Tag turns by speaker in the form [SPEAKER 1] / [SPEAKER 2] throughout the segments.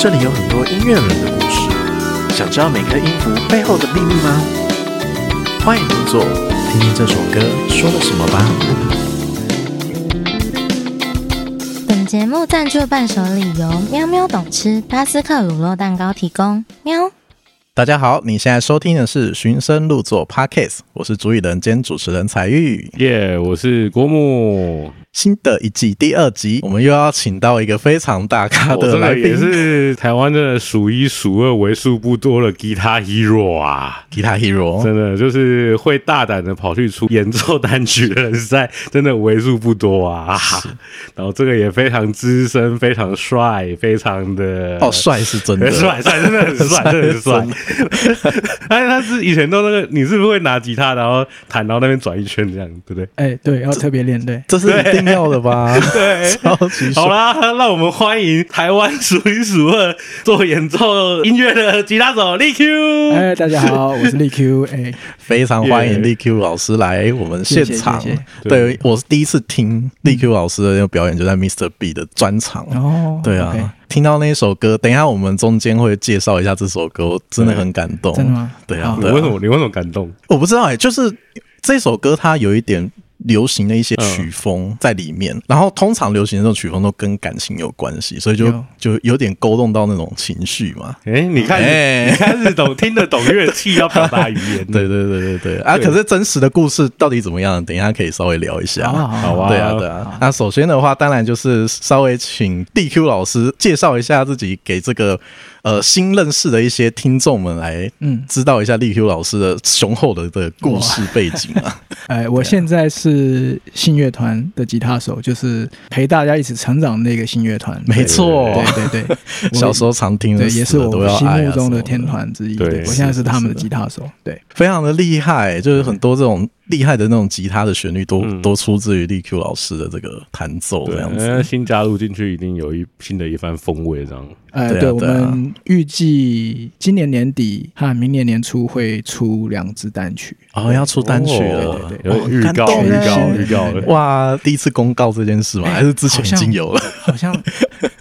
[SPEAKER 1] 这里有很多音乐人的故事，想知道每个音符背后的秘密吗？欢迎入座，听听这首歌说了什么吧。
[SPEAKER 2] 本节目赞助伴手礼由喵喵懂吃巴斯克乳酪蛋糕提供。喵，
[SPEAKER 1] 大家好，你现在收听的是《寻声入座》Podcast，我是主理人兼主持人彩玉。
[SPEAKER 3] 耶我是郭牧，
[SPEAKER 1] 新的一季第二集，我们又要请到一个非常大咖
[SPEAKER 3] 我
[SPEAKER 1] 的
[SPEAKER 3] 真
[SPEAKER 1] 来
[SPEAKER 3] 的
[SPEAKER 1] 宾
[SPEAKER 3] 也，是台湾真的数一数二、为数不多的吉他 hero 啊！
[SPEAKER 1] 吉他 Hero。
[SPEAKER 3] 真的就是会大胆的跑去出演奏单曲的人，实在真的为数不多啊！然后这个也非常资深，非常帅，非常的
[SPEAKER 1] 哦，帅是真的
[SPEAKER 3] 很，呃 帅帅，真的很帅，
[SPEAKER 1] 帅
[SPEAKER 3] 真的很帅
[SPEAKER 1] 真的。
[SPEAKER 3] 但是他是以前都那个，你是不是会拿吉他，然后弹，然后那边转一圈这样，对不对？
[SPEAKER 4] 哎、对，要特别练，对，
[SPEAKER 1] 这是一定要的吧？
[SPEAKER 3] 对
[SPEAKER 1] 超级帅
[SPEAKER 3] 好。啦，让我们欢迎台湾数一数二做演奏音乐的吉他手力 Q。
[SPEAKER 4] 哎、大家 好，我是力 Q，哎、
[SPEAKER 1] 非常欢迎
[SPEAKER 3] 耶
[SPEAKER 1] 力 Q 老师来我们现场。
[SPEAKER 4] 谢谢谢
[SPEAKER 3] 谢
[SPEAKER 1] 对我是第一次听力 Q 老师的那个表演，就在 Mr. B 的专场。
[SPEAKER 4] 哦，
[SPEAKER 1] 对
[SPEAKER 4] OK
[SPEAKER 1] 啊，听到那首歌，等一下我们中间会介绍一下这首歌，我真的很感动。
[SPEAKER 4] 真的吗？
[SPEAKER 1] 对啊
[SPEAKER 4] 好，
[SPEAKER 3] 你
[SPEAKER 1] 对
[SPEAKER 3] 为什
[SPEAKER 1] 啊，
[SPEAKER 3] 么？你为什么感动？
[SPEAKER 1] 我不知道哎、就是这首歌它有一点。流行的一些曲
[SPEAKER 4] 嗯
[SPEAKER 1] 风在里面，然后通常流行的这种曲风都跟感情有关系，所以就
[SPEAKER 4] 有
[SPEAKER 1] 就有点勾动到那种情绪嘛。
[SPEAKER 3] 哎、你看，
[SPEAKER 1] 哎
[SPEAKER 3] 你开始懂听得懂乐器，要表达语言。
[SPEAKER 4] 嗯
[SPEAKER 1] 对，对对对对啊！
[SPEAKER 3] 对
[SPEAKER 1] 可是真实的故事到底怎么样？等一下可以稍微聊一下。
[SPEAKER 4] 好好好
[SPEAKER 3] 好啊
[SPEAKER 1] 对啊，对啊。那首先的话，当然就是稍微请 DQ 老师介绍一下自己，给这个呃新认识的一些听众们来
[SPEAKER 4] 嗯，
[SPEAKER 1] 知道一下 DQ 老师的雄厚的的故事背景 啊。
[SPEAKER 4] 哎、我现在是信乐团的吉他手，就是陪大家一起成长的那个信乐团，
[SPEAKER 1] 没错，
[SPEAKER 4] 对 对对，我
[SPEAKER 1] 小时候常听的
[SPEAKER 4] 对，也是
[SPEAKER 1] 死了都
[SPEAKER 4] 我
[SPEAKER 1] 要
[SPEAKER 4] 心
[SPEAKER 1] 爱啊
[SPEAKER 4] 目中
[SPEAKER 1] 什么
[SPEAKER 4] 的天，团之一，
[SPEAKER 3] 对
[SPEAKER 4] 对，我现在
[SPEAKER 1] 是
[SPEAKER 4] 是他们的
[SPEAKER 1] 是
[SPEAKER 4] 吉他手，对，
[SPEAKER 1] 非常的厉害，就是很多这种厉害的那种吉他的旋律都
[SPEAKER 3] 嗯
[SPEAKER 1] 都出自于 DQ 老师的这个弹奏这
[SPEAKER 3] 对
[SPEAKER 1] 样，
[SPEAKER 3] 那
[SPEAKER 1] 子。
[SPEAKER 3] 哎新加入进去一定有一新的一番风味，这样。
[SPEAKER 4] 哎、
[SPEAKER 1] 对啊
[SPEAKER 4] 对，我
[SPEAKER 1] 对啊
[SPEAKER 4] 们预计今年年底和明年年初会出两支单曲，
[SPEAKER 1] 哦，要出单曲
[SPEAKER 3] 哦
[SPEAKER 1] 了，
[SPEAKER 4] 对对
[SPEAKER 3] 有预
[SPEAKER 1] 感
[SPEAKER 3] 告，
[SPEAKER 1] 动
[SPEAKER 3] 预告，
[SPEAKER 4] 耶
[SPEAKER 3] 预告了。
[SPEAKER 1] 哇，第一次公告这件 事吗？
[SPEAKER 4] 哎
[SPEAKER 1] 还是之前
[SPEAKER 4] 好
[SPEAKER 1] 已
[SPEAKER 4] 像
[SPEAKER 1] 经有了？
[SPEAKER 4] 好像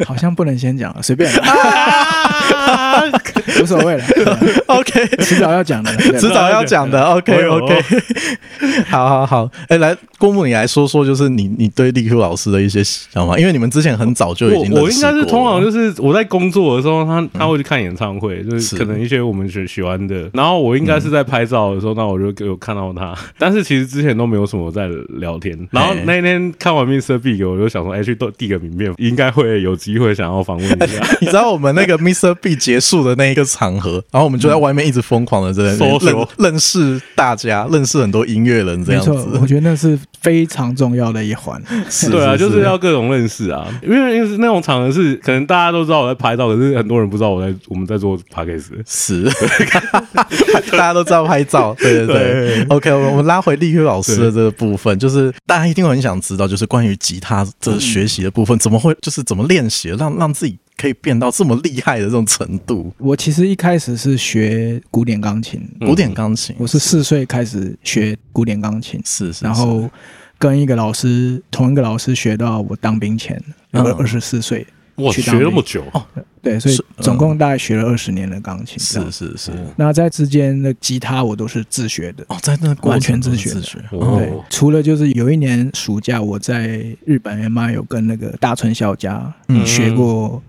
[SPEAKER 4] 好像不能先讲了，随便 啦， 无所谓了，对啊
[SPEAKER 1] OK，
[SPEAKER 4] 迟早要讲的，对
[SPEAKER 1] 迟早要讲的。
[SPEAKER 3] 哎
[SPEAKER 1] OK
[SPEAKER 3] 呦
[SPEAKER 1] OK，好 好好。哎、来，郭牧，你来说说，就是你你对利 Q 老师的一些想法，因为你们之前很早就已经
[SPEAKER 3] 我我
[SPEAKER 1] 认
[SPEAKER 3] 应
[SPEAKER 1] 识
[SPEAKER 3] 该是
[SPEAKER 1] 过
[SPEAKER 3] 通常
[SPEAKER 1] 了嗯
[SPEAKER 3] 就是我在工作的时候，他他会去看演唱会，就是
[SPEAKER 1] 是
[SPEAKER 3] 可能一些我们喜喜欢的。然后我应
[SPEAKER 1] 嗯
[SPEAKER 3] 该是在拍照的时候，那我就有看到他。但是其实之前都没有什么在聊天。然后那天看完 Mr. Big，我就想说，哎，去递个名片，应该会有机会想要访问一下。
[SPEAKER 1] 你知道我们那个 Mr. B 结束的那一个场合，然后我们就在外面一直疯狂的在那边
[SPEAKER 3] Social
[SPEAKER 1] 认认识大家，认识很多音乐人这
[SPEAKER 4] 没
[SPEAKER 1] 样
[SPEAKER 4] 错，
[SPEAKER 1] 子
[SPEAKER 4] 我。觉得那是非常重要的一环。
[SPEAKER 1] 是
[SPEAKER 3] 对啊，就是要各种认识啊，因为因为是那种场合是可能大家都知道我在拍照，可是很多人不知道我在我们在做 podcast。
[SPEAKER 1] 是， 大家都知道拍照，对对对。OK，我们拉回立秋老师的这个部分，就是大家一定很想知道，就是关于吉他这学习的部分，怎么会就是怎么练习，让让自己可以变到这么厉害的这种程度？
[SPEAKER 4] 我其实一开始是学古典钢琴，
[SPEAKER 1] 古典钢琴
[SPEAKER 4] 我是四岁开始学古典钢琴，
[SPEAKER 1] 是是，
[SPEAKER 4] 然后跟一个老师，同一个老师学到我当兵前，
[SPEAKER 1] 嗯
[SPEAKER 4] 二二十四岁，
[SPEAKER 3] 哇，
[SPEAKER 4] 去
[SPEAKER 3] 学
[SPEAKER 4] 当兵哦
[SPEAKER 3] 那么久，
[SPEAKER 4] 对，所以
[SPEAKER 1] 是嗯
[SPEAKER 4] 总共大概学了二十年的钢琴。这
[SPEAKER 1] 是是
[SPEAKER 4] 样
[SPEAKER 1] 是，
[SPEAKER 4] 那在之间的吉他我都是自学的，
[SPEAKER 1] 哦，在那过
[SPEAKER 4] 完
[SPEAKER 1] 程
[SPEAKER 4] 全
[SPEAKER 1] 中
[SPEAKER 4] 自学
[SPEAKER 1] 自
[SPEAKER 4] 的
[SPEAKER 1] 学，
[SPEAKER 3] 哦
[SPEAKER 4] 对，除了就是有一年暑假，我在日本 M I 有跟那个大村孝家
[SPEAKER 1] 嗯
[SPEAKER 4] 学过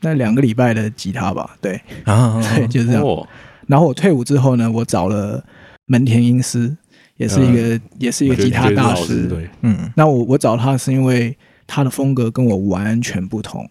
[SPEAKER 4] 那两个礼拜的吉他吧，对，
[SPEAKER 1] 啊，
[SPEAKER 4] 对，就是这样。
[SPEAKER 3] 哦，
[SPEAKER 4] 然后我退伍之后呢，我找了门田英司，也是一个、也是一个吉他大师。
[SPEAKER 3] 对，
[SPEAKER 1] 嗯，
[SPEAKER 4] 那我我找他是因为他的风格跟我完全不同，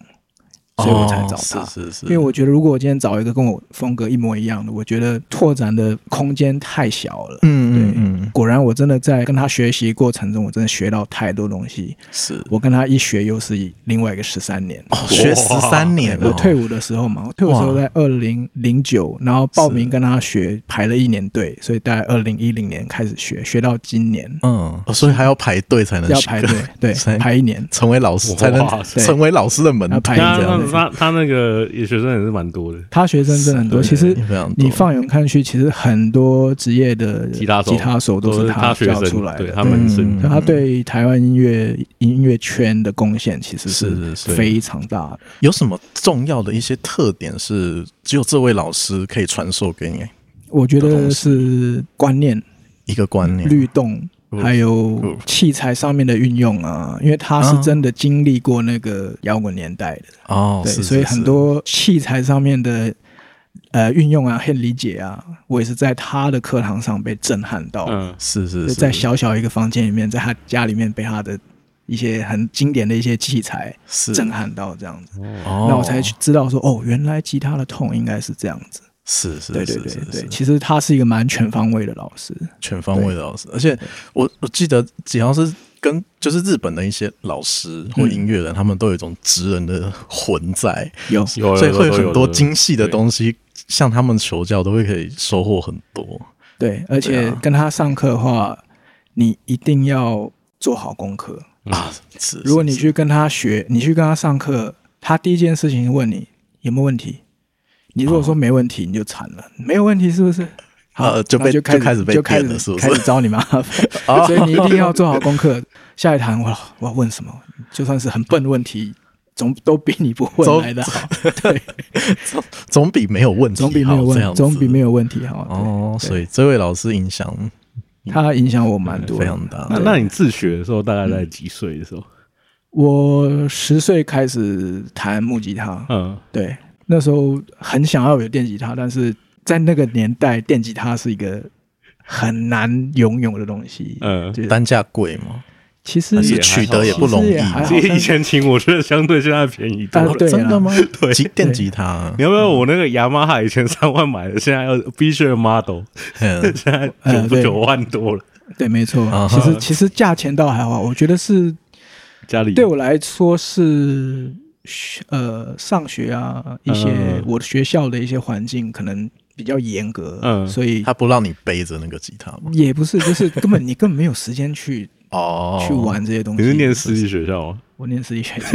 [SPEAKER 4] 所以我才找他。
[SPEAKER 1] 哦是是是，
[SPEAKER 4] 因为我觉得，如果我今天找一个跟我风格一模一样的，我觉得拓展的空间太小了。
[SPEAKER 1] 嗯嗯嗯
[SPEAKER 4] 果然，我真的在跟他学习过程中，我真的学到太多东西。
[SPEAKER 1] 是。
[SPEAKER 4] 我跟他一学又是另外一个十三年。
[SPEAKER 1] 哦，学十三年
[SPEAKER 4] 我
[SPEAKER 1] 哦，
[SPEAKER 4] 退伍的时候嘛，我退伍的时候在二零零九，然后报名跟他学，排了一年队，所以大概二零一零年开始学，学到今年
[SPEAKER 1] 嗯，哦所以还要排队才能
[SPEAKER 4] 要
[SPEAKER 1] 学
[SPEAKER 4] 排队， 对
[SPEAKER 1] 才，
[SPEAKER 4] 排一年。
[SPEAKER 1] 成为老师，
[SPEAKER 3] 哇
[SPEAKER 1] 才能
[SPEAKER 3] 对
[SPEAKER 1] 成为老师的门
[SPEAKER 4] 要
[SPEAKER 1] 徒
[SPEAKER 4] 排
[SPEAKER 1] 这
[SPEAKER 4] 队
[SPEAKER 3] 那
[SPEAKER 1] 样
[SPEAKER 3] 那
[SPEAKER 1] 子。
[SPEAKER 3] 那他那个学生也是蛮多的。
[SPEAKER 4] 他学生真的很多，
[SPEAKER 1] 是
[SPEAKER 4] 其实
[SPEAKER 1] 非常多
[SPEAKER 4] 你放眼看去，其实很多职业的
[SPEAKER 3] 吉他手
[SPEAKER 4] 吉他手多都
[SPEAKER 3] 都
[SPEAKER 4] 是
[SPEAKER 3] 是他学
[SPEAKER 4] 教
[SPEAKER 3] 生
[SPEAKER 4] 出来
[SPEAKER 3] 对
[SPEAKER 4] 的，
[SPEAKER 3] 他们是
[SPEAKER 1] 嗯
[SPEAKER 4] 所以他对台湾音乐音乐圈的贡献其实
[SPEAKER 1] 是是
[SPEAKER 4] 非常大的。
[SPEAKER 1] 有什么重要的一些特点是只有这位老师可以传授给你
[SPEAKER 4] 我觉
[SPEAKER 1] 的东
[SPEAKER 4] 得
[SPEAKER 1] 西
[SPEAKER 4] 是观念、
[SPEAKER 1] 一个观念？
[SPEAKER 4] 律动，
[SPEAKER 1] 嗯
[SPEAKER 4] 还有
[SPEAKER 1] 嗯
[SPEAKER 4] 器材上面的运用啊，因为他是
[SPEAKER 1] 啊
[SPEAKER 4] 真的经历过那个摇滚年代的，
[SPEAKER 1] 哦，
[SPEAKER 4] 对，
[SPEAKER 1] 是
[SPEAKER 4] 所以
[SPEAKER 1] 是是
[SPEAKER 4] 很多器材上面的呃运用啊、和理解啊，我也是在他的课堂上被震撼到。
[SPEAKER 3] 嗯，
[SPEAKER 1] 是是
[SPEAKER 4] 就是在小小一个房间里面，在他家里面被他的一些很经典的一些器材
[SPEAKER 1] 是
[SPEAKER 4] 震撼到这样子，
[SPEAKER 1] 哦，
[SPEAKER 4] 那我才去知道说，哦，原来吉他的痛应该是这样子。
[SPEAKER 1] 是是
[SPEAKER 4] 对对
[SPEAKER 1] 是
[SPEAKER 4] 对
[SPEAKER 1] 是
[SPEAKER 4] 对，
[SPEAKER 1] 是
[SPEAKER 4] 其实他是一个蛮全方位的老师。
[SPEAKER 1] 全方位的老师，而且我我记得只要是跟就是日本的一些老师或音乐人，他们都有一种职人的魂在，
[SPEAKER 4] 有
[SPEAKER 3] 有
[SPEAKER 1] 所以会
[SPEAKER 3] 有
[SPEAKER 1] 很多精细的
[SPEAKER 3] 西。
[SPEAKER 1] 东西向他们求教，都会可以收获很多。
[SPEAKER 4] 对，而且
[SPEAKER 1] 啊
[SPEAKER 4] 跟他上课的话，你一定要做好功课。
[SPEAKER 1] 啊，是。是
[SPEAKER 4] 如果你
[SPEAKER 1] 是
[SPEAKER 4] 去跟他学，你去跟他上课，他第一件事情问你有没有问题。你如果说没问题，你就惨了。没有问题是不是？好，
[SPEAKER 1] 呃就
[SPEAKER 4] 那
[SPEAKER 1] 被
[SPEAKER 4] 就开
[SPEAKER 1] 就开始被
[SPEAKER 4] 就开
[SPEAKER 1] 点
[SPEAKER 4] 始
[SPEAKER 1] 了是不是
[SPEAKER 4] 开始招你麻烦， 所以你一定要做好功课。下一堂我我要问什么，就算是很笨问题，总都比你不
[SPEAKER 1] 总
[SPEAKER 4] 问来的好。对，
[SPEAKER 1] 总比没有问题好，
[SPEAKER 4] 总比没有
[SPEAKER 1] 这样子
[SPEAKER 4] 问，总比没有问题好。
[SPEAKER 1] 哦，
[SPEAKER 4] 对
[SPEAKER 1] 所以这位老师影响
[SPEAKER 4] 对他影响我蛮多的，
[SPEAKER 1] 非常大。
[SPEAKER 3] 那那你自学的时候大概在几岁的时候？
[SPEAKER 4] 我十岁开始弹木吉他，
[SPEAKER 3] 嗯，
[SPEAKER 4] 对，那时候很想要有电吉他，但是在那个年代，电吉他是一个很难拥有的东西。
[SPEAKER 3] 嗯
[SPEAKER 4] 就是
[SPEAKER 1] 单价贵吗？
[SPEAKER 4] 其实
[SPEAKER 1] 还是
[SPEAKER 3] 也
[SPEAKER 1] 取得也不容
[SPEAKER 4] 其
[SPEAKER 1] 易
[SPEAKER 4] 实也还
[SPEAKER 1] 吗？
[SPEAKER 4] 好
[SPEAKER 3] 其实以前琴我觉得相对现在便宜多
[SPEAKER 4] 啊
[SPEAKER 3] 了。
[SPEAKER 4] 对
[SPEAKER 1] 真的吗？
[SPEAKER 3] 对
[SPEAKER 1] 吉电吉他
[SPEAKER 3] 你，要不要我那个雅马哈以前三万买的，现在要必须 model，
[SPEAKER 1] 嗯
[SPEAKER 3] 现在
[SPEAKER 4] 呃
[SPEAKER 3] 九
[SPEAKER 4] 对
[SPEAKER 3] 九万多了，
[SPEAKER 4] 对，没错
[SPEAKER 1] 啊。
[SPEAKER 4] 其实其实价钱倒还好，我觉得是
[SPEAKER 3] 家里
[SPEAKER 4] 对我来说是学呃上学啊，一些
[SPEAKER 3] 嗯
[SPEAKER 4] 我学校的一些环境可能比较严格，
[SPEAKER 3] 嗯
[SPEAKER 4] 所以
[SPEAKER 1] 他不让你背着那个吉他吗？
[SPEAKER 4] 也不是就是根本你根本没有时间去
[SPEAKER 1] 哦，
[SPEAKER 4] 去， 玩这些东西。
[SPEAKER 3] 你是念私立学校吗？
[SPEAKER 4] 我念私立学校。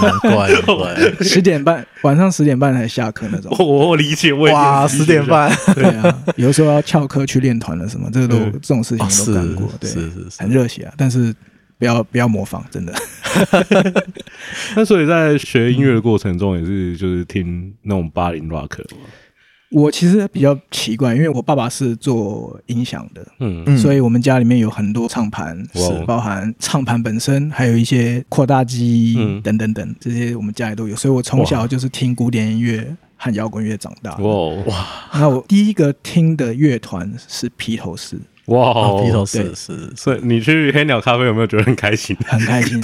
[SPEAKER 1] 难怪难怪。
[SPEAKER 4] 十点半，晚上十点半才下 课那种。
[SPEAKER 3] 我我我理解，我也念
[SPEAKER 1] 哇，
[SPEAKER 3] 私
[SPEAKER 1] 十
[SPEAKER 3] 立学
[SPEAKER 1] 点
[SPEAKER 3] 校，
[SPEAKER 1] 半，
[SPEAKER 4] 对啊，有时候要翘课去练团了什么，这个都、这种事情都干过，
[SPEAKER 1] 哦是
[SPEAKER 4] 对，
[SPEAKER 1] 是是是
[SPEAKER 4] 很热血啊。但是不要不要模仿，真的。
[SPEAKER 3] 那所以在学音乐的过程中，也是就是听那种八零 rock 嘛
[SPEAKER 4] 我其实比较奇怪，因为我爸爸是做音响的，
[SPEAKER 3] 嗯
[SPEAKER 1] 嗯
[SPEAKER 4] 所以我们家里面有很多唱盘，
[SPEAKER 3] 哇哦
[SPEAKER 4] 是包含唱盘本身，还有一些扩大机、
[SPEAKER 3] 嗯
[SPEAKER 4] 等等等，这些我们家里都有。所以我从小就是听古典音乐和摇滚乐长大。
[SPEAKER 3] 哇哦
[SPEAKER 4] 那我第一个听的乐团是披头士。
[SPEAKER 3] 哇
[SPEAKER 1] 哦，
[SPEAKER 3] 哇，
[SPEAKER 1] 披头士
[SPEAKER 4] 对
[SPEAKER 1] 是
[SPEAKER 3] 所以你去黑鸟咖啡有没有觉得很开心？
[SPEAKER 4] 很开 心，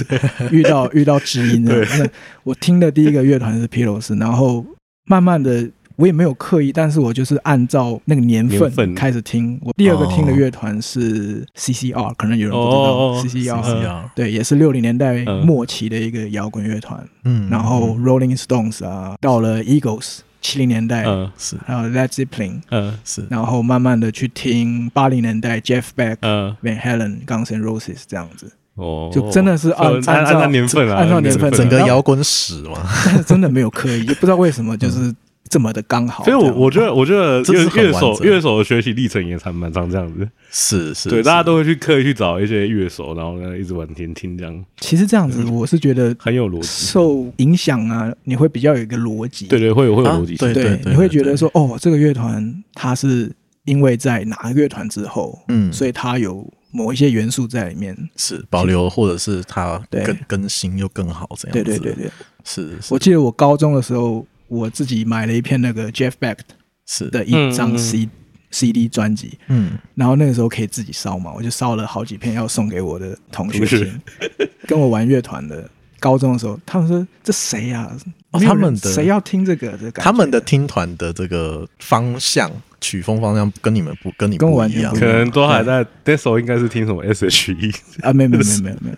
[SPEAKER 4] 遇到遇到知音的。那我听的第一个乐团是披头士，然后慢慢的我也没有刻意，但是我就是按照那个年
[SPEAKER 3] 年份
[SPEAKER 4] 份开始听。我第二个
[SPEAKER 1] 哦
[SPEAKER 4] 听的乐团是 CCR，可能有人不知道
[SPEAKER 3] 哦
[SPEAKER 4] CCR。
[SPEAKER 1] CCR，
[SPEAKER 4] 对，也是六零年代
[SPEAKER 3] 嗯
[SPEAKER 4] 末期的一个摇滚乐团，
[SPEAKER 1] 嗯
[SPEAKER 4] 然后 Rolling Stones 啊，到了 Eagles，七零年代，
[SPEAKER 3] 嗯
[SPEAKER 1] 是
[SPEAKER 4] 还有 Led Zeppelin，
[SPEAKER 3] 嗯
[SPEAKER 1] 是
[SPEAKER 4] 然后慢慢的去听八零年代 Jeff Beck、
[SPEAKER 3] 嗯，
[SPEAKER 4] Van Halen、Guns N' Roses 这样子，
[SPEAKER 3] 哦，
[SPEAKER 4] 就真的是
[SPEAKER 3] 按
[SPEAKER 4] 按
[SPEAKER 3] 按
[SPEAKER 4] 按照
[SPEAKER 3] 按年份啊，
[SPEAKER 4] 按照年份
[SPEAKER 1] 整个
[SPEAKER 4] 然后
[SPEAKER 1] 摇滚史嘛，
[SPEAKER 4] 但是 真的没有刻意，不知道为什么就是这么的刚好这
[SPEAKER 3] 所以
[SPEAKER 4] 样。
[SPEAKER 3] 我我觉得，我觉得
[SPEAKER 1] 这
[SPEAKER 3] 乐
[SPEAKER 1] 是很
[SPEAKER 3] 乐
[SPEAKER 1] 完
[SPEAKER 3] 手
[SPEAKER 1] 整
[SPEAKER 3] 乐手的学习历程也常蛮常这样子，
[SPEAKER 1] 是是，
[SPEAKER 3] 对，
[SPEAKER 1] 是
[SPEAKER 3] 大家都会去刻意去找一些乐手，然后呢一直玩天听这样，
[SPEAKER 4] 其实这样子，我是觉得
[SPEAKER 3] 很有逻辑。
[SPEAKER 4] 受影响啊，你会比较有一个逻辑，
[SPEAKER 3] 对对，会有会有
[SPEAKER 1] 啊
[SPEAKER 3] 逻辑性。
[SPEAKER 1] 对
[SPEAKER 4] 对
[SPEAKER 1] 对对
[SPEAKER 4] 你会觉得
[SPEAKER 1] 对
[SPEAKER 4] 说，哦，这个乐团它是因为在哪个乐团之后，
[SPEAKER 1] 嗯
[SPEAKER 4] 所以它有某一些元素在里面。
[SPEAKER 1] 是保留，或者是它
[SPEAKER 4] 对
[SPEAKER 1] 更更新又更好这样
[SPEAKER 4] 对
[SPEAKER 1] 子。
[SPEAKER 4] 对对，对，
[SPEAKER 1] 是是
[SPEAKER 4] 我记得我高中的时候，我自己买了一片那个 Jeff Beck
[SPEAKER 1] 是
[SPEAKER 4] 的
[SPEAKER 3] 嗯
[SPEAKER 4] 一张
[SPEAKER 3] 嗯
[SPEAKER 4] C CD 专辑，
[SPEAKER 1] 嗯，
[SPEAKER 4] 然后那个时候可以自己烧嘛，我就烧了好几片要送给我的同学
[SPEAKER 3] 同学
[SPEAKER 4] 听。 跟我玩乐团的，高中的时候，他们说这谁呀、
[SPEAKER 1] 哦
[SPEAKER 4] 没有
[SPEAKER 1] 他们
[SPEAKER 4] 人
[SPEAKER 1] 的
[SPEAKER 4] 谁要听这个？这感觉
[SPEAKER 1] 他们的听团的这个方向曲风方向跟你们不跟你
[SPEAKER 4] 跟我
[SPEAKER 1] 不
[SPEAKER 4] 完
[SPEAKER 1] 一
[SPEAKER 4] 全
[SPEAKER 1] 样
[SPEAKER 4] 不，
[SPEAKER 3] 可能都还在那时候应该是听什么 E，S.H.E
[SPEAKER 4] 啊，没有没有没有没有没有，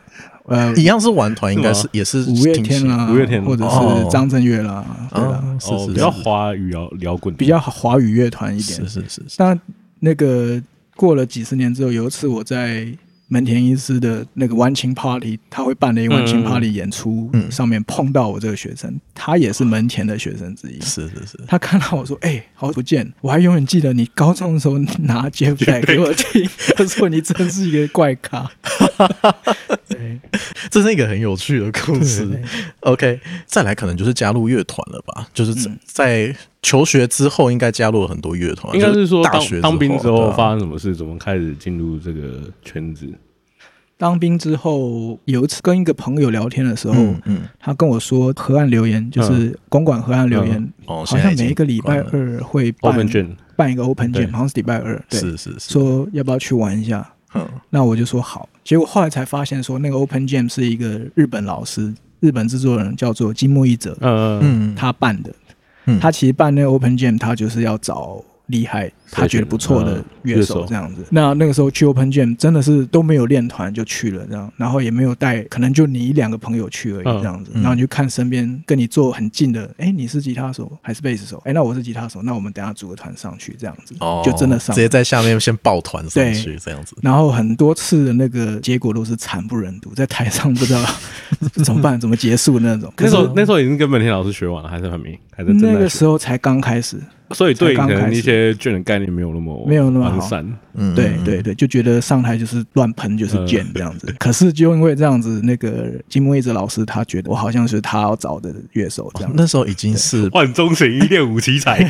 [SPEAKER 4] 呃，
[SPEAKER 1] 一样是玩团，应该
[SPEAKER 3] 是
[SPEAKER 1] 是
[SPEAKER 3] 吗
[SPEAKER 1] 也是
[SPEAKER 4] 五月
[SPEAKER 1] 听
[SPEAKER 4] 天
[SPEAKER 1] 起来
[SPEAKER 4] 啦，
[SPEAKER 3] 五月天
[SPEAKER 4] 或者
[SPEAKER 1] 哦
[SPEAKER 4] 是张震岳啦，对啦，
[SPEAKER 1] 啊，是
[SPEAKER 3] 哦，
[SPEAKER 1] 是
[SPEAKER 3] 比较
[SPEAKER 1] 是
[SPEAKER 3] 华语摇摇滚，
[SPEAKER 4] 比较华语乐团一点
[SPEAKER 1] 是。是是是
[SPEAKER 4] 那那个过了几十年之后，有一次我在门田医师的那个完情 party，他会办的一个完情
[SPEAKER 3] 嗯
[SPEAKER 4] party 演出，
[SPEAKER 1] 嗯
[SPEAKER 4] 上面碰到我这个学生，他也是门田的学生之一。
[SPEAKER 1] 是是是，
[SPEAKER 4] 他看到我说：“哎、好久不见！我还永远记得你高中的时候拿 j e f
[SPEAKER 1] 嗯
[SPEAKER 4] f 给我听。”他说：“你真是一个怪咖。对”
[SPEAKER 1] 这是一个很有趣的故
[SPEAKER 4] 对，
[SPEAKER 1] 事。OK，再来可能就是加入乐团了吧？就是在
[SPEAKER 4] 嗯
[SPEAKER 1] 在求学之后，应该加入了很多乐团。
[SPEAKER 3] 应该
[SPEAKER 1] 就是
[SPEAKER 3] 说
[SPEAKER 1] 大
[SPEAKER 3] 当
[SPEAKER 1] 学
[SPEAKER 3] 当兵之后
[SPEAKER 1] 对啊
[SPEAKER 3] 发生什么事，怎么开始进入这个圈子？
[SPEAKER 4] 当兵之后，有一次跟一个朋友聊天的时候，
[SPEAKER 1] 嗯嗯，
[SPEAKER 4] 他跟我说，河岸留言就是公馆河岸留言，
[SPEAKER 1] 哦，
[SPEAKER 4] 好
[SPEAKER 1] 现在
[SPEAKER 4] 像
[SPEAKER 1] 已经嗯
[SPEAKER 4] 每一个礼拜
[SPEAKER 1] 关了
[SPEAKER 4] 二会
[SPEAKER 3] 欧
[SPEAKER 4] 办
[SPEAKER 3] 文卷
[SPEAKER 4] 办一个 open
[SPEAKER 3] 对
[SPEAKER 4] jam，好像是礼拜二，对，
[SPEAKER 1] 是是是，
[SPEAKER 4] 说要不要去玩一下？
[SPEAKER 1] 嗯
[SPEAKER 4] 那我就说好。结果后来才发现，说那个 open jam 是一个日本老师，日本制作人叫做金木一哲，
[SPEAKER 3] 嗯，
[SPEAKER 1] 嗯，
[SPEAKER 4] 他办的。
[SPEAKER 1] 嗯
[SPEAKER 4] 他其实办那个 Open Jam，他就是要找厉害、他觉得不错的乐
[SPEAKER 3] 嗯乐
[SPEAKER 4] 手
[SPEAKER 3] 手
[SPEAKER 4] 这样子。那那个时候去 Open Jam 真的是都没有练团就去了这样，然后也没有带，可能就你一两个朋友去而已
[SPEAKER 3] 嗯
[SPEAKER 4] 这样子。
[SPEAKER 1] 嗯
[SPEAKER 4] 然后你就看身边跟你坐很近的，哎，你是吉他手还是贝斯手？哎，那我是吉他手，那我们等下组个团上去这样子，
[SPEAKER 1] 哦，
[SPEAKER 4] 就真的上
[SPEAKER 1] 直。接在下面先抱团上
[SPEAKER 4] 对
[SPEAKER 1] 去这样子。
[SPEAKER 4] 然后很多次的那个结果都是惨不忍睹，在台上不知道 怎么办、怎么结束那种。
[SPEAKER 3] 那时
[SPEAKER 4] 可
[SPEAKER 3] 候
[SPEAKER 4] 是
[SPEAKER 3] 那时候已经跟本田老师学完了，还是还没，还在正在
[SPEAKER 4] 那个
[SPEAKER 3] 学
[SPEAKER 4] 时候才刚开始，
[SPEAKER 3] 所以对
[SPEAKER 4] 才
[SPEAKER 3] 可
[SPEAKER 4] 刚
[SPEAKER 3] 能
[SPEAKER 4] 开始
[SPEAKER 3] 一些卷的概念没有那么
[SPEAKER 4] 没有那么好
[SPEAKER 3] 完善，
[SPEAKER 1] 嗯，
[SPEAKER 4] 对
[SPEAKER 1] 嗯
[SPEAKER 4] 对，对，就觉得上台就是乱喷就是
[SPEAKER 3] 嗯
[SPEAKER 4] 贱这样子。可是就因为这样子，那个金木一哲老师他觉得我好像是他要找的乐手这
[SPEAKER 1] 哦
[SPEAKER 4] 样 子。
[SPEAKER 1] 那时候已经是
[SPEAKER 3] 万中选一，练武奇 才，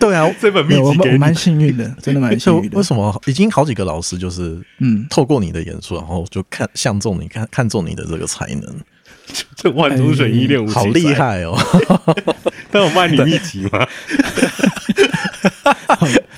[SPEAKER 1] 对 啊。
[SPEAKER 3] 这本秘
[SPEAKER 4] 哦对我
[SPEAKER 3] 籍
[SPEAKER 4] 蛮
[SPEAKER 3] 给
[SPEAKER 4] 我
[SPEAKER 3] 你。
[SPEAKER 4] 蛮幸运 的，真的蛮
[SPEAKER 1] 就
[SPEAKER 4] 幸运的
[SPEAKER 1] 哎为。什么已经好几个老师就是
[SPEAKER 4] 嗯，
[SPEAKER 1] 透过你的演出，然后就看相中你看看中你的这个才能，
[SPEAKER 3] 这万中选一，练武奇
[SPEAKER 4] 哎
[SPEAKER 3] 才
[SPEAKER 1] 好厉！害哦！
[SPEAKER 3] 但我卖你秘籍吗？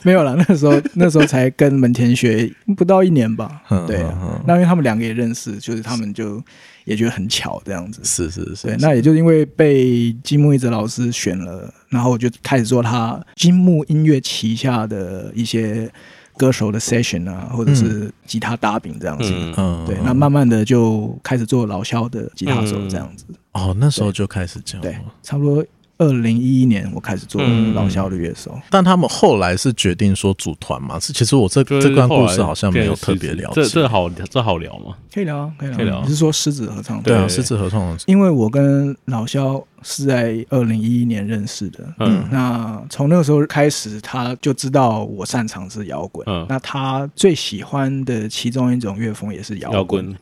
[SPEAKER 4] 没有啦，那时候那时候才跟门田学不到一年吧
[SPEAKER 1] 嗯。
[SPEAKER 4] 对啊
[SPEAKER 1] 嗯嗯，
[SPEAKER 4] 那因为他们两个也认识，就是他们就也觉得很巧这样子。
[SPEAKER 1] 是是是
[SPEAKER 4] 对，，那也就是因为被金木一哲老师选了，然后我就开始做他金木音乐旗下的一些歌手的 session 啊，或者是吉他打饼这样子。
[SPEAKER 3] 嗯，
[SPEAKER 1] 嗯，
[SPEAKER 4] 对
[SPEAKER 1] 嗯，
[SPEAKER 4] 那慢慢的就开始做老肖的吉他手
[SPEAKER 3] 嗯
[SPEAKER 4] 这样子。
[SPEAKER 1] 哦，那时候就开始这样。哦
[SPEAKER 4] 对，差不多二零一一年我开始做老肖的乐手。
[SPEAKER 1] 但他们后来是决定说组团嘛？是其实我这
[SPEAKER 3] 就是
[SPEAKER 1] 这段故
[SPEAKER 3] 后
[SPEAKER 1] 事
[SPEAKER 3] 来
[SPEAKER 1] 好像没有
[SPEAKER 3] 变成
[SPEAKER 1] 特别
[SPEAKER 3] 狮子
[SPEAKER 1] 了
[SPEAKER 3] 这
[SPEAKER 1] 解。
[SPEAKER 3] 这好这好聊吗？
[SPEAKER 4] 可以聊啊，可以聊啊。
[SPEAKER 3] 可以聊啊
[SPEAKER 4] 你是说狮子合唱？
[SPEAKER 1] 对啊，
[SPEAKER 3] 对
[SPEAKER 1] 狮子合唱
[SPEAKER 4] 因为我跟老肖是在二零一一年认识的，
[SPEAKER 3] 嗯
[SPEAKER 4] 那从那个时候开始，他就知道我擅长是摇滚。
[SPEAKER 3] 嗯
[SPEAKER 4] 那他最喜欢的其中一种乐风也是摇
[SPEAKER 3] 摇滚，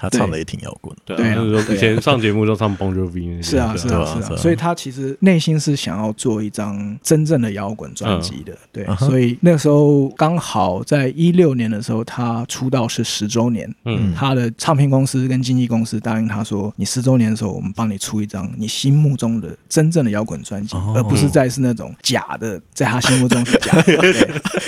[SPEAKER 1] 他唱的也挺摇滚
[SPEAKER 3] 对
[SPEAKER 1] 的。
[SPEAKER 3] 啊
[SPEAKER 4] 对啊
[SPEAKER 3] 那时候
[SPEAKER 4] 对啊
[SPEAKER 3] 以前上节目都唱 Bon Jovi 那些，
[SPEAKER 4] 是啊，
[SPEAKER 3] 对
[SPEAKER 4] 是啊，
[SPEAKER 1] 对啊
[SPEAKER 4] 是
[SPEAKER 1] 是啊
[SPEAKER 4] 啊，所以他其实内心是想要做一张真正的摇滚专辑的，对
[SPEAKER 1] 嗯，哼
[SPEAKER 4] 所以那时候刚好在一六年的时候，他出道是十周年，
[SPEAKER 3] 嗯
[SPEAKER 4] 他的唱片公司跟经纪公司答应他说，你十周年的时候，我们帮你出一张你心目中的真正的摇滚专辑
[SPEAKER 1] 哦，
[SPEAKER 4] 而不是再是那种假的，在他心目中 是假的，对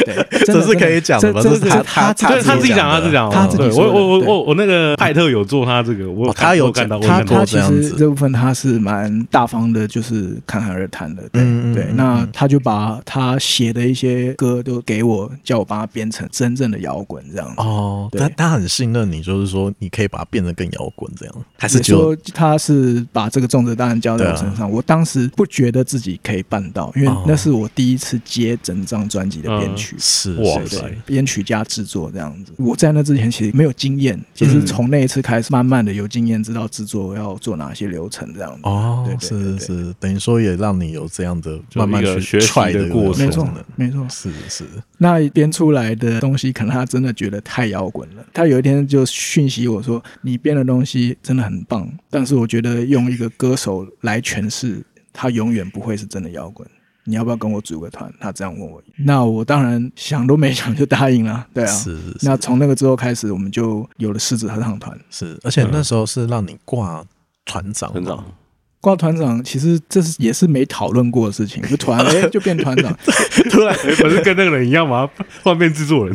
[SPEAKER 4] 对，真
[SPEAKER 1] 这
[SPEAKER 4] 的
[SPEAKER 1] 是可以讲的吧？
[SPEAKER 4] 真
[SPEAKER 1] 这
[SPEAKER 4] 的
[SPEAKER 1] 是
[SPEAKER 4] 真的
[SPEAKER 1] 他
[SPEAKER 4] 是他
[SPEAKER 1] 他
[SPEAKER 3] 对他自己讲，
[SPEAKER 1] 讲
[SPEAKER 3] 他
[SPEAKER 1] 的
[SPEAKER 3] 自己讲，
[SPEAKER 4] 他自己
[SPEAKER 3] 对
[SPEAKER 4] 说
[SPEAKER 3] 我
[SPEAKER 4] 的
[SPEAKER 3] 我
[SPEAKER 4] 对
[SPEAKER 3] 我我那个派特有做他这个，我
[SPEAKER 1] 哦他有
[SPEAKER 3] 我看到，我
[SPEAKER 4] 他
[SPEAKER 3] 看到
[SPEAKER 4] 他其
[SPEAKER 1] 这样
[SPEAKER 4] 实
[SPEAKER 1] 子
[SPEAKER 4] 这部分他是蛮大方的，就是侃侃而谈的，对、
[SPEAKER 1] 嗯嗯
[SPEAKER 4] 对
[SPEAKER 1] 嗯。
[SPEAKER 4] 那他就把他写的一些歌都给我，叫我帮他编成真正的摇滚这样子。
[SPEAKER 1] 哦，
[SPEAKER 4] 对
[SPEAKER 1] 他他很信任你，就是说你可以把它变得更摇滚这样，还
[SPEAKER 4] 还
[SPEAKER 1] 是只有啊
[SPEAKER 4] 说他是把这个重责大任交在我身上，我当时不觉得自己可以办到，因为
[SPEAKER 1] 哦
[SPEAKER 4] 那是我第一次接整张专辑的编曲。
[SPEAKER 1] 是
[SPEAKER 3] 哇
[SPEAKER 1] 是
[SPEAKER 3] 塞
[SPEAKER 1] 是，
[SPEAKER 4] 编曲加制作这样子。我在那之前其实没有经验，其
[SPEAKER 1] 嗯
[SPEAKER 4] 实从那一次开始，慢慢的有经验，知道制作要做哪些流程这样子。
[SPEAKER 1] 哦
[SPEAKER 4] 对，对对
[SPEAKER 1] 是
[SPEAKER 4] 对
[SPEAKER 1] 是，等于说也让你有这样的
[SPEAKER 3] 就
[SPEAKER 1] 慢慢
[SPEAKER 3] 一个
[SPEAKER 1] 去
[SPEAKER 3] 学习
[SPEAKER 1] 踹
[SPEAKER 3] 的
[SPEAKER 1] 个
[SPEAKER 3] 过程
[SPEAKER 4] 没
[SPEAKER 1] 过
[SPEAKER 4] 错
[SPEAKER 1] 程的，，
[SPEAKER 4] 没错。
[SPEAKER 1] 是是，
[SPEAKER 4] 那编出来的东西，可能他真的觉得太摇滚了。他有一天就讯息我说：“你编的东西真的很棒，但是我觉得用一个歌手来诠释，他永远不会是真的摇滚。你要不要跟我组个团？”他这样问我，那我当然想都没想就答 应了。对啊，
[SPEAKER 1] 是是是
[SPEAKER 4] 那从那个之后开始，我们就有了狮子合唱团。
[SPEAKER 1] 是，
[SPEAKER 3] 嗯
[SPEAKER 1] 而且那时候是让你挂团长嘛，
[SPEAKER 3] 成长，
[SPEAKER 4] 挂团长其实这是也是没讨论过的事情，就突然哎、就变团 长，
[SPEAKER 1] 啊突然
[SPEAKER 3] 哎，不是跟那个人一样吗？ 换变制作人，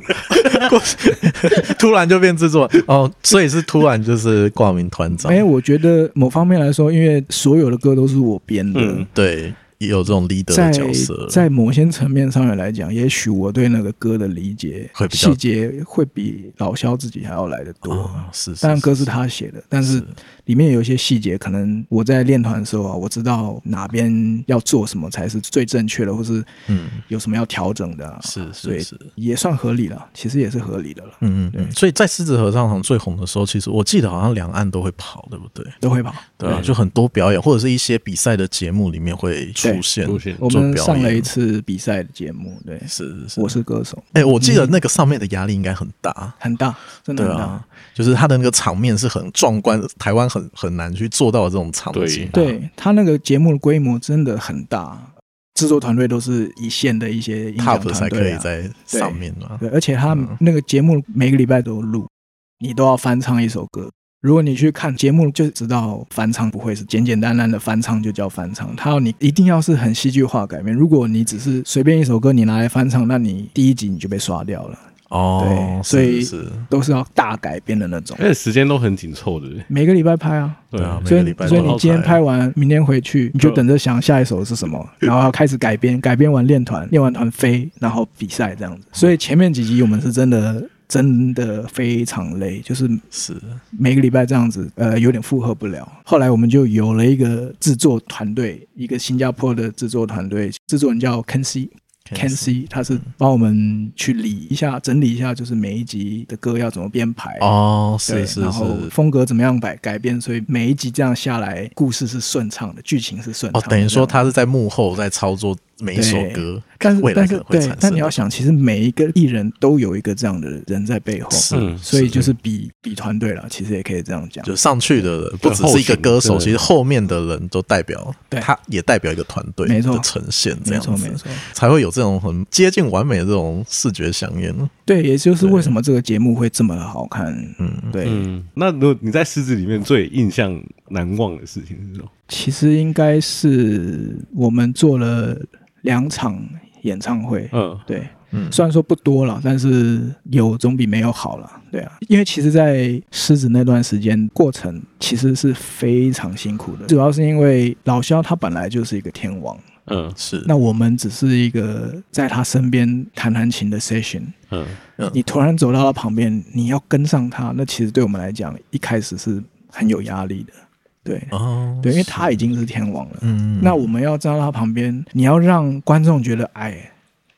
[SPEAKER 1] 突然就变制作哦，所以是突然就是挂名团长
[SPEAKER 4] 哎、，我觉得某方面来说，因为所有的歌都是我编的，
[SPEAKER 3] 嗯
[SPEAKER 1] 对，也有这种 leader
[SPEAKER 4] 在
[SPEAKER 1] 的角色了。
[SPEAKER 4] 在某些层面上面来讲，也许我对那个歌的理解
[SPEAKER 1] 会比较
[SPEAKER 4] 细节会比老萧自己还要来的多。
[SPEAKER 1] 哦，是，是
[SPEAKER 4] 当然
[SPEAKER 1] 是
[SPEAKER 4] 歌是他写的，但是里面有一些细节，可能我在练团的时候啊，我知道哪边要做什么才是最正确的，或是
[SPEAKER 1] 嗯
[SPEAKER 4] 有什么要调整的、啊，
[SPEAKER 1] 是
[SPEAKER 4] 所
[SPEAKER 1] 是
[SPEAKER 4] 以
[SPEAKER 1] 是。
[SPEAKER 4] 也算合理了，其实也是合理的了，
[SPEAKER 1] 嗯嗯嗯，
[SPEAKER 4] 对
[SPEAKER 1] 所以在狮子合唱团最红的时候，其实我记得好像两岸都会跑，对不对？
[SPEAKER 4] 都会跑。
[SPEAKER 1] 对啊，就很多表演或者是一些比赛的节目里面会出现
[SPEAKER 3] 出现
[SPEAKER 4] 我
[SPEAKER 1] 做
[SPEAKER 4] 们
[SPEAKER 1] 表
[SPEAKER 4] 上了一
[SPEAKER 1] 演。
[SPEAKER 4] 次比赛的节目，对，
[SPEAKER 1] 是是是，
[SPEAKER 4] 我是歌手，
[SPEAKER 1] 哎、我记
[SPEAKER 4] 嗯
[SPEAKER 1] 得那个上面的压力应该很大。
[SPEAKER 4] 很大，真的
[SPEAKER 1] 对
[SPEAKER 4] 很大。
[SPEAKER 1] 啊，就是他的那个场面是很壮观，台湾很很难去做到的这种场景。
[SPEAKER 4] 对他那个节目的规模真的很大，制作团队都是一线的一些音响
[SPEAKER 1] ，Top
[SPEAKER 4] 团
[SPEAKER 1] 才可
[SPEAKER 4] 队、
[SPEAKER 1] 以
[SPEAKER 4] 啊，
[SPEAKER 1] 在上面嘛。
[SPEAKER 4] 对，而且他
[SPEAKER 1] 嗯
[SPEAKER 4] 那个节目每个礼拜都录，你都要翻唱一首歌。如果你去看节目，就知道翻唱不会是简简单单的翻唱就叫翻唱，它要你一定要是很戏剧化改编。如果你只是随便一首歌你拿来翻唱，那你第一集你就被刷掉了，
[SPEAKER 1] 哦
[SPEAKER 4] 对，
[SPEAKER 1] 是
[SPEAKER 4] 所以
[SPEAKER 1] 是，
[SPEAKER 4] 都是要大改编的那种。
[SPEAKER 3] 而且时间都很紧凑的，
[SPEAKER 4] 每个礼拜拍啊，
[SPEAKER 1] 对啊，每
[SPEAKER 4] 所
[SPEAKER 1] 个
[SPEAKER 4] 以
[SPEAKER 1] 礼拜
[SPEAKER 4] 所以
[SPEAKER 1] 都
[SPEAKER 4] 你
[SPEAKER 1] 要
[SPEAKER 4] 今天
[SPEAKER 1] 排
[SPEAKER 4] 拍完，明天回去你就等着想下一首是 什么，然后要开始改编，改编完练团，练完团飞，然后比赛这样
[SPEAKER 1] 嗯
[SPEAKER 4] 子。所以前面几集我们是真的真的非常累，就是
[SPEAKER 1] 是
[SPEAKER 4] 每个礼拜这样子，呃，有点负荷不了。后来我们就有了一个制作团队，一个新加坡的制作团队，制作人叫 Ken C。Ken C，他
[SPEAKER 1] 嗯
[SPEAKER 4] 是帮我们去理一下、整理一下，就是每一集的歌要怎么编排
[SPEAKER 1] 哦，
[SPEAKER 4] 对
[SPEAKER 1] 是是
[SPEAKER 4] 然后
[SPEAKER 1] 是。
[SPEAKER 4] 风格怎么样改改变，所以每一集这样下来，故事是顺畅的，剧情是顺畅
[SPEAKER 1] 哦
[SPEAKER 4] 的。，
[SPEAKER 1] 等于说
[SPEAKER 4] 这
[SPEAKER 1] 他
[SPEAKER 4] 样，
[SPEAKER 1] 是在幕后在操作每一首
[SPEAKER 4] 对
[SPEAKER 1] 歌，
[SPEAKER 4] 但
[SPEAKER 1] 未
[SPEAKER 4] 是
[SPEAKER 1] 来
[SPEAKER 4] 但
[SPEAKER 1] 可能会产
[SPEAKER 4] 是对
[SPEAKER 1] 生，
[SPEAKER 4] 但你要想，其实每一个艺人都有一个这样的人在背后，
[SPEAKER 1] 是，
[SPEAKER 3] 嗯
[SPEAKER 4] 所以就是比比团队了，其实也可以这样讲。
[SPEAKER 1] 就上去的人不只
[SPEAKER 3] 后
[SPEAKER 1] 是一个
[SPEAKER 3] 勤
[SPEAKER 1] 歌手，
[SPEAKER 3] 对
[SPEAKER 1] 其实后面的人都代表，
[SPEAKER 4] 对
[SPEAKER 1] 他也代表一个团队
[SPEAKER 4] 没错
[SPEAKER 1] 的呈现，这
[SPEAKER 4] 没
[SPEAKER 1] 样
[SPEAKER 4] 错没
[SPEAKER 1] 子
[SPEAKER 4] 错，
[SPEAKER 1] 才会有这种很接近完美的这种视觉响应。
[SPEAKER 4] 对，也就是
[SPEAKER 1] 对
[SPEAKER 4] 为什么这个节目会这么好看。
[SPEAKER 1] 嗯，
[SPEAKER 4] 对，
[SPEAKER 3] 嗯，那如果你在狮子里面最印象难忘的事情是什么？
[SPEAKER 4] 其实应该是我们做了两场演唱会，
[SPEAKER 3] 嗯，
[SPEAKER 4] 对，
[SPEAKER 1] 嗯
[SPEAKER 4] 虽然说不多了，但是有总比没有好了，对啊。因为其实，在狮子那段时间过程，其实是非常辛苦的，主要是因为老肖他本来就是一个天王，
[SPEAKER 3] 嗯
[SPEAKER 1] 是
[SPEAKER 4] 那我们只是一个在他身边弹弹琴的 session，
[SPEAKER 3] 嗯，
[SPEAKER 4] 你突然走到他旁边，你要跟上他，那其实对我们来讲，一开始是很有压力的，对。
[SPEAKER 1] 哦，
[SPEAKER 4] 对，因为他已经是天王了，
[SPEAKER 1] 嗯，
[SPEAKER 4] 那我们要站到他旁边，你要让观众觉得，哎，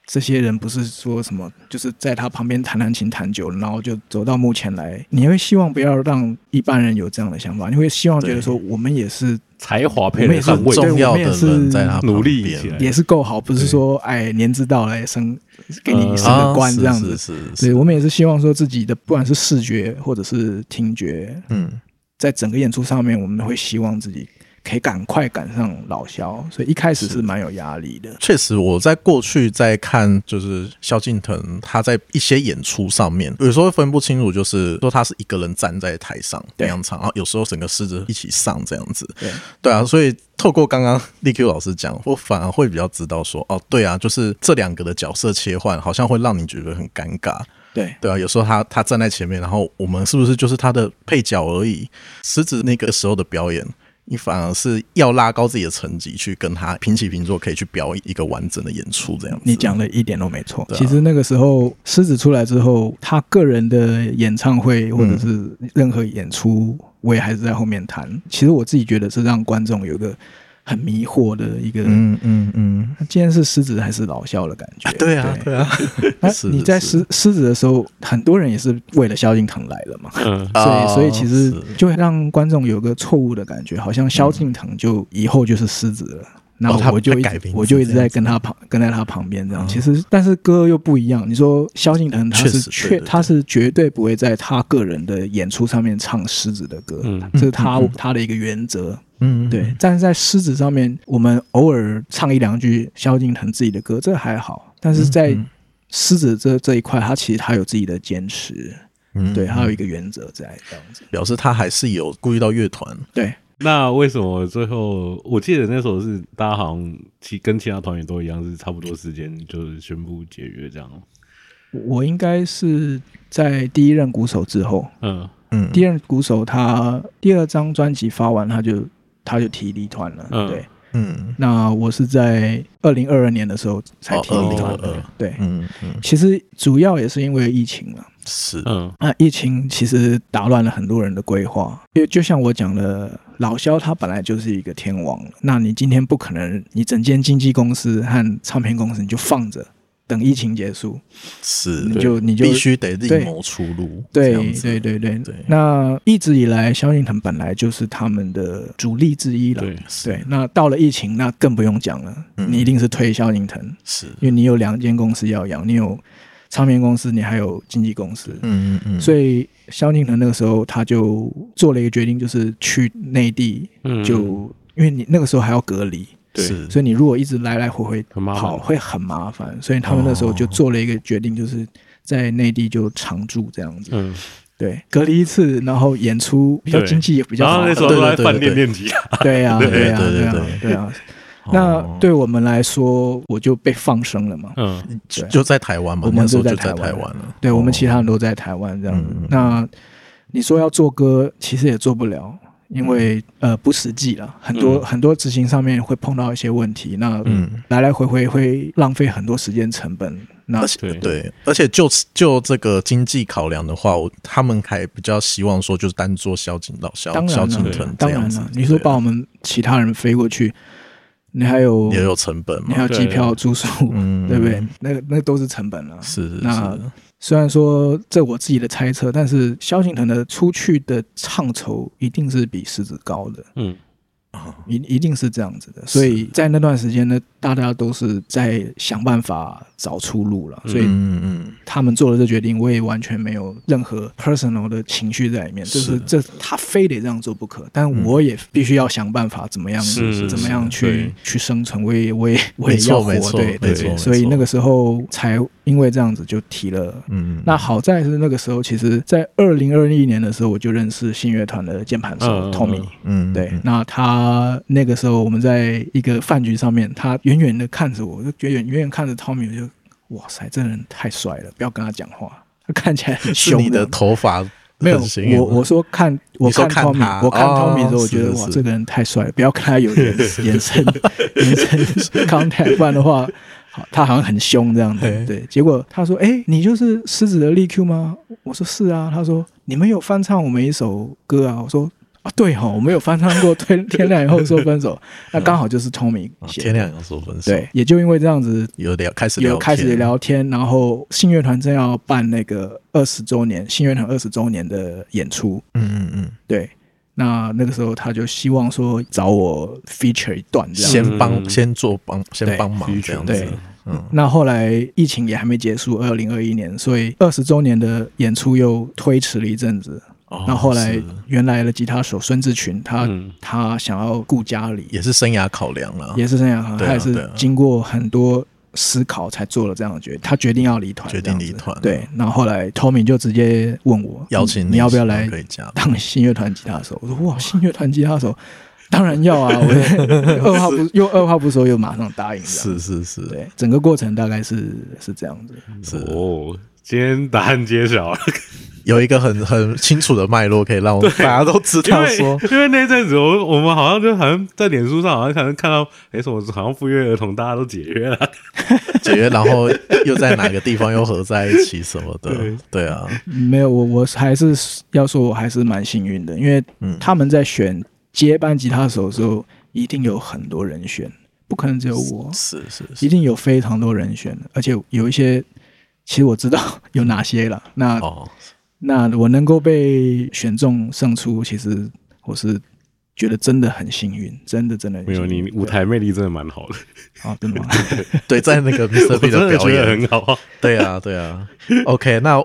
[SPEAKER 4] 这些人不是说什么，就是在他旁边弹弹琴弹久了，然后就走到幕前来。你会希望不要让一般人有这样的想法，你会希望觉得说，我们也是
[SPEAKER 3] 才华
[SPEAKER 4] 我
[SPEAKER 3] 配
[SPEAKER 4] 们
[SPEAKER 3] 得
[SPEAKER 4] 也是
[SPEAKER 3] 上
[SPEAKER 1] 很
[SPEAKER 3] 位
[SPEAKER 4] 对
[SPEAKER 1] 重要
[SPEAKER 4] 我们
[SPEAKER 1] 的
[SPEAKER 4] 也是
[SPEAKER 1] 人在他旁
[SPEAKER 3] 努力
[SPEAKER 1] 边
[SPEAKER 3] 起来
[SPEAKER 4] 也是够好，不是
[SPEAKER 1] 对
[SPEAKER 4] 说哎年纪到了升给你
[SPEAKER 3] 呃
[SPEAKER 4] 升个官
[SPEAKER 1] 啊
[SPEAKER 4] 这样
[SPEAKER 1] 是
[SPEAKER 4] 子。
[SPEAKER 1] 是是
[SPEAKER 4] 对，
[SPEAKER 1] 是，
[SPEAKER 4] 我们也是希望说自己的不管是视觉或者是听觉，
[SPEAKER 1] 嗯，
[SPEAKER 4] 在整个演出上面，我们会希望自己可以赶快赶上老萧，所以一开始是蛮有压力的。
[SPEAKER 1] 确实，我在过去在看，就是萧敬腾他在一些演出上面，有时候会分不清楚，就是说他是一个人站在台上那
[SPEAKER 4] 对
[SPEAKER 1] 样唱，然后有时候整个狮子一起上这样子，
[SPEAKER 4] 对，
[SPEAKER 1] 对啊，所以透过刚刚 DQ 老师讲，我反而会比较知道说，哦，对啊，就是这两个的角色切换，好像会让你觉得很尴尬，
[SPEAKER 4] 对，
[SPEAKER 1] 对啊，有时候他他站在前面，然后我们是不是就是他的配角而已？狮子那个时候的表演，你反而是要拉高自己的成绩，去跟他平起平坐，可以去表演一个完整的演出，这样子。
[SPEAKER 4] 你讲的一点都没错。
[SPEAKER 1] 对啊
[SPEAKER 4] 其实那个时候狮子出来之后，他个人的演唱会或
[SPEAKER 1] 嗯
[SPEAKER 4] 者是任何演出，我也还是在后面谈。其实我自己觉得是让观众有一个很迷惑的一个，
[SPEAKER 1] 嗯，嗯嗯
[SPEAKER 4] 那今天是狮子还是老肖的感觉。
[SPEAKER 1] 啊，对啊，对啊，
[SPEAKER 4] 那
[SPEAKER 1] 是
[SPEAKER 4] 哎你在
[SPEAKER 1] 是
[SPEAKER 4] 狮狮子的时候，很多人也是为了萧敬腾来了嘛。
[SPEAKER 3] 嗯，
[SPEAKER 4] 所以，所以其实
[SPEAKER 1] 哦是
[SPEAKER 4] 就会让观众有个错误的感觉，好像萧敬腾就以后就是狮子了。然
[SPEAKER 1] 哦他
[SPEAKER 4] 后我就
[SPEAKER 1] 他
[SPEAKER 4] 一
[SPEAKER 1] 改
[SPEAKER 4] 直
[SPEAKER 1] 名字
[SPEAKER 4] 我就一直
[SPEAKER 1] 这样
[SPEAKER 4] 在
[SPEAKER 1] 子
[SPEAKER 4] 跟他旁跟在他旁边这样。
[SPEAKER 1] 嗯
[SPEAKER 4] 其实，但是歌又不一样。你说萧敬腾他
[SPEAKER 1] 确
[SPEAKER 4] 是
[SPEAKER 1] 实对
[SPEAKER 4] 确
[SPEAKER 1] 对对
[SPEAKER 4] 他是绝对不会在他个人的演出上面唱狮子的歌
[SPEAKER 3] 嗯，
[SPEAKER 4] 这是他他的一个原则。
[SPEAKER 1] 嗯，
[SPEAKER 4] 对，但是在狮子上面，我们偶尔唱一两句萧敬腾自己的歌，这还好。但是在
[SPEAKER 1] 嗯
[SPEAKER 4] 狮子这这一块，他其实他有自己的坚持，
[SPEAKER 1] 嗯
[SPEAKER 4] 对，他有一个原则在这样子。
[SPEAKER 1] 表示他还是有顾虑到乐团，
[SPEAKER 4] 对，
[SPEAKER 3] 那为什么最后我记得那时候是大家好像其跟其他团员都一样，是差不多时间就是宣布解约这样。
[SPEAKER 4] 我应该是在第一任鼓手之后，
[SPEAKER 3] 嗯
[SPEAKER 1] 嗯，
[SPEAKER 4] 第一任鼓手他第二张专辑发完，他就他就提离团了。
[SPEAKER 3] 嗯
[SPEAKER 4] 对，
[SPEAKER 1] 嗯
[SPEAKER 4] 那我是在二零二二年的时候才
[SPEAKER 1] 哦
[SPEAKER 4] 听
[SPEAKER 3] 2022
[SPEAKER 4] 团的，对。
[SPEAKER 1] 嗯嗯，
[SPEAKER 4] 其实主要也是因为疫情了，
[SPEAKER 1] 是，
[SPEAKER 3] 嗯，
[SPEAKER 4] 那疫情其实打乱了很多人的规划，因为就像我讲的，老萧他本来就是一个天王，那你今天不可能，你整间经纪公司和唱片公司你就放着，等疫情结束，
[SPEAKER 1] 是
[SPEAKER 4] 你就你就
[SPEAKER 1] 必须得另
[SPEAKER 4] 对
[SPEAKER 1] 谋出路，
[SPEAKER 4] 对
[SPEAKER 1] 这样子
[SPEAKER 4] 对对对
[SPEAKER 1] 对
[SPEAKER 4] 那一直以来，萧敬腾本来就是他们的主力之一了。
[SPEAKER 3] 对，
[SPEAKER 4] 对，那到了疫情，那更不用讲了，
[SPEAKER 1] 嗯
[SPEAKER 4] 你一定是推萧敬腾，
[SPEAKER 1] 是，
[SPEAKER 4] 因为你有两间公司要养，你有唱片公司，你还有经纪公司。
[SPEAKER 1] 嗯嗯嗯，
[SPEAKER 4] 所以萧敬腾那个时候他就做了一个决定，就是去内地
[SPEAKER 3] 嗯
[SPEAKER 4] 就，因为你那个时候还要隔离，
[SPEAKER 3] 对
[SPEAKER 1] 是
[SPEAKER 4] 所以你如果一直来来回回
[SPEAKER 3] 很麻烦
[SPEAKER 4] 跑会很麻烦，所以他们那时候就做了一个决定，就是在内地就常住这样子。
[SPEAKER 3] 嗯，
[SPEAKER 4] 对，隔离一次，然后演出比较
[SPEAKER 3] 对
[SPEAKER 4] 经济也比较
[SPEAKER 3] 然后
[SPEAKER 4] 好
[SPEAKER 3] 那。时候
[SPEAKER 1] 对
[SPEAKER 3] 都在
[SPEAKER 1] 对对
[SPEAKER 3] 饭店
[SPEAKER 1] 对
[SPEAKER 3] 练吉他，
[SPEAKER 4] 对呀，
[SPEAKER 1] 对
[SPEAKER 4] 呀，
[SPEAKER 1] 对对
[SPEAKER 4] 对呀
[SPEAKER 1] 对，
[SPEAKER 4] 对呀。那
[SPEAKER 1] 哦
[SPEAKER 4] 对我们来说，我就被放生了嘛。
[SPEAKER 3] 嗯，
[SPEAKER 1] 就
[SPEAKER 4] 对
[SPEAKER 1] 就在台湾嘛，
[SPEAKER 4] 我们
[SPEAKER 1] 那时候
[SPEAKER 4] 就
[SPEAKER 1] 就
[SPEAKER 4] 在
[SPEAKER 1] 在
[SPEAKER 4] 台湾
[SPEAKER 1] 湾了，
[SPEAKER 4] 对我们
[SPEAKER 1] 哦
[SPEAKER 4] 其他人都在台湾这样子
[SPEAKER 1] 嗯嗯嗯。
[SPEAKER 4] 那你说要做歌，其实也做不了，因为
[SPEAKER 1] 嗯
[SPEAKER 4] 呃不实际啦，很多
[SPEAKER 3] 嗯
[SPEAKER 4] 很多执行上面会碰到一些问题。那
[SPEAKER 1] 嗯
[SPEAKER 4] 来来回回会浪费很多时间成本。那
[SPEAKER 1] 而且
[SPEAKER 3] 对
[SPEAKER 1] 啊对，而且就就这个经济考量的话，我他们还比较希望说，就是单做萧敬老萧
[SPEAKER 4] 当然
[SPEAKER 1] 萧
[SPEAKER 4] 了
[SPEAKER 1] 敬腾
[SPEAKER 4] 当
[SPEAKER 1] 这
[SPEAKER 4] 然
[SPEAKER 1] 样子
[SPEAKER 4] 了，，你说
[SPEAKER 1] 对
[SPEAKER 4] 把我们其他人飞过去，你还有
[SPEAKER 1] 也有成本
[SPEAKER 4] 你
[SPEAKER 1] 嘛，
[SPEAKER 4] 还有机票、住宿，
[SPEAKER 1] 嗯
[SPEAKER 4] 对不对？那个那都是成本了。
[SPEAKER 1] 是是
[SPEAKER 4] 那
[SPEAKER 1] 是
[SPEAKER 4] 虽然说这我自己的猜测，但是萧敬腾的出去的唱酬一定是比狮子高的，
[SPEAKER 3] 嗯，
[SPEAKER 1] 啊，
[SPEAKER 4] 一一定是这样子的。所以在那段时间呢，大家都是在想办法找出路了。所以
[SPEAKER 1] 嗯嗯
[SPEAKER 4] 他们做了这决定，我也完全没有任何 personal 的情绪在里面，就是
[SPEAKER 1] 是
[SPEAKER 4] 这他非得这样做不可，但我也必须要想办法怎么样
[SPEAKER 3] 是是
[SPEAKER 4] 怎么样
[SPEAKER 3] 是
[SPEAKER 4] 去
[SPEAKER 3] 对
[SPEAKER 4] 去生存，我也我也我也
[SPEAKER 1] 没错
[SPEAKER 4] 要活
[SPEAKER 1] 没，错
[SPEAKER 4] 对对
[SPEAKER 1] 没
[SPEAKER 3] 错
[SPEAKER 4] 对，
[SPEAKER 3] 没
[SPEAKER 4] 所以
[SPEAKER 1] 错
[SPEAKER 4] 那个时候才因为这样子就提了。
[SPEAKER 1] 嗯，
[SPEAKER 4] 那好在是那个时候，其实，在二零二一年的时候，我就认识信乐团的键盘手
[SPEAKER 3] 嗯嗯嗯
[SPEAKER 4] Tommy，、
[SPEAKER 1] 嗯
[SPEAKER 4] 对
[SPEAKER 1] 嗯，
[SPEAKER 4] 那他那个时候我们在一个饭局上面，他远远的看着我，我就觉得远远看着 Tommy，我就哇塞，这人太帅了，不要跟他讲话，他看起来很
[SPEAKER 1] 是
[SPEAKER 4] 凶
[SPEAKER 1] 你的头发
[SPEAKER 4] 没有
[SPEAKER 1] 很显，眼
[SPEAKER 4] 我
[SPEAKER 1] 吗
[SPEAKER 4] 我说看，我
[SPEAKER 1] 你说
[SPEAKER 4] 看
[SPEAKER 1] 看
[SPEAKER 4] Tommy，
[SPEAKER 1] 他
[SPEAKER 4] 我看
[SPEAKER 1] 哦
[SPEAKER 4] Tommy 的时候，我觉得
[SPEAKER 1] 是是
[SPEAKER 4] 哇，
[SPEAKER 1] 是
[SPEAKER 4] 这个人太帅了，不要跟 他有眼眼神眼神 contact，不然的话，好他好像很凶这样子
[SPEAKER 1] 嘿。
[SPEAKER 4] 对，结果他说：“哎，你就是狮子的力 Q 吗？”我说：“是啊。”他说：“你们有翻唱我们一首歌啊？”我说：“啊，对哈、我们有翻唱过《天 天亮以后说分手》，那刚好就是 Tommy
[SPEAKER 1] 啊
[SPEAKER 4] 写
[SPEAKER 1] 天
[SPEAKER 4] 的。
[SPEAKER 1] 亮要说分手，
[SPEAKER 4] 对，也就因为这样子，
[SPEAKER 1] 有聊开始
[SPEAKER 4] 有
[SPEAKER 1] 聊
[SPEAKER 4] 开始
[SPEAKER 1] 天，
[SPEAKER 4] 聊天，然后信乐团正要办那个二十周年信乐团二十周年的演出，
[SPEAKER 1] 嗯嗯嗯，
[SPEAKER 4] 对，那那个时候他就希望说找我 feature 一段这样子。
[SPEAKER 1] 先帮
[SPEAKER 3] 嗯
[SPEAKER 1] 先做帮
[SPEAKER 4] 对
[SPEAKER 1] 先帮忙这样
[SPEAKER 4] 对
[SPEAKER 1] 子，嗯
[SPEAKER 4] 那后来疫情也还没结束，二零二一年，所以二十周年的演出又推迟了一阵子。
[SPEAKER 1] 哦
[SPEAKER 4] 那后来
[SPEAKER 1] 是
[SPEAKER 4] 原来的吉他手孙志群，他、
[SPEAKER 3] 嗯
[SPEAKER 4] 他想要顾家里，
[SPEAKER 1] 也是生涯考量了，
[SPEAKER 4] 也嗯是这样，
[SPEAKER 1] 对啊
[SPEAKER 4] 他也
[SPEAKER 1] 对
[SPEAKER 4] 是
[SPEAKER 1] 啊
[SPEAKER 4] 经过很多思考才做了这样的决定，他决定要离团，
[SPEAKER 1] 决定离团了
[SPEAKER 4] 这样子对，然后后来 Tommy 就直接问我，
[SPEAKER 1] 邀请
[SPEAKER 4] 你要不要
[SPEAKER 1] 是
[SPEAKER 4] 来
[SPEAKER 1] 可以加入，
[SPEAKER 4] 当新乐团吉他手？我说哇，新乐团吉他手， 当然要 啊！我二话不又二话不说，又马上答应这
[SPEAKER 1] 是
[SPEAKER 4] 样。
[SPEAKER 1] 是是，
[SPEAKER 4] 对，整个过程大概是是这样子。
[SPEAKER 1] 是
[SPEAKER 3] 哦，今天答案揭晓了，
[SPEAKER 1] 有一个很 很清楚的脉络，可以让我们大家都知
[SPEAKER 3] 因
[SPEAKER 1] 道
[SPEAKER 3] 为
[SPEAKER 1] 说，
[SPEAKER 3] 因为那阵子我我们好像就好像在脸书上好像可能看到，哎、什么好像赴约儿童大家都解约了，
[SPEAKER 1] 解约，然后又在哪个地方又合在一起什么的
[SPEAKER 3] 对，
[SPEAKER 1] 对啊，
[SPEAKER 4] 没有，我我还是要说，我还是蛮幸运的，因为
[SPEAKER 1] 嗯
[SPEAKER 4] 他们在选接班吉他手的时候，一定有很多人选，不可能只有我，
[SPEAKER 1] 是是
[SPEAKER 4] 一
[SPEAKER 1] 是，
[SPEAKER 4] 定有非常多人选，而且有一些。其实我知道 有哪些了，那
[SPEAKER 1] 哦，
[SPEAKER 4] 那我能够被选中胜出，其实我是觉得真的很幸运，真的真的很
[SPEAKER 3] 没有，
[SPEAKER 4] 幸运
[SPEAKER 3] 你舞台魅力真的蛮好的，
[SPEAKER 4] 啊，真的吗？
[SPEAKER 1] 对，在 那个 Mr.
[SPEAKER 3] 我
[SPEAKER 1] B
[SPEAKER 3] 真
[SPEAKER 1] 的
[SPEAKER 3] 的
[SPEAKER 1] 表
[SPEAKER 3] 觉得
[SPEAKER 1] 演，
[SPEAKER 3] 很好。
[SPEAKER 1] 对啊对啊，OK，那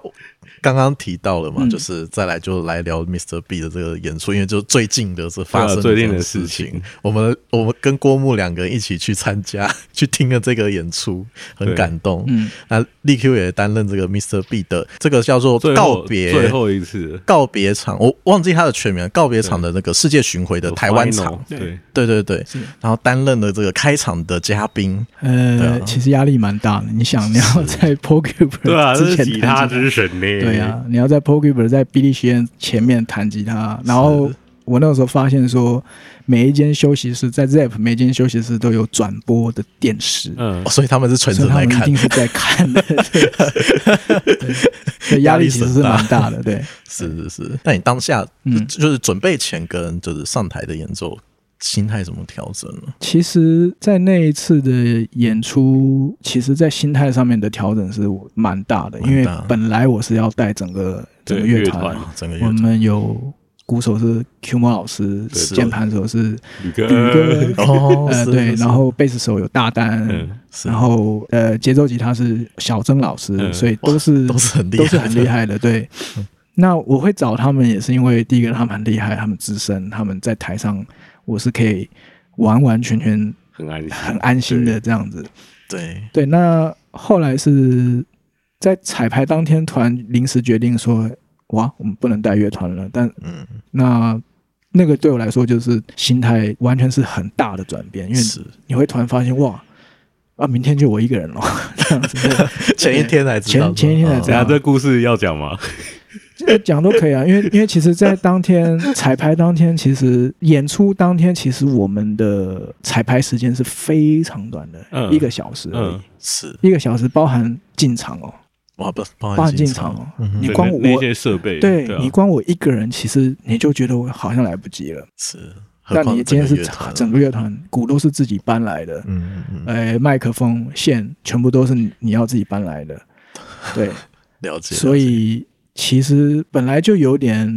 [SPEAKER 1] 刚刚提到了 嘛，
[SPEAKER 4] 嗯
[SPEAKER 1] 就是再来就来聊 Mr. B 的这个演出，因为就最近的是发
[SPEAKER 3] 对啊
[SPEAKER 1] 生
[SPEAKER 3] 最
[SPEAKER 1] 这
[SPEAKER 3] 近
[SPEAKER 1] 种
[SPEAKER 3] 的
[SPEAKER 1] 事
[SPEAKER 3] 事情，
[SPEAKER 1] 我们我们跟郭牧两个人一起去参加，去听了这个演出，很
[SPEAKER 3] 对
[SPEAKER 1] 感动。
[SPEAKER 4] 嗯，
[SPEAKER 1] 那力 Q 也担任这个 Mr. B 的这个叫做
[SPEAKER 3] 最
[SPEAKER 1] 告
[SPEAKER 3] 后
[SPEAKER 1] 别
[SPEAKER 3] 最后一次
[SPEAKER 1] 告别场，我忘记他的全名了，告别场的那个世界巡回的台湾场
[SPEAKER 3] Final，，对，
[SPEAKER 1] 对对对
[SPEAKER 4] 是，
[SPEAKER 1] 然后担任了这个开场的嘉宾，对
[SPEAKER 4] 呃，
[SPEAKER 1] 啊
[SPEAKER 4] 其实压力蛮大的。你想，你要在 p o k e b
[SPEAKER 3] 对啊，这
[SPEAKER 4] 之
[SPEAKER 3] 是
[SPEAKER 4] 前
[SPEAKER 3] 吉他
[SPEAKER 4] 弹吉啊
[SPEAKER 3] 之神呢，欸
[SPEAKER 4] 对啊，你要在 p o k e b 在 Billy 学院前面弹吉他，然后。我那个时候发现说，每一间休息室在 Zep 每间休息室都有转播的电视，
[SPEAKER 3] 嗯
[SPEAKER 1] 哦，所以他们是全
[SPEAKER 4] 所
[SPEAKER 1] 程来
[SPEAKER 4] 以他们一
[SPEAKER 1] 看
[SPEAKER 4] 定，是在看的，对 对，压力其实是蛮大的，对。
[SPEAKER 1] 是是是。那你当下
[SPEAKER 4] 嗯
[SPEAKER 1] 就就是准备前跟就是上台的演奏心态怎么调整呢？
[SPEAKER 4] 其实，在那一次的演出，其实，在心态上面的调整是我蛮大的，
[SPEAKER 1] 蛮大
[SPEAKER 4] 因为本来我是要带整个整个
[SPEAKER 3] 对乐
[SPEAKER 4] 乐团
[SPEAKER 3] 团，
[SPEAKER 1] 啊，整个乐
[SPEAKER 4] 我
[SPEAKER 1] 团
[SPEAKER 4] 们有鼓手是 Q 莫老师，
[SPEAKER 1] 是
[SPEAKER 4] 键盘手是
[SPEAKER 3] 宇哥，
[SPEAKER 4] 宇哥，
[SPEAKER 1] 哦
[SPEAKER 4] 呃，
[SPEAKER 1] 是
[SPEAKER 4] 对，
[SPEAKER 1] 是
[SPEAKER 4] 然后贝斯手有大丹，
[SPEAKER 3] 嗯，
[SPEAKER 1] 是
[SPEAKER 4] 然后呃，节奏吉他是小曾老师，
[SPEAKER 3] 嗯
[SPEAKER 4] 所以都是
[SPEAKER 1] 都是很厉害，嗯
[SPEAKER 4] 都是很厉。害的，对。那我会找他们，也是因为第一个他们很厉害，他们资深，他们在台上我是可以完完全全
[SPEAKER 3] 很 安心，
[SPEAKER 4] 很安心的这样子。
[SPEAKER 1] 对，
[SPEAKER 4] 对，那后来是在彩排当天，突然临时决定说，哇，我们不能带乐团了。但
[SPEAKER 1] 嗯，
[SPEAKER 4] 那那个对我来说，就是心态完全是很大的转变，因为
[SPEAKER 1] 是
[SPEAKER 4] 你会突然发现，哇，啊，明天就我一个人了，这样子。
[SPEAKER 1] 前一天才知道，
[SPEAKER 4] 前前一天才知
[SPEAKER 3] 对
[SPEAKER 4] 道
[SPEAKER 3] 啊，这故事要讲吗？
[SPEAKER 4] 这 讲都可以啊，因为因为其实，在当天彩排当天，其实演出当天，其实我们的彩排时间是非常短的，
[SPEAKER 3] 嗯
[SPEAKER 4] 一个小时而已，
[SPEAKER 3] 嗯，
[SPEAKER 1] 是
[SPEAKER 4] 一个小时包含进场哦，
[SPEAKER 1] 哇，不包
[SPEAKER 4] 包
[SPEAKER 1] 含
[SPEAKER 4] 含进
[SPEAKER 1] 进
[SPEAKER 4] 场哦
[SPEAKER 1] 场，，嗯哼
[SPEAKER 4] 你
[SPEAKER 3] 对
[SPEAKER 4] 光
[SPEAKER 3] 那
[SPEAKER 4] 我
[SPEAKER 3] 那些设备，
[SPEAKER 4] 对
[SPEAKER 3] 啊
[SPEAKER 4] 你光我一个人，其实你就觉得我好像来不及了。
[SPEAKER 1] 是。
[SPEAKER 4] 但
[SPEAKER 1] 何况
[SPEAKER 4] 你今天
[SPEAKER 1] 整
[SPEAKER 4] 是
[SPEAKER 1] 个乐团
[SPEAKER 4] 整个乐团，鼓都是自己搬来的，
[SPEAKER 1] 嗯嗯嗯，
[SPEAKER 4] 呃，麦克风线全部都是你你要自己搬来的，对，
[SPEAKER 1] 了解。
[SPEAKER 4] 所以其实本来就有点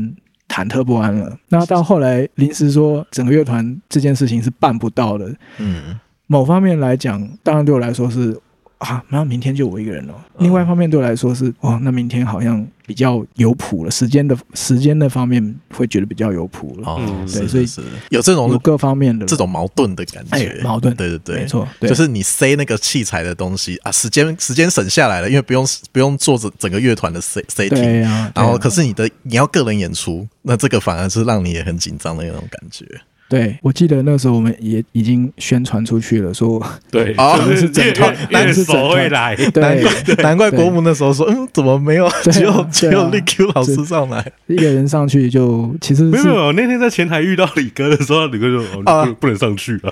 [SPEAKER 4] 忐忑不安了。那到后来临时说整个乐团这件事情是办不到的，
[SPEAKER 1] 了解，嗯，
[SPEAKER 4] 某方面来讲，当然对我来说是啊，那明天就我一个人了。
[SPEAKER 1] 嗯
[SPEAKER 4] 另外一方面对我来说是哦，那明天好像比较有谱了，时间的时间的方面会觉得比较有谱了，
[SPEAKER 1] 哦，
[SPEAKER 3] 嗯
[SPEAKER 1] 是
[SPEAKER 4] 对所以
[SPEAKER 1] 是是有这
[SPEAKER 4] 有
[SPEAKER 1] 种
[SPEAKER 4] 各方面的
[SPEAKER 1] 这种矛盾的感觉
[SPEAKER 4] 哎，矛盾
[SPEAKER 1] 对对对，
[SPEAKER 4] 没错，对
[SPEAKER 1] 就是你塞那个器材的东西啊，时间时间省下来了，因为不用不用做整整个乐团的 C C
[SPEAKER 4] 对
[SPEAKER 1] T，
[SPEAKER 4] 呀、啊，
[SPEAKER 1] 然后
[SPEAKER 4] 对啊
[SPEAKER 1] 可是你的你要个人演出，那这个反而是让你也很紧张的那种感觉。
[SPEAKER 4] 对我记得那时候我们也已经宣传出去了，说
[SPEAKER 3] 对，
[SPEAKER 1] 哦
[SPEAKER 3] 就
[SPEAKER 4] 这是整团
[SPEAKER 3] 乐
[SPEAKER 4] 那
[SPEAKER 3] 乐
[SPEAKER 4] 是整
[SPEAKER 3] 手
[SPEAKER 4] 团
[SPEAKER 3] 会 来，
[SPEAKER 1] 难
[SPEAKER 4] 对
[SPEAKER 1] 怪难怪国母那时候说，嗯，怎么没有
[SPEAKER 4] 对啊
[SPEAKER 1] 只有只
[SPEAKER 4] 对啊
[SPEAKER 1] 有 l i Q 老师上来？
[SPEAKER 4] 一个人上去就其实
[SPEAKER 3] 没有没
[SPEAKER 4] 是
[SPEAKER 3] 有，那天在前台遇到李哥的时候，李哥就哦，
[SPEAKER 1] 啊
[SPEAKER 3] 你不不能上去了。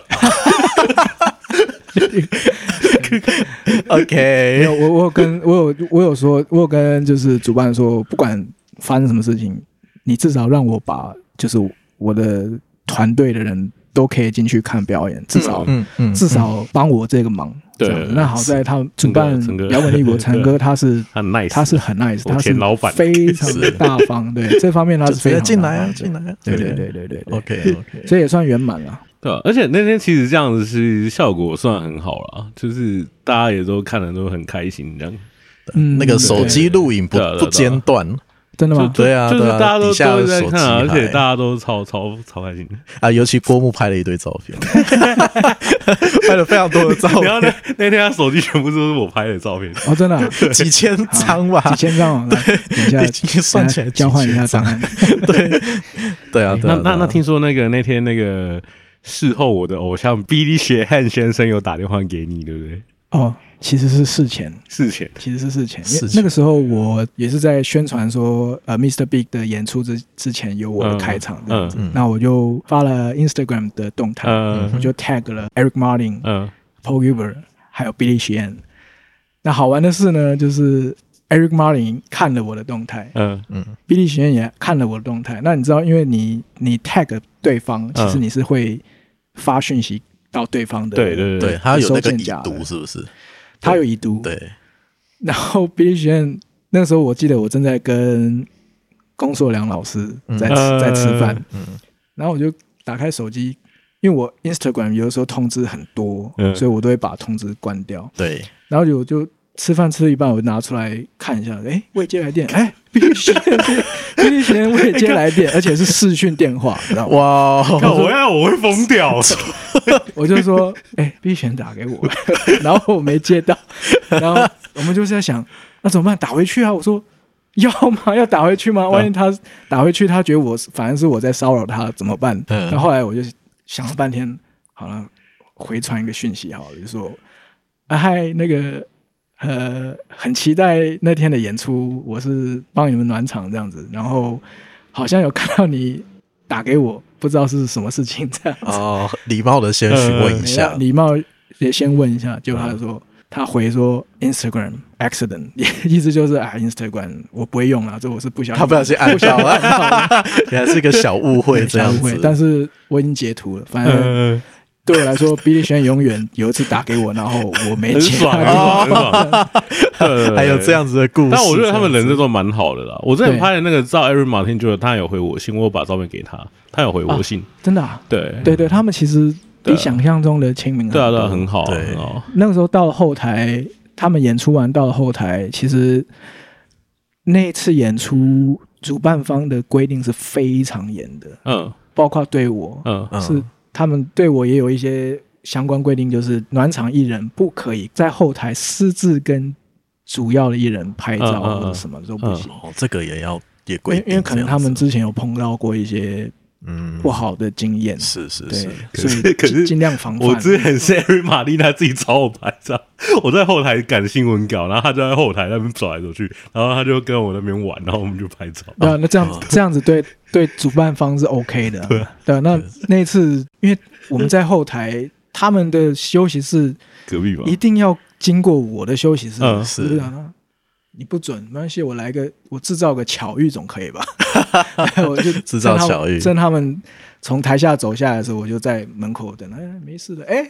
[SPEAKER 4] 没
[SPEAKER 1] OK，
[SPEAKER 4] 有，我我有跟我有我有说，我有跟就是主办说，不管发生什么事情，你至少让我把就是我的团队的人都可以进去看表演，至少、
[SPEAKER 1] 嗯嗯，
[SPEAKER 4] 至少帮我这个忙。
[SPEAKER 3] 对
[SPEAKER 4] 这样子那好在他主
[SPEAKER 3] 整个
[SPEAKER 4] 办
[SPEAKER 3] 整个
[SPEAKER 4] 摇滚帝 国陈哥，他是
[SPEAKER 3] 很 nice，
[SPEAKER 4] 他是很 nice，
[SPEAKER 3] 我
[SPEAKER 4] 他是
[SPEAKER 3] 前老板
[SPEAKER 4] 非常大方，对这方面他
[SPEAKER 1] 就是直
[SPEAKER 4] 非
[SPEAKER 1] 接
[SPEAKER 4] 常
[SPEAKER 1] 进来
[SPEAKER 4] 大
[SPEAKER 1] 啊，
[SPEAKER 4] 方
[SPEAKER 1] 进。来啊。
[SPEAKER 4] 对对对对对对
[SPEAKER 1] OK OK，
[SPEAKER 4] 所以也算圆满了。
[SPEAKER 3] 对啊、而且那天其实这样子是效果算很好啦，就是大家也都看的都很开心，这样
[SPEAKER 4] 嗯
[SPEAKER 1] 那个手机录影不
[SPEAKER 3] 对啊对啊
[SPEAKER 1] 不间断
[SPEAKER 4] 真的
[SPEAKER 3] 就
[SPEAKER 4] 吗？
[SPEAKER 3] 就
[SPEAKER 1] 对啊
[SPEAKER 3] 就是
[SPEAKER 1] 对啊
[SPEAKER 3] 大家都
[SPEAKER 1] 底下
[SPEAKER 3] 都
[SPEAKER 1] 有
[SPEAKER 3] 在
[SPEAKER 1] 手
[SPEAKER 3] 看、啊，而
[SPEAKER 1] 机
[SPEAKER 3] 且
[SPEAKER 1] 拍
[SPEAKER 3] 大家都超超超开心。
[SPEAKER 1] 啊，尤其郭牧拍了一堆照 片，拍了非常多的照
[SPEAKER 3] 然后那
[SPEAKER 1] 片，
[SPEAKER 3] 那天他手机全部都是我拍的照片，
[SPEAKER 4] 哦，真的啊、
[SPEAKER 1] 几千张吧，
[SPEAKER 4] 几千张，来等一下
[SPEAKER 1] 已经算起来
[SPEAKER 4] 来交换一下
[SPEAKER 1] 几千
[SPEAKER 4] 档案。
[SPEAKER 1] 对啊，对
[SPEAKER 3] 那
[SPEAKER 1] 啊，对
[SPEAKER 3] 那
[SPEAKER 1] 啊
[SPEAKER 3] 那听说那个那天那个事后我的偶像比利学汉先生有打电话给你，对不对？
[SPEAKER 4] 哦，其实是事前，
[SPEAKER 3] 事前
[SPEAKER 4] 其实是事前。因
[SPEAKER 1] 事
[SPEAKER 4] 为
[SPEAKER 1] 前
[SPEAKER 4] 那个时候我也是在宣传说，呃，Mr. Big 的演出之之前有我的开场这样子，
[SPEAKER 1] 嗯嗯
[SPEAKER 4] 那我就发了 Instagram 的动态，
[SPEAKER 3] 嗯
[SPEAKER 4] 我就 tag 了 Eric Martin、
[SPEAKER 3] 嗯
[SPEAKER 4] Paul Gilbert 还有 Billy Sheehan。那好玩的是呢，就是 Eric Martin 看了我的动态，
[SPEAKER 3] 嗯
[SPEAKER 4] 比利学院也看了我的动态。那你知道，因为你你 tag 对方，
[SPEAKER 3] 嗯
[SPEAKER 4] 其实你是会发讯息到对方的，
[SPEAKER 3] 对对
[SPEAKER 1] 对，他有那个
[SPEAKER 4] 收件
[SPEAKER 1] 已
[SPEAKER 4] 夹
[SPEAKER 1] 读
[SPEAKER 4] 的
[SPEAKER 1] 是不是？
[SPEAKER 4] 他有已读。
[SPEAKER 1] 对，
[SPEAKER 4] 然后比利学院那个时候，我记得我正在跟龚硕良老师在吃、
[SPEAKER 3] 嗯
[SPEAKER 4] 在吃饭，
[SPEAKER 1] 嗯
[SPEAKER 4] 然后我就打开手机，因为我 Instagram 有的时候通知很多，
[SPEAKER 3] 嗯
[SPEAKER 4] 所以我都会把通知关掉。
[SPEAKER 1] 对，
[SPEAKER 4] 然后我就吃饭吃了一半，我拿出来看一下，哎，未接来电，哎，必须必须先未接来电，而且是视讯电话，你知道吗？
[SPEAKER 1] 哇哦，
[SPEAKER 3] 看我要我会疯掉，
[SPEAKER 4] 我就说，哎，必须打给我， 然后我没接到， 然后我们就是在想，那怎么办？打回去啊？我说。要吗？ 要打回去吗？万一他打回去，他觉得我是反正是我在骚扰他，怎么办？
[SPEAKER 1] 嗯
[SPEAKER 4] 然后后来我就想了半天，好了，回传一个讯息好了，就说啊嗨，那个呃，很期待那天的演出，我是帮你们暖场这样子，然后好像有看到你打给我，不知道是什么事情这样子。
[SPEAKER 1] 哦，礼貌的先询问一
[SPEAKER 3] 啊
[SPEAKER 1] 下
[SPEAKER 4] 那，礼貌也先问一下，
[SPEAKER 3] 嗯
[SPEAKER 4] 就他说。他回说 Instagram accident，意 思就是啊 Instagram 我不会用啊，这我是不小心
[SPEAKER 1] 他不小心按到了，原来是一个小误会这样
[SPEAKER 4] 误会
[SPEAKER 1] 子。
[SPEAKER 4] 但是我已经截图了，反正
[SPEAKER 3] 嗯，
[SPEAKER 4] 对我来说，Billy 轩永远有一次打给我，然后我没
[SPEAKER 3] 很
[SPEAKER 4] 接
[SPEAKER 3] 爽，啊很
[SPEAKER 4] 他。
[SPEAKER 3] 爽，很 爽。对
[SPEAKER 1] 还有这，样子的故事，
[SPEAKER 3] 但我觉得他们人
[SPEAKER 1] 这样
[SPEAKER 3] 真
[SPEAKER 1] 子
[SPEAKER 3] 的蛮好的啦。我之前
[SPEAKER 4] 嗯对
[SPEAKER 3] 拍的那个照，Aaron Martin 就是他有回我信，我有把照片给他，他有回我信。
[SPEAKER 4] 真的、啊，
[SPEAKER 3] 对
[SPEAKER 4] 对对，他们其实
[SPEAKER 3] 对
[SPEAKER 4] 比
[SPEAKER 3] 啊
[SPEAKER 4] 想象中的亲民
[SPEAKER 3] 对啊，对啊，
[SPEAKER 4] 多
[SPEAKER 3] 很好啊，
[SPEAKER 1] 对
[SPEAKER 3] 很好啊。
[SPEAKER 4] 那个时候到后台，他们演出完到后台，其实那一次演出主办方的规定是非常严的，
[SPEAKER 3] 嗯
[SPEAKER 4] 包括对我、
[SPEAKER 3] 嗯
[SPEAKER 1] 嗯
[SPEAKER 4] 是他们对我也有一些相关规定，就是暖场艺人不可以在后台私自跟主要的艺人拍照
[SPEAKER 3] 嗯嗯嗯
[SPEAKER 4] 或者什么都不行。
[SPEAKER 1] 哦，这个也要也
[SPEAKER 4] 因
[SPEAKER 1] 规
[SPEAKER 4] 为
[SPEAKER 1] 定这样子，
[SPEAKER 4] 因为可能他们之前有碰到过一些
[SPEAKER 1] 嗯
[SPEAKER 4] 不好的经验，
[SPEAKER 1] 是是
[SPEAKER 4] 对
[SPEAKER 3] 可
[SPEAKER 1] 是，，
[SPEAKER 4] 所
[SPEAKER 3] 嗯是
[SPEAKER 4] 以
[SPEAKER 3] 可是
[SPEAKER 4] 尽尽量防范。
[SPEAKER 3] 我之前是 Aaron 玛丽，他自己找我拍照， 我在后台赶新闻稿，然后他就在后台那边走来走去，然后他就跟我那边玩，然后我们就拍照。
[SPEAKER 4] 对啊，那这样
[SPEAKER 3] 嗯
[SPEAKER 4] 子这样子对对主办方是 OK 的啊，对啊。那那一次，因为我们在后台，他们的休息室
[SPEAKER 3] 隔壁吧，
[SPEAKER 4] 一定要经过我的休息室，
[SPEAKER 3] 嗯
[SPEAKER 4] 是不是啊？那你不准，没关系，我来个我制造个巧遇总 可以吧？我就
[SPEAKER 1] 制造
[SPEAKER 4] 趁他们
[SPEAKER 1] 巧遇
[SPEAKER 4] 趁他们从台下走下来的时候，我就在门口等，哎，没事的，哎，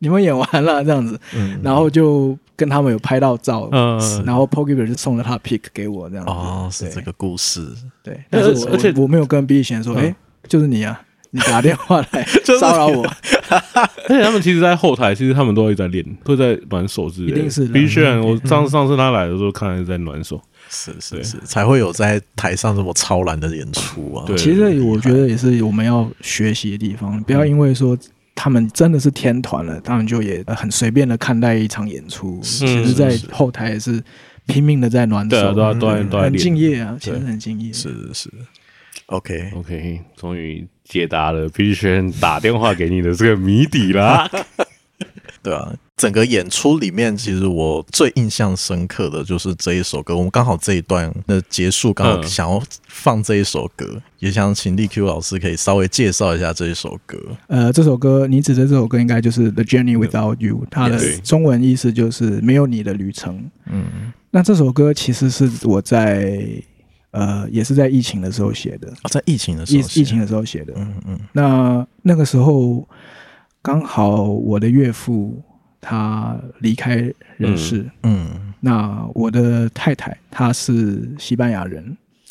[SPEAKER 4] 你们演完了这样子，
[SPEAKER 1] 嗯
[SPEAKER 4] 然后就跟他们有拍到照，
[SPEAKER 3] 嗯，
[SPEAKER 4] 然后 p o g i b e r 就送了他 pick 给我这样子，
[SPEAKER 1] 哦，是
[SPEAKER 4] 对
[SPEAKER 1] 这个故事，
[SPEAKER 4] 对，但是我
[SPEAKER 3] 而且
[SPEAKER 4] 我我没有跟 B 贤说，哎、就是你啊，你打电话来
[SPEAKER 1] 嗯 就是啊
[SPEAKER 4] 骚扰我，
[SPEAKER 3] 而且他们其实，在后台其实他们都会在练，会在暖手之类的。
[SPEAKER 4] 一定是的
[SPEAKER 3] 必须然，
[SPEAKER 4] 嗯
[SPEAKER 3] 我上上次他来的时候，看他在暖手。
[SPEAKER 1] 是是
[SPEAKER 3] 对
[SPEAKER 1] 是，才会有在台上这么超然的演出啊。
[SPEAKER 3] 对嗯
[SPEAKER 4] 其实我觉得也是我们要学习的地方，不要因为说他们真的是天团了，他们就也呃很随便的看待一场演出。其实，在后台也是拼命的在暖
[SPEAKER 3] 对啊，
[SPEAKER 4] 手，
[SPEAKER 3] 都要都在都在
[SPEAKER 4] 很敬
[SPEAKER 3] 练。
[SPEAKER 4] 业啊，其实很敬业。
[SPEAKER 1] 是是是，OK，
[SPEAKER 3] OK，终于解答了必须然打电话给你的这个谜底啦。
[SPEAKER 1] 对啊，整个演出里面，其实我最印象深刻的就是这一首歌。我们刚好这一段的结束，刚好
[SPEAKER 3] 嗯
[SPEAKER 1] 想要放这一首歌，也想请力 Q 老师可以稍微介绍一下这一首歌。
[SPEAKER 4] 呃，这首歌你指的这首歌应该就是《The Journey Without You》，它的
[SPEAKER 3] 嗯对
[SPEAKER 4] 中文意思就是没有你的旅程。
[SPEAKER 1] 嗯，
[SPEAKER 4] 那这首歌其实是我在呃，也是在疫情的时候写的，
[SPEAKER 1] 啊，在疫情的时
[SPEAKER 4] 疫
[SPEAKER 1] 候写，
[SPEAKER 4] 疫情的时候写的。
[SPEAKER 1] 嗯，嗯
[SPEAKER 4] 那那个时候刚好我的岳父他离开人世，
[SPEAKER 1] 嗯
[SPEAKER 4] 那我的太太她是西班牙人，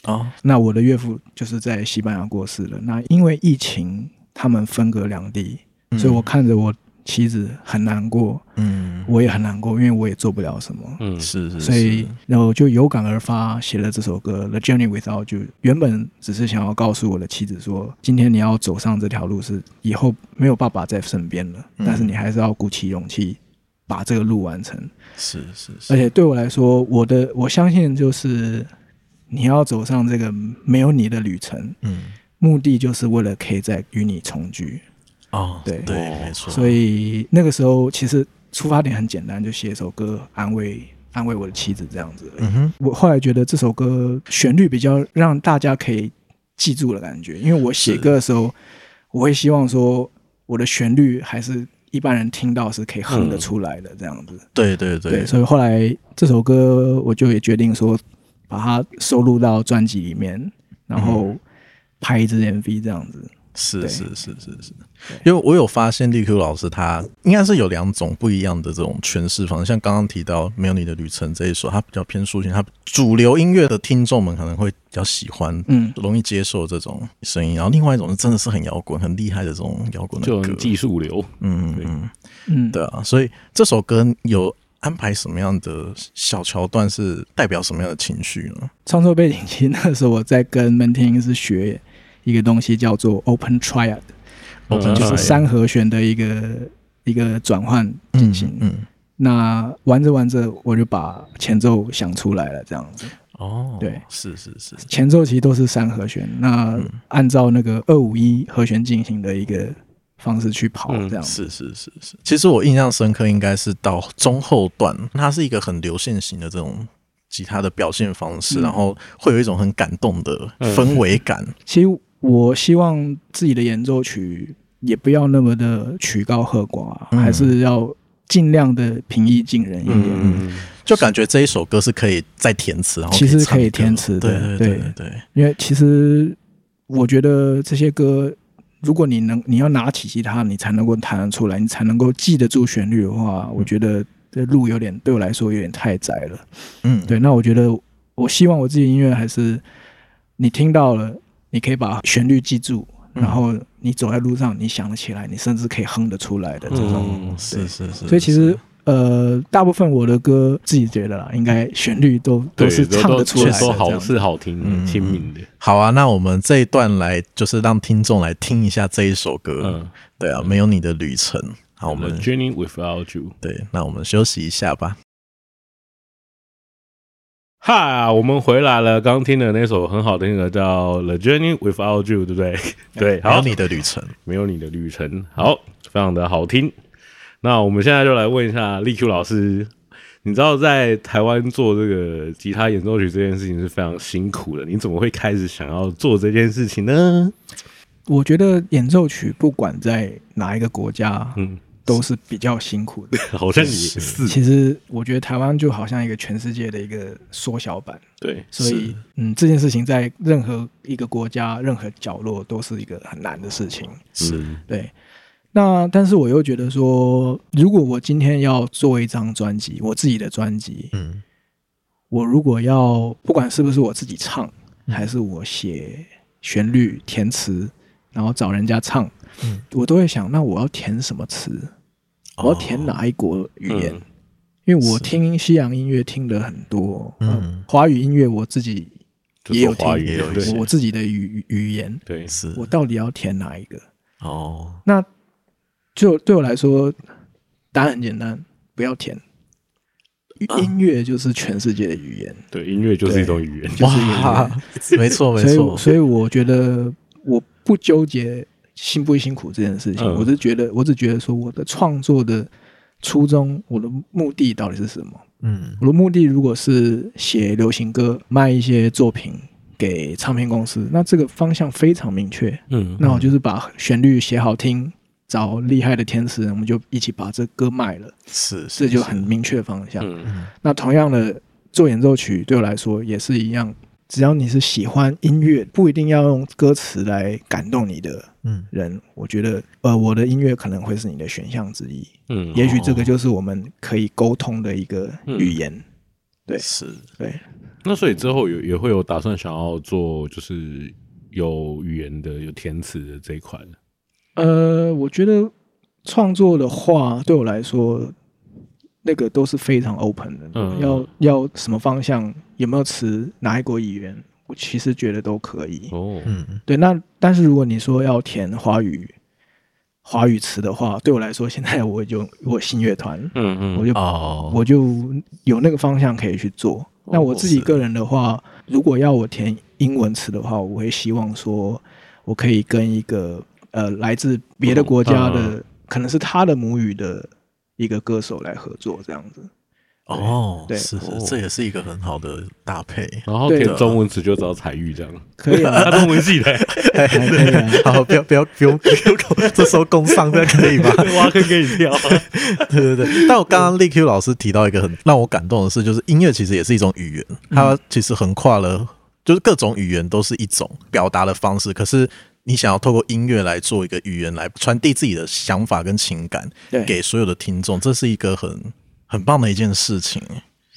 [SPEAKER 1] 嗯，哦，
[SPEAKER 4] 那我的岳父就是在西班牙过世了。那因为疫情，他们分隔两地，
[SPEAKER 1] 嗯
[SPEAKER 4] 所以我看着我妻子很难过，
[SPEAKER 1] 嗯，
[SPEAKER 4] 我也很难过，因为我也做不了什么。
[SPEAKER 3] 嗯，
[SPEAKER 1] 是是，
[SPEAKER 4] 所
[SPEAKER 1] 是
[SPEAKER 4] 以，然后就有感而发写了这首歌《The Journey Without You》。原本只是想要告诉我的妻子说，今天你要走上这条路是以后没有爸爸在身边了，
[SPEAKER 1] 嗯
[SPEAKER 4] 但是你还是要鼓起勇气把这个路完成。
[SPEAKER 1] 是是
[SPEAKER 4] 而
[SPEAKER 1] 是，
[SPEAKER 4] 且对我来说，我的我相信就是你要走上这个没有你的旅程，
[SPEAKER 1] 嗯，
[SPEAKER 4] 目的就是为了可以再与你重聚。
[SPEAKER 1] 哦，
[SPEAKER 4] 对
[SPEAKER 1] 对，
[SPEAKER 3] 哦
[SPEAKER 1] 没错，
[SPEAKER 4] 所以那个时候其实出发点很简单，就写一首歌安慰安慰我的妻子这样子而已。
[SPEAKER 1] 嗯哼，
[SPEAKER 4] 我后来觉得这首歌旋律比较让大家可以记住的感觉，因为我写歌的时候，我会希望说我的旋律还是一般人听到是可以哼得出来的这样子。
[SPEAKER 1] 对对
[SPEAKER 4] 对，
[SPEAKER 1] 对，
[SPEAKER 4] 所以后来这首歌我就也决定说把它收录到专辑里面，然
[SPEAKER 1] 嗯
[SPEAKER 4] 后拍一支 MV 这样子。
[SPEAKER 1] 是
[SPEAKER 4] 对
[SPEAKER 1] 是是是是，因为我有发现利 Q 老师他应该是有两种不一样的这种诠释方式，像刚刚提到《没有你的旅程》这一首，它比较偏抒情，它主流音乐的听众们可能会比较喜欢，
[SPEAKER 4] 嗯
[SPEAKER 1] 容易接受这种声音。然后另外一种是真的是很摇滚、很厉害的这种摇滚的
[SPEAKER 3] 就
[SPEAKER 1] 歌
[SPEAKER 3] 很，技术流。
[SPEAKER 1] 嗯
[SPEAKER 3] 对
[SPEAKER 1] 嗯，
[SPEAKER 4] 嗯，
[SPEAKER 1] 对啊，所以这首歌有安排什么样的小桥段是代表什么样的情绪呢？
[SPEAKER 4] 创作背景其实那个时候我在跟 m a n t i n 是学一个东西叫做 Open Triad。
[SPEAKER 3] 嗯
[SPEAKER 4] 就是三和弦的一个一个转换进行。
[SPEAKER 1] 嗯，
[SPEAKER 4] 那玩着玩着，我就把前奏想出来了，这样子。
[SPEAKER 1] 哦，
[SPEAKER 4] 对，
[SPEAKER 1] 是是是，
[SPEAKER 4] 前奏其实都是三和弦，那
[SPEAKER 1] 嗯
[SPEAKER 4] 按照那个二五一和弦进行的一个方式去跑，
[SPEAKER 3] 嗯
[SPEAKER 4] 这样子。
[SPEAKER 1] 是是是是，其实我印象深刻应该是到中后段，它是一个很流线型的这种
[SPEAKER 4] 嗯
[SPEAKER 1] 吉他的表现方式，然后会有一种很感动的氛围感。
[SPEAKER 4] 其实我希望自己的演奏曲也不要那么的曲高和寡、
[SPEAKER 1] 嗯
[SPEAKER 4] 还是要尽量的平易近人一点。
[SPEAKER 1] 嗯嗯就感觉这一首歌是可以再填词，然后
[SPEAKER 4] 其实
[SPEAKER 1] 唱
[SPEAKER 4] 可以
[SPEAKER 1] 歌
[SPEAKER 4] 填词
[SPEAKER 1] 对
[SPEAKER 4] 的
[SPEAKER 1] 对
[SPEAKER 4] 对
[SPEAKER 1] 对对，
[SPEAKER 4] 因为其实我觉得这些歌，如果你能你要拿起吉他，你才能够弹得出来，你才能够记得住旋律的话，我觉得这路有点对我来说有点太窄了。
[SPEAKER 1] 嗯，
[SPEAKER 4] 对，那我觉得我希望我自己的音乐还是你听到了，你可以把旋律记住，
[SPEAKER 1] 嗯
[SPEAKER 4] 然后你走在路上，你想得起来，你甚至可以哼得出来的这种。
[SPEAKER 1] 嗯，是是是，
[SPEAKER 4] 所以其
[SPEAKER 1] 是
[SPEAKER 4] 实。呃，大部分我的歌自己觉得啦，应该旋律都都
[SPEAKER 3] 对
[SPEAKER 4] 是
[SPEAKER 3] 都
[SPEAKER 4] 唱得出来的，
[SPEAKER 3] 都
[SPEAKER 4] 这
[SPEAKER 3] 好
[SPEAKER 4] 样
[SPEAKER 3] 是好听
[SPEAKER 1] 嗯
[SPEAKER 3] 的，亲民的。
[SPEAKER 1] 好啊，那我们这一段来就是让听众来听一下这一首歌，
[SPEAKER 3] 嗯，
[SPEAKER 1] 对啊，没有你的旅程，好，我
[SPEAKER 3] 我们
[SPEAKER 4] 嗯
[SPEAKER 1] 们
[SPEAKER 3] Journey Without You。
[SPEAKER 1] 对，那我们休息一下吧。
[SPEAKER 3] 哈，我们回来了。刚听的那首很好听的叫《The Journey Without You》，对不对？对，
[SPEAKER 1] 没有
[SPEAKER 3] 好，
[SPEAKER 1] 你的旅程，
[SPEAKER 3] 没有你的旅程，好，非常的好听。那我们现在就来问一下立 Q 老师，你知道在台湾做这个吉他演奏曲这件事情是非常辛苦的，你怎么会开始想要做这件事情呢？
[SPEAKER 4] 我觉得演奏曲不管在哪一个国家，
[SPEAKER 3] 嗯，
[SPEAKER 4] 都是比较辛苦的。
[SPEAKER 3] 好像也是，
[SPEAKER 4] 其实我觉得台湾就好像一个全世界的一个缩小版，
[SPEAKER 3] 对，
[SPEAKER 4] 所以嗯，这件事情在任何一个国家、任何角落都是一个很难的事情。
[SPEAKER 1] 是
[SPEAKER 3] 嗯
[SPEAKER 4] 对，那但是我又觉得说，如果我今天要做一张专辑，我自己的专辑，
[SPEAKER 1] 嗯
[SPEAKER 4] 我如果要不管是不是我自己唱，
[SPEAKER 1] 嗯
[SPEAKER 4] 还是我写旋律、填词，然后找人家唱，
[SPEAKER 1] 嗯
[SPEAKER 4] 我都会想，那我要填什么词？我要填
[SPEAKER 1] 哦
[SPEAKER 4] 哪一国语言？
[SPEAKER 3] 嗯
[SPEAKER 4] 因为我听西洋音乐听的很多，
[SPEAKER 1] 嗯
[SPEAKER 4] 嗯，华语音乐我自己
[SPEAKER 3] 就
[SPEAKER 4] 也有
[SPEAKER 3] 做
[SPEAKER 4] 听
[SPEAKER 3] 华语
[SPEAKER 1] 也有
[SPEAKER 3] 的，
[SPEAKER 1] 一
[SPEAKER 3] 对
[SPEAKER 1] 些
[SPEAKER 4] 我自己的语语语言，
[SPEAKER 3] 对，
[SPEAKER 1] 是
[SPEAKER 4] 我到底要填哪一个？
[SPEAKER 1] 哦，
[SPEAKER 4] 那就对我来说，答案很简单，不要填。
[SPEAKER 1] 啊
[SPEAKER 4] 音乐就是全世界的语言，
[SPEAKER 3] 对，音乐就是一种语言，
[SPEAKER 4] 就是语
[SPEAKER 1] 哇
[SPEAKER 4] 言，，
[SPEAKER 1] 没错没
[SPEAKER 4] 所以
[SPEAKER 1] 错
[SPEAKER 4] 我，所以我觉得我不纠结辛不辛苦这件事情，
[SPEAKER 3] 嗯
[SPEAKER 4] 我是觉得我只觉得说我的创作的初衷，我的目的到底是什么？
[SPEAKER 1] 嗯
[SPEAKER 4] 我的目的如果是写流行歌，卖一些作品给唱片公司，那这个方向非常明确。
[SPEAKER 3] 嗯
[SPEAKER 4] 那我就是把旋律写好听，找厉害的填词人，我们就一起把这歌卖了，
[SPEAKER 1] 是
[SPEAKER 4] 这
[SPEAKER 1] 是
[SPEAKER 4] 就很明确方向。
[SPEAKER 3] 嗯
[SPEAKER 4] 那同样的，做演奏曲对我来说也是一样，只要你是喜欢音乐，不一定要用歌词来感动你的
[SPEAKER 1] 嗯
[SPEAKER 4] 人，我觉得呃，我的音乐可能会是你的选项之一。
[SPEAKER 3] 嗯，
[SPEAKER 4] 也许这个就是我们可以沟通的一个语言。对
[SPEAKER 1] 是
[SPEAKER 4] 对，
[SPEAKER 3] 那所以之后有也会有打算想要做，就是有语言的、有填词的这一块的。
[SPEAKER 4] 呃，我觉得创作的话，对我来说，那个都是非常 open 的。
[SPEAKER 3] 嗯
[SPEAKER 4] 要要什么方向，有没有词，哪一国语言，我其实觉得都可以。
[SPEAKER 3] 哦，
[SPEAKER 1] 嗯
[SPEAKER 4] 对，那但是如果你说要填华语华语词的话，对我来说，现在我就 我信乐团，
[SPEAKER 3] 嗯嗯
[SPEAKER 4] 我就
[SPEAKER 1] 哦，
[SPEAKER 4] 我就有那个方向可以去做。那我自己个人的话，如果要我填英文词的话，我会希望说，我可以跟一个呃来自别的国家的，
[SPEAKER 3] 嗯
[SPEAKER 4] 可能是他的母语的一个歌手来合作，这样子。
[SPEAKER 1] 哦，
[SPEAKER 4] 对
[SPEAKER 1] 是是
[SPEAKER 3] 哦，
[SPEAKER 1] 这也是一个很好的搭配。
[SPEAKER 3] 然后
[SPEAKER 4] 对
[SPEAKER 3] 填中文词就找彩玉这样，
[SPEAKER 4] 可以啊，
[SPEAKER 3] 他中文系的，
[SPEAKER 4] 还可以 啊。
[SPEAKER 1] 好，不要不要不用不用，这时候工伤这样可以吗？
[SPEAKER 3] 挖坑给你跳。
[SPEAKER 1] 对对对，但我刚刚 l Q 老师提到一个很让我感动的事，就是音乐其实也是一种语言，它其实横跨了，就是各种语言都是一种表达的方式。可是你想要透过音乐来做一个语言来传递自己的想法跟情感
[SPEAKER 4] 对
[SPEAKER 1] 给所有的听众，这是一个很很棒的一件事情。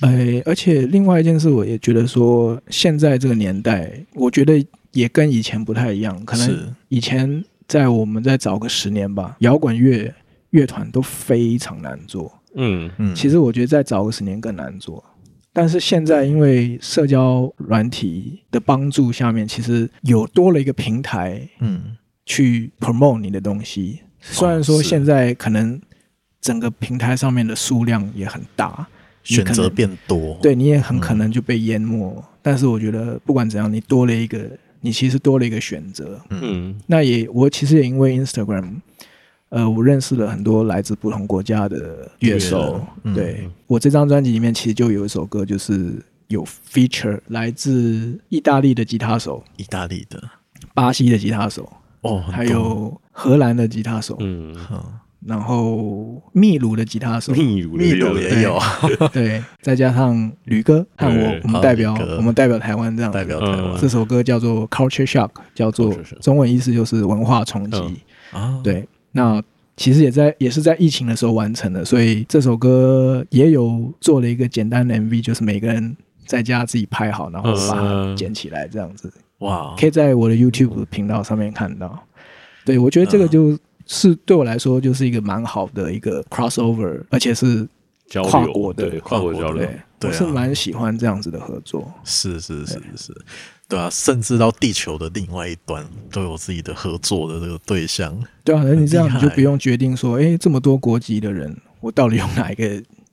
[SPEAKER 4] 哎，而且另外一件事，我也觉得说，现在这个年代，我觉得也跟以前不太一样。可
[SPEAKER 1] 是
[SPEAKER 4] 能以前在我们再早个十年吧，摇滚乐乐团都非常难做。
[SPEAKER 3] 嗯
[SPEAKER 1] 嗯，
[SPEAKER 4] 其
[SPEAKER 1] 实
[SPEAKER 4] 实我觉得再早个十年更难做。但是现在因为社交软体的帮助下面，其实有多了一个平台
[SPEAKER 1] 嗯
[SPEAKER 4] 去 promote 你的东西。虽然说
[SPEAKER 1] 哦是
[SPEAKER 4] 现在可能整个平台上面的数量也很大，你
[SPEAKER 1] 选
[SPEAKER 4] 可
[SPEAKER 1] 择
[SPEAKER 4] 能
[SPEAKER 1] 变嗯多，
[SPEAKER 4] 对你也很可能就被淹没。但是我觉得不管怎样，你多了一个，你其实多了一个选择。
[SPEAKER 3] 嗯
[SPEAKER 4] 那也我其实也因为 Instagram，呃，我认识了很多来自不同国家的乐
[SPEAKER 1] 乐
[SPEAKER 4] 手
[SPEAKER 1] 人。嗯
[SPEAKER 4] 对我这张专辑里面，其实就有一首歌就是有 feature 来自意大利的吉他手
[SPEAKER 1] 意大利的
[SPEAKER 4] 巴西的吉他手，
[SPEAKER 1] 哦，很
[SPEAKER 4] 还
[SPEAKER 1] 多
[SPEAKER 4] 有荷兰的吉他手，
[SPEAKER 3] 嗯，
[SPEAKER 1] 嗯
[SPEAKER 4] 然后秘鲁的吉他手，
[SPEAKER 3] 秘鲁的
[SPEAKER 1] 秘鲁
[SPEAKER 3] 有
[SPEAKER 1] 也有
[SPEAKER 4] 对，再加上吕哥和我
[SPEAKER 3] 对，
[SPEAKER 4] 我们代表
[SPEAKER 1] 还有啊吕哥
[SPEAKER 4] 我们代表台湾这样子
[SPEAKER 1] 代表台湾
[SPEAKER 3] 嗯
[SPEAKER 4] 这首歌叫做 Culture Shock，叫做
[SPEAKER 3] Culture Shock
[SPEAKER 4] 中文意思就是文化冲击。
[SPEAKER 3] 嗯
[SPEAKER 1] 啊，
[SPEAKER 4] 对，那其实也在也是在疫情的时候完成的，所以这首歌也有做了一个简单的 MV，就是每个人在家自己拍好，然后把它
[SPEAKER 3] 嗯
[SPEAKER 4] 剪起来这样子，
[SPEAKER 1] 哇，
[SPEAKER 4] 可以在我的 YouTube 频道上面看到。对，我觉
[SPEAKER 3] 嗯
[SPEAKER 4] 得这个就是对我来说就是一个蛮好的一个 crossover，而且是
[SPEAKER 3] 交流
[SPEAKER 4] 跨国的
[SPEAKER 3] 对跨国交流
[SPEAKER 4] 对，，
[SPEAKER 1] 对啊
[SPEAKER 4] 我是蛮喜欢这样子的合作。
[SPEAKER 1] 是是是是，对啊，甚至到地球的另外一端都有自己的合作的这个对象，
[SPEAKER 4] 对啊，那你这样
[SPEAKER 1] 很厉害
[SPEAKER 4] 你就不用决定说，哎，这么多国籍的人，我到底用哪一个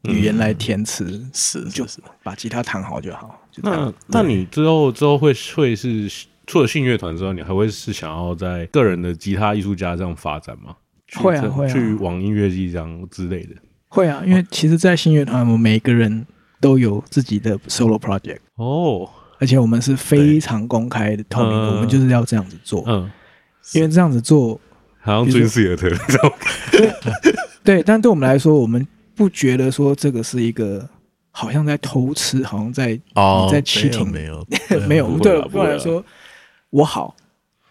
[SPEAKER 4] 语言
[SPEAKER 3] 嗯
[SPEAKER 4] 来填词？
[SPEAKER 1] 是
[SPEAKER 4] 你
[SPEAKER 1] 就
[SPEAKER 4] 就是把吉他弹好就好。就这样
[SPEAKER 3] 那那你之后之后会会是除了信乐团之外，你还会是想要在个人的吉他艺术家这样发展吗？去
[SPEAKER 4] 会啊
[SPEAKER 3] 这
[SPEAKER 4] 会啊
[SPEAKER 3] 去往音乐季这样之类的。
[SPEAKER 4] 会啊，因
[SPEAKER 3] 哦
[SPEAKER 4] 为其实，在新乐团，我们每个人都有自己的 solo project，
[SPEAKER 3] 哦，
[SPEAKER 4] 而且我们是非常公开的、透明
[SPEAKER 3] 嗯
[SPEAKER 4] 的，我们就是要这样子做，
[SPEAKER 3] 嗯，
[SPEAKER 4] 因为这样子做，
[SPEAKER 3] 好像
[SPEAKER 4] 比如
[SPEAKER 3] 追斯也特这种
[SPEAKER 4] 对，但对我们来说，我们不觉得说这个是一个好像在偷吃，好像在
[SPEAKER 1] 哦，
[SPEAKER 4] 你在
[SPEAKER 1] 没有
[SPEAKER 4] cheating
[SPEAKER 1] 没有
[SPEAKER 4] 没有
[SPEAKER 3] 不会啦
[SPEAKER 4] 对
[SPEAKER 3] 哎不会啦
[SPEAKER 4] 对我来说，我好，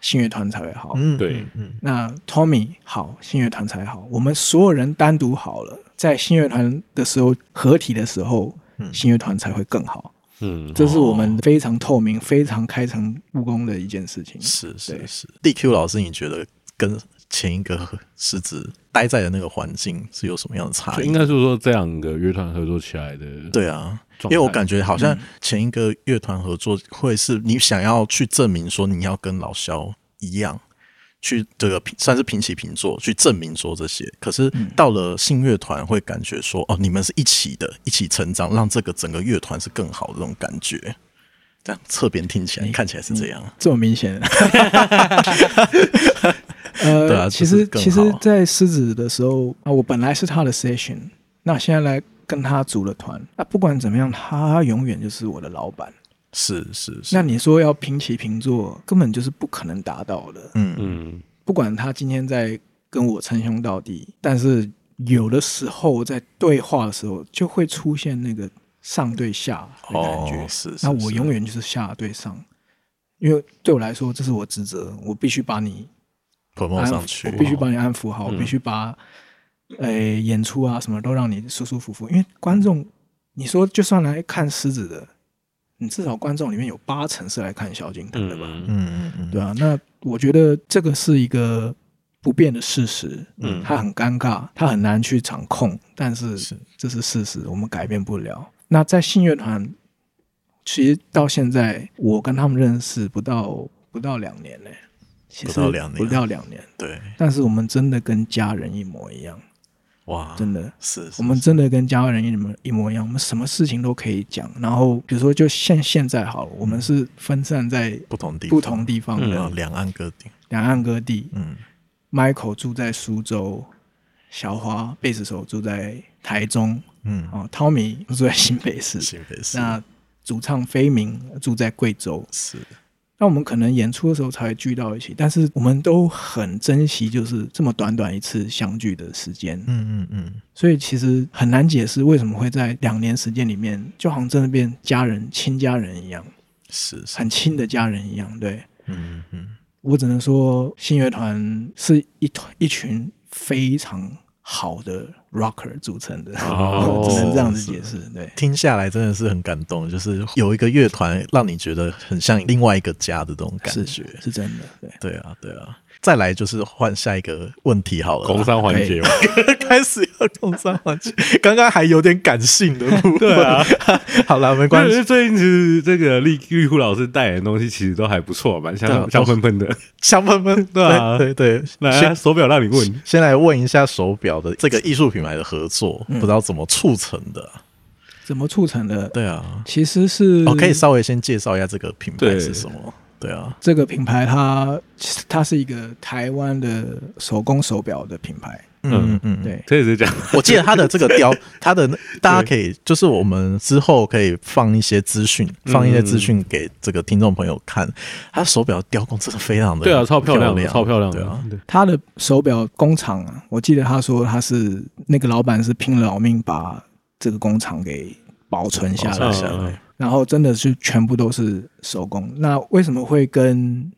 [SPEAKER 4] 新乐团才会好。
[SPEAKER 1] 嗯
[SPEAKER 3] 对
[SPEAKER 1] 嗯
[SPEAKER 4] 那 Tommy 好，信乐团才好。我们所有人单独好了，在信乐团的时候，合体的时候，
[SPEAKER 1] 嗯
[SPEAKER 4] 信乐团才会更好。
[SPEAKER 3] 嗯，
[SPEAKER 4] 这是我们非常透明、非常开诚布公的一件事情。
[SPEAKER 1] 是是
[SPEAKER 4] 对
[SPEAKER 1] 是，DQ 老师，你觉得跟前一个狮子待在的那个环境是有什么样的差
[SPEAKER 3] 就
[SPEAKER 1] 异
[SPEAKER 3] 应？该是说这两个乐团合作起来的，
[SPEAKER 1] 对啊，
[SPEAKER 3] 状态，
[SPEAKER 1] 因为我感觉好像前一个乐团合作会是你想要去证明说你要跟老萧一样，去这个平算是平起平坐去证明说这些。可是
[SPEAKER 4] 嗯
[SPEAKER 1] 到了信乐团会感觉说哦，你们是一起的，一起成长，让这个整个乐团是更好的这种感觉。这样侧边听起来
[SPEAKER 4] 你
[SPEAKER 1] 看起来是这样，
[SPEAKER 4] 这么 明显。呃，
[SPEAKER 1] 对啊
[SPEAKER 4] 其
[SPEAKER 1] 就是
[SPEAKER 4] 实
[SPEAKER 1] 更好
[SPEAKER 4] 其实，在狮子的时候啊，我本来是他的 session，那现在来跟他组了团，那不管怎么样，他永远就是我的老板。
[SPEAKER 1] 是是是，
[SPEAKER 4] 那你说要平起平坐，根本就是不可能达到的。
[SPEAKER 1] 嗯
[SPEAKER 3] 嗯，
[SPEAKER 4] 不管他今天在跟我称兄道弟，但是有的时候在对话的时候，就会出现那个上对下的感觉。
[SPEAKER 1] 哦是，
[SPEAKER 4] 那我永
[SPEAKER 1] 远
[SPEAKER 4] 远就是下对上，因为对我来说这是我职责，我必须把你
[SPEAKER 1] promote
[SPEAKER 4] 安
[SPEAKER 1] 上
[SPEAKER 4] 抚，
[SPEAKER 1] 去，嗯
[SPEAKER 4] 我必须把你安抚好，我必须把呃演出啊什么都让你舒舒服服，因为观众，你说就算来看狮子的，你至少观众里面有八成是来看萧敬腾的吧？
[SPEAKER 3] 嗯
[SPEAKER 1] 嗯嗯嗯，
[SPEAKER 4] 对啊，那我觉得这个是一个不变的事实，
[SPEAKER 3] 嗯
[SPEAKER 4] 它很尴尬，它很难去掌控，但
[SPEAKER 1] 是
[SPEAKER 4] 是这是事实，我们改变不了。那在信乐团，其实到现在我跟他们认识不到不到两年嘞、其实
[SPEAKER 1] 不到两年
[SPEAKER 4] 不到两年，
[SPEAKER 1] 对，
[SPEAKER 4] 但是我们真的跟家人一模一样，
[SPEAKER 1] 哇，
[SPEAKER 4] 真的。
[SPEAKER 1] 是是
[SPEAKER 4] 我们真的跟家人一模一模一样，我们什么事情都可以讲。然后，比如说，就现现在好了，我们是分散在
[SPEAKER 1] 不同嗯地
[SPEAKER 4] 不
[SPEAKER 1] 方
[SPEAKER 4] 同地方的
[SPEAKER 1] 嗯两岸各地，
[SPEAKER 4] 两岸各地。
[SPEAKER 1] 嗯
[SPEAKER 4] Michael 住在苏州，小花贝斯手住在台中，
[SPEAKER 1] 嗯，
[SPEAKER 4] 哦，Tommy 住在新北市，
[SPEAKER 1] 新北市
[SPEAKER 4] 那主唱飞明住在贵州。
[SPEAKER 1] 是
[SPEAKER 4] 那我们可能演出的时候才会聚到一起，但是我们都很珍惜，就是这么短短一次相聚的时间。
[SPEAKER 1] 嗯嗯嗯，
[SPEAKER 4] 所以其实很难解释为什么会在两年时间里面，就好像真的变家人、亲家人一样，
[SPEAKER 1] 是是，
[SPEAKER 4] 很亲的家人一样，对。
[SPEAKER 1] 嗯嗯
[SPEAKER 4] 我只能说，信乐团是一团一群非常好的 rocker 组成的，
[SPEAKER 3] 哦
[SPEAKER 4] 只能这样子解释。对，
[SPEAKER 1] 听下来真的是很感动，就是有一个乐团让你觉得很像另外一个家的这种感
[SPEAKER 4] 是
[SPEAKER 1] 觉。
[SPEAKER 4] 是真的。对，
[SPEAKER 1] 对啊，对啊。再来就是换下一个问题好了啦，
[SPEAKER 3] 工商环节嘛，
[SPEAKER 1] 开始要工商环节，刚刚还有点感性的部分。对啊， 好啦，没关
[SPEAKER 3] 但
[SPEAKER 1] 系
[SPEAKER 3] 是，最近其实这个绿绿户老师带来的东西其实都还不错，蛮
[SPEAKER 1] 对啊
[SPEAKER 3] 香香喷喷的。
[SPEAKER 1] 香喷喷。对
[SPEAKER 3] 啊
[SPEAKER 1] 对对，
[SPEAKER 3] 来
[SPEAKER 1] 先
[SPEAKER 3] 啊，手表让你问，
[SPEAKER 1] 先来问一下手表的这个艺术品牌的合作，
[SPEAKER 3] 嗯
[SPEAKER 1] 不知道怎么促成的。啊
[SPEAKER 4] 怎么促成的？
[SPEAKER 1] 对啊，
[SPEAKER 4] 其实是
[SPEAKER 1] 哦，可以稍微先介绍一下这个品牌
[SPEAKER 3] 嗯对
[SPEAKER 1] 是什么？对啊，
[SPEAKER 4] 这个品牌它，它是一个台湾的手工手表的品牌。
[SPEAKER 1] 嗯嗯嗯，
[SPEAKER 4] 对，
[SPEAKER 3] 这也是讲
[SPEAKER 1] 我记得他的这个雕，他的大家可以就是我们之后可以放一些资讯，放一些资讯给这个听众朋友看。他手表雕工真的非常的
[SPEAKER 3] 对啊，超漂亮
[SPEAKER 1] 亮
[SPEAKER 3] 的，超漂亮
[SPEAKER 1] 对啊
[SPEAKER 3] 的，，对
[SPEAKER 4] 他的手表工厂啊，我记得他说他是那个老板是拼了老命把这个工厂给保存下
[SPEAKER 1] 保
[SPEAKER 4] 来
[SPEAKER 1] 存下来
[SPEAKER 4] 的，
[SPEAKER 3] 嗯嗯嗯
[SPEAKER 4] 然后真的是全部都是手工。那为什么会跟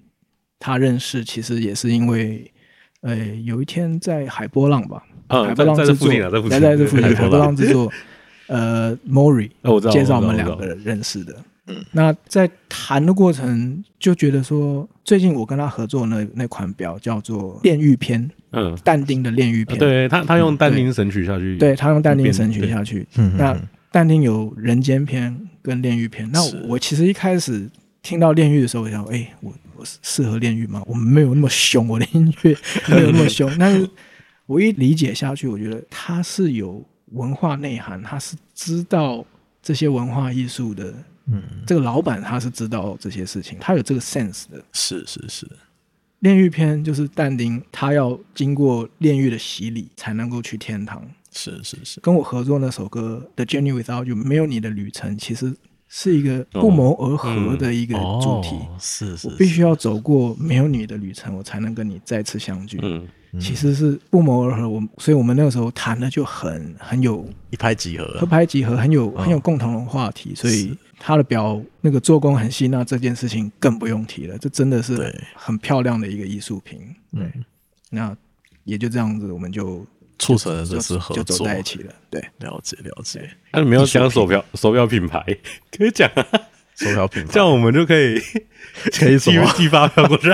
[SPEAKER 4] 他认识？其实也是因为，呃，有一天在海波浪吧，
[SPEAKER 3] 嗯
[SPEAKER 4] 海波浪
[SPEAKER 3] 在在这
[SPEAKER 4] 制
[SPEAKER 3] 附
[SPEAKER 4] 作，
[SPEAKER 3] 近啊在附近
[SPEAKER 4] 在 这附近
[SPEAKER 3] 海波
[SPEAKER 4] 海
[SPEAKER 3] 浪
[SPEAKER 4] 波浪制作，呃，Mori
[SPEAKER 3] 哦我知道
[SPEAKER 4] 介绍我
[SPEAKER 3] 我
[SPEAKER 4] 们
[SPEAKER 3] 知道嗯
[SPEAKER 4] 两
[SPEAKER 3] 我知道
[SPEAKER 4] 个人认识的。那在谈的过程就觉得说，最近我跟他合作那那款表叫做炼狱篇，
[SPEAKER 3] 嗯，啊
[SPEAKER 4] 但丁的炼狱篇，
[SPEAKER 3] 对他他用但丁神曲下去，
[SPEAKER 4] 对他用但丁
[SPEAKER 3] 变
[SPEAKER 4] 神曲
[SPEAKER 3] 对
[SPEAKER 4] 下去，
[SPEAKER 1] 嗯嗯
[SPEAKER 4] 那但丁有人间篇跟炼狱篇。那
[SPEAKER 1] 是
[SPEAKER 4] 我其实一开始听到炼狱的时候，我想，哎、我我适合炼狱吗？我没有那么凶，我的音 乐没有那么凶。但是我一理解下去，我觉得他是有文化内涵，他是知道这些文化艺术的。
[SPEAKER 1] 嗯，
[SPEAKER 4] 这个老板他是知道这些事情，他有这个 sense 的。
[SPEAKER 1] 是是是，
[SPEAKER 4] 炼狱篇就是但丁，他要经过炼狱的洗礼才能够去天堂。
[SPEAKER 1] 是是是，
[SPEAKER 4] 跟我合作那首歌《The Journey Without You》，没有你的旅程，其实是一个不谋而合的一个主题。
[SPEAKER 1] 哦是是
[SPEAKER 4] 我必须要走过没有你的旅程，我才能跟你再次相聚。
[SPEAKER 3] 嗯，
[SPEAKER 4] 其实是不谋而合，我所以我们那个时候谈的就很很有
[SPEAKER 1] 一拍即合
[SPEAKER 4] 合
[SPEAKER 1] 啊，
[SPEAKER 4] 拍即合，很有很有共同的话题。所以他的表那个做工很细，那这件事情更不用提了，这真的是
[SPEAKER 1] 对嗯
[SPEAKER 4] 很漂亮的一个艺术品。对，那也就这样子，我们就
[SPEAKER 1] 促成了这
[SPEAKER 4] 就
[SPEAKER 1] 次合
[SPEAKER 4] 就走
[SPEAKER 1] 作，
[SPEAKER 4] 在一起了。对。
[SPEAKER 1] 了解了解，
[SPEAKER 3] 那你们要讲手表手表品牌， 可以讲啊，
[SPEAKER 1] 手表品
[SPEAKER 3] 这
[SPEAKER 1] 牌
[SPEAKER 3] 样我们就 可以
[SPEAKER 1] 可以什
[SPEAKER 3] 寄
[SPEAKER 1] 么？
[SPEAKER 3] 寄发票过去。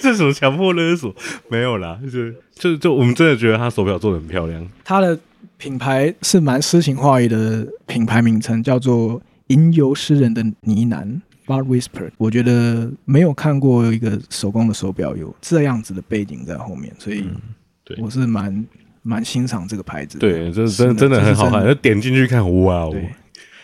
[SPEAKER 3] 这什么强迫勒索？没有啦，就是就就我们真的觉得他手表做的很漂亮，
[SPEAKER 4] 它的品牌是蛮诗情画意的品牌名称，叫做“吟游诗人的呢喃 ”（Bard Whisper）。我觉得没有看过一个手工的手表有这样子的背景在后面，所以
[SPEAKER 3] 嗯对
[SPEAKER 4] 我是蛮蛮欣赏这个牌子的。
[SPEAKER 3] 对，这
[SPEAKER 4] 是的
[SPEAKER 3] 真真的很好看，
[SPEAKER 4] 这
[SPEAKER 3] 就是点进去看，哇哦，
[SPEAKER 4] 对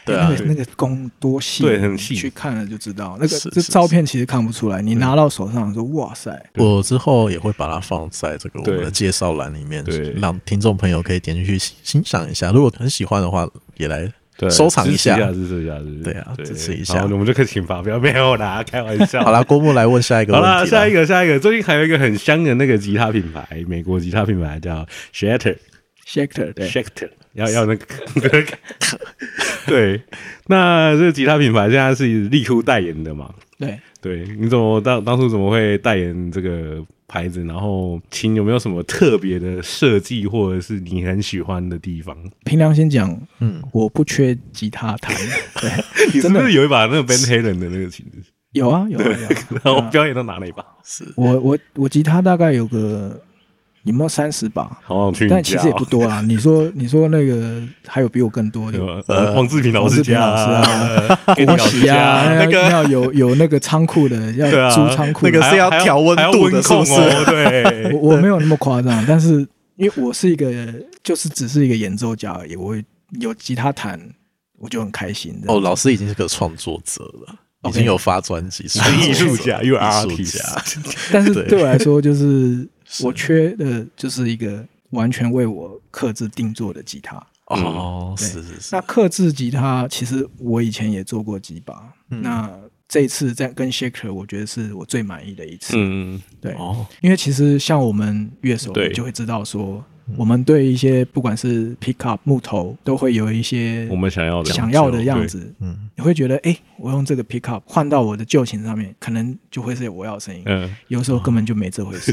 [SPEAKER 1] 对啊
[SPEAKER 4] 那，个那个工多细，
[SPEAKER 3] 对很细
[SPEAKER 4] 去看了就知道。那个
[SPEAKER 1] 是
[SPEAKER 4] 这
[SPEAKER 1] 是
[SPEAKER 4] 照片其实看不出来，你拿到手上说哇塞，
[SPEAKER 1] 我之后也会把它放在这个我们
[SPEAKER 3] 对
[SPEAKER 1] 的介绍栏里面
[SPEAKER 3] 对，
[SPEAKER 1] 让听众朋友可以点进去欣欣赏一下。如果很喜欢的话，也来
[SPEAKER 3] 对，
[SPEAKER 1] 收藏
[SPEAKER 3] 支
[SPEAKER 1] 一
[SPEAKER 3] 持
[SPEAKER 1] 下
[SPEAKER 3] 一下，支持一下，支持
[SPEAKER 1] 对啊支持一下
[SPEAKER 3] 然后我们就可以请发票，没有啦，开玩笑。
[SPEAKER 1] 好啦，，郭木来问下一个
[SPEAKER 3] 好
[SPEAKER 1] 问
[SPEAKER 3] 啦，
[SPEAKER 1] 题。
[SPEAKER 3] 下一，个，下一个，最近还有一个很香的那个吉他品牌，美国吉他品牌叫 Shatter。
[SPEAKER 4] ，Shaker 对
[SPEAKER 3] s h a k t e r 要要那个对，那这个吉他品牌现在是利库代言的嘛？
[SPEAKER 4] 对。
[SPEAKER 3] 对，你怎么当当初怎么会代言这个牌子？然后，请有没有什么特别的设计，或者是你很喜欢的地方？
[SPEAKER 4] 凭良心讲，
[SPEAKER 1] 嗯，
[SPEAKER 4] 我不缺吉他 弹，对，
[SPEAKER 3] 你是
[SPEAKER 4] 真
[SPEAKER 3] 不
[SPEAKER 4] 的
[SPEAKER 3] 是有一把那个 Ben Halen 的那个琴子？
[SPEAKER 4] 有啊有啊有啊。
[SPEAKER 3] 然后表演都拿了一把，
[SPEAKER 4] 我我我吉他大概有个有没有三十把，
[SPEAKER 3] 好想去你家哦
[SPEAKER 4] 但其实也不多啦。你说你说那个还有比我更多的
[SPEAKER 3] 对，吧？ 呃，黄志平老师家
[SPEAKER 4] 黄志平老，
[SPEAKER 3] 给你
[SPEAKER 4] 国
[SPEAKER 3] 老师
[SPEAKER 4] 喜啊，
[SPEAKER 3] 家
[SPEAKER 4] 那
[SPEAKER 3] 那
[SPEAKER 4] 个
[SPEAKER 3] 个
[SPEAKER 4] 要有有那个仓库的，要
[SPEAKER 3] 对啊
[SPEAKER 4] 租仓库
[SPEAKER 1] 那
[SPEAKER 4] 的。
[SPEAKER 1] 个是要调温度的是不是
[SPEAKER 3] 还要温控哦 对，
[SPEAKER 4] 我我没有那么夸张，但是因为我是一个就是只是一个演奏家而已，我有吉他弹我就很开心的。
[SPEAKER 1] 哦，老师已经是个创作者了，已
[SPEAKER 4] OK
[SPEAKER 1] 经有发专辑，是
[SPEAKER 3] 艺术家，you are
[SPEAKER 1] 艺术家。
[SPEAKER 4] 但是
[SPEAKER 1] 对
[SPEAKER 4] 对我来说，就是我缺的就是一个完全为我克制定做的吉他。
[SPEAKER 1] 哦，
[SPEAKER 4] 对
[SPEAKER 1] 是是是
[SPEAKER 4] 那，克制吉他，其实我以前也做过几把，
[SPEAKER 1] 嗯
[SPEAKER 4] 那这一次在跟 Shaker，我觉得是我最满意的一次。
[SPEAKER 3] 嗯，
[SPEAKER 4] 对，
[SPEAKER 1] 哦，
[SPEAKER 4] 因为其实像我们乐手
[SPEAKER 3] 对
[SPEAKER 4] 就会知道说，
[SPEAKER 1] 嗯
[SPEAKER 4] 我们对一些不管是 pickup 木头，都会有一些
[SPEAKER 3] 我们想要的
[SPEAKER 4] 想要的样子。
[SPEAKER 1] 嗯，
[SPEAKER 4] 你会觉得，哎、我用这个 pickup 换到我的旧琴上面，可能就会是我要的声音。
[SPEAKER 3] 嗯，
[SPEAKER 4] 有时候根本就没这 回事。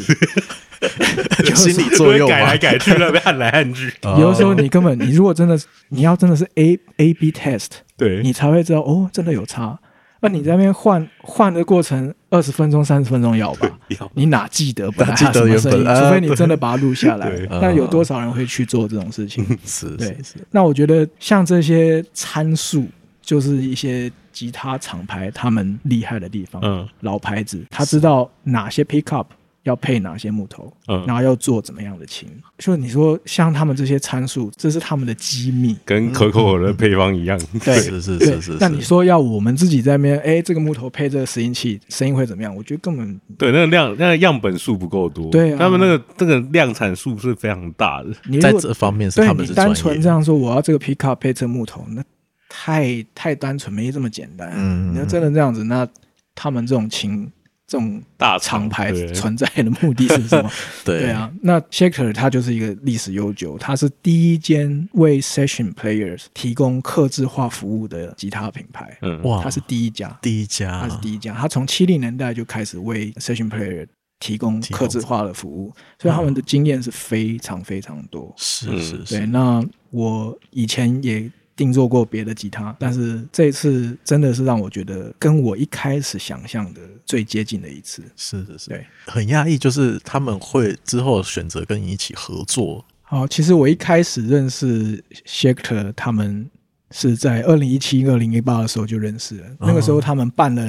[SPEAKER 1] 心理作用
[SPEAKER 3] 改
[SPEAKER 1] 嘛
[SPEAKER 3] 来，改去，那边按来按去，
[SPEAKER 4] 有的时候你根本，你如果真的是，你要真的是 A A B test，
[SPEAKER 3] 对，
[SPEAKER 4] 你才会知道哦，真的有差。那你在那边换换的过程，二十分钟、三十分钟要吧？
[SPEAKER 3] 要
[SPEAKER 4] 你哪记得本来
[SPEAKER 1] 记得
[SPEAKER 4] 它什么声音？
[SPEAKER 1] 原本啊
[SPEAKER 4] 除非你真的把它录下来
[SPEAKER 3] 对。
[SPEAKER 4] 但有多少人会去做这种事情？
[SPEAKER 1] 是
[SPEAKER 4] 对
[SPEAKER 1] 是是，
[SPEAKER 4] 那我觉得像这些参数，就是一些吉他厂牌他们厉害的地方。
[SPEAKER 3] 嗯，
[SPEAKER 4] 老牌子，他知道哪些 pickup 要配哪些木头，
[SPEAKER 3] 嗯
[SPEAKER 4] 然后要做怎么样的琴。就你说像他们这些参数，这是他们的机密。
[SPEAKER 3] 跟可口可乐配方一样，
[SPEAKER 4] 对
[SPEAKER 1] 是是
[SPEAKER 4] 对
[SPEAKER 1] 是是，
[SPEAKER 4] 那
[SPEAKER 1] 是
[SPEAKER 4] 你说要我们自己在那边，哎，这个木头配这个拾音器，声音会怎么样？我觉得根本
[SPEAKER 3] 对，那个量那个样本数不够多，
[SPEAKER 4] 对啊
[SPEAKER 3] 他们那个那个量产数是非常大的，
[SPEAKER 4] 你如
[SPEAKER 1] 在
[SPEAKER 4] 果
[SPEAKER 1] 这方面是
[SPEAKER 4] 对
[SPEAKER 1] 他们
[SPEAKER 4] 你
[SPEAKER 1] 是
[SPEAKER 4] 单
[SPEAKER 1] 专
[SPEAKER 4] 纯
[SPEAKER 1] 业
[SPEAKER 4] 这
[SPEAKER 1] 的，
[SPEAKER 4] 样说，我要这个 pickup 配这木头，那太太单纯，没这么简单。
[SPEAKER 1] 嗯
[SPEAKER 4] 你要真的这样子，那他们这种琴这种
[SPEAKER 3] 大
[SPEAKER 4] 厂牌
[SPEAKER 3] 对
[SPEAKER 4] 存在的目的是什么？
[SPEAKER 1] 对
[SPEAKER 4] 对，啊，那 Shaker 它就是一个历史悠久，它是第一间为 session players 提供客制化服务的吉他品牌，
[SPEAKER 3] 嗯，
[SPEAKER 1] 哇，
[SPEAKER 4] 它是第一家，
[SPEAKER 1] 第一家
[SPEAKER 4] 它是
[SPEAKER 1] 啊，
[SPEAKER 4] 第一家，它从七零年代就开始为 session player 提供
[SPEAKER 1] 提供
[SPEAKER 4] 客制化的服务，所以他们的经验是非常非常多。
[SPEAKER 1] 嗯
[SPEAKER 3] 嗯
[SPEAKER 1] 是是
[SPEAKER 4] 对，
[SPEAKER 1] 是，
[SPEAKER 4] 那我以前也定做过别的吉他，但是这一次真的是让我觉得跟我一开始想象的最接近的一次。
[SPEAKER 1] 是是是
[SPEAKER 4] 对，
[SPEAKER 1] 很讶异，就是他们会之后选择跟你一起合作，
[SPEAKER 4] 好，其实我一开始认识 Schecter 他们是在二零一七、二零一八的时候就认识了。那个时
[SPEAKER 1] 哦
[SPEAKER 4] 候他们办了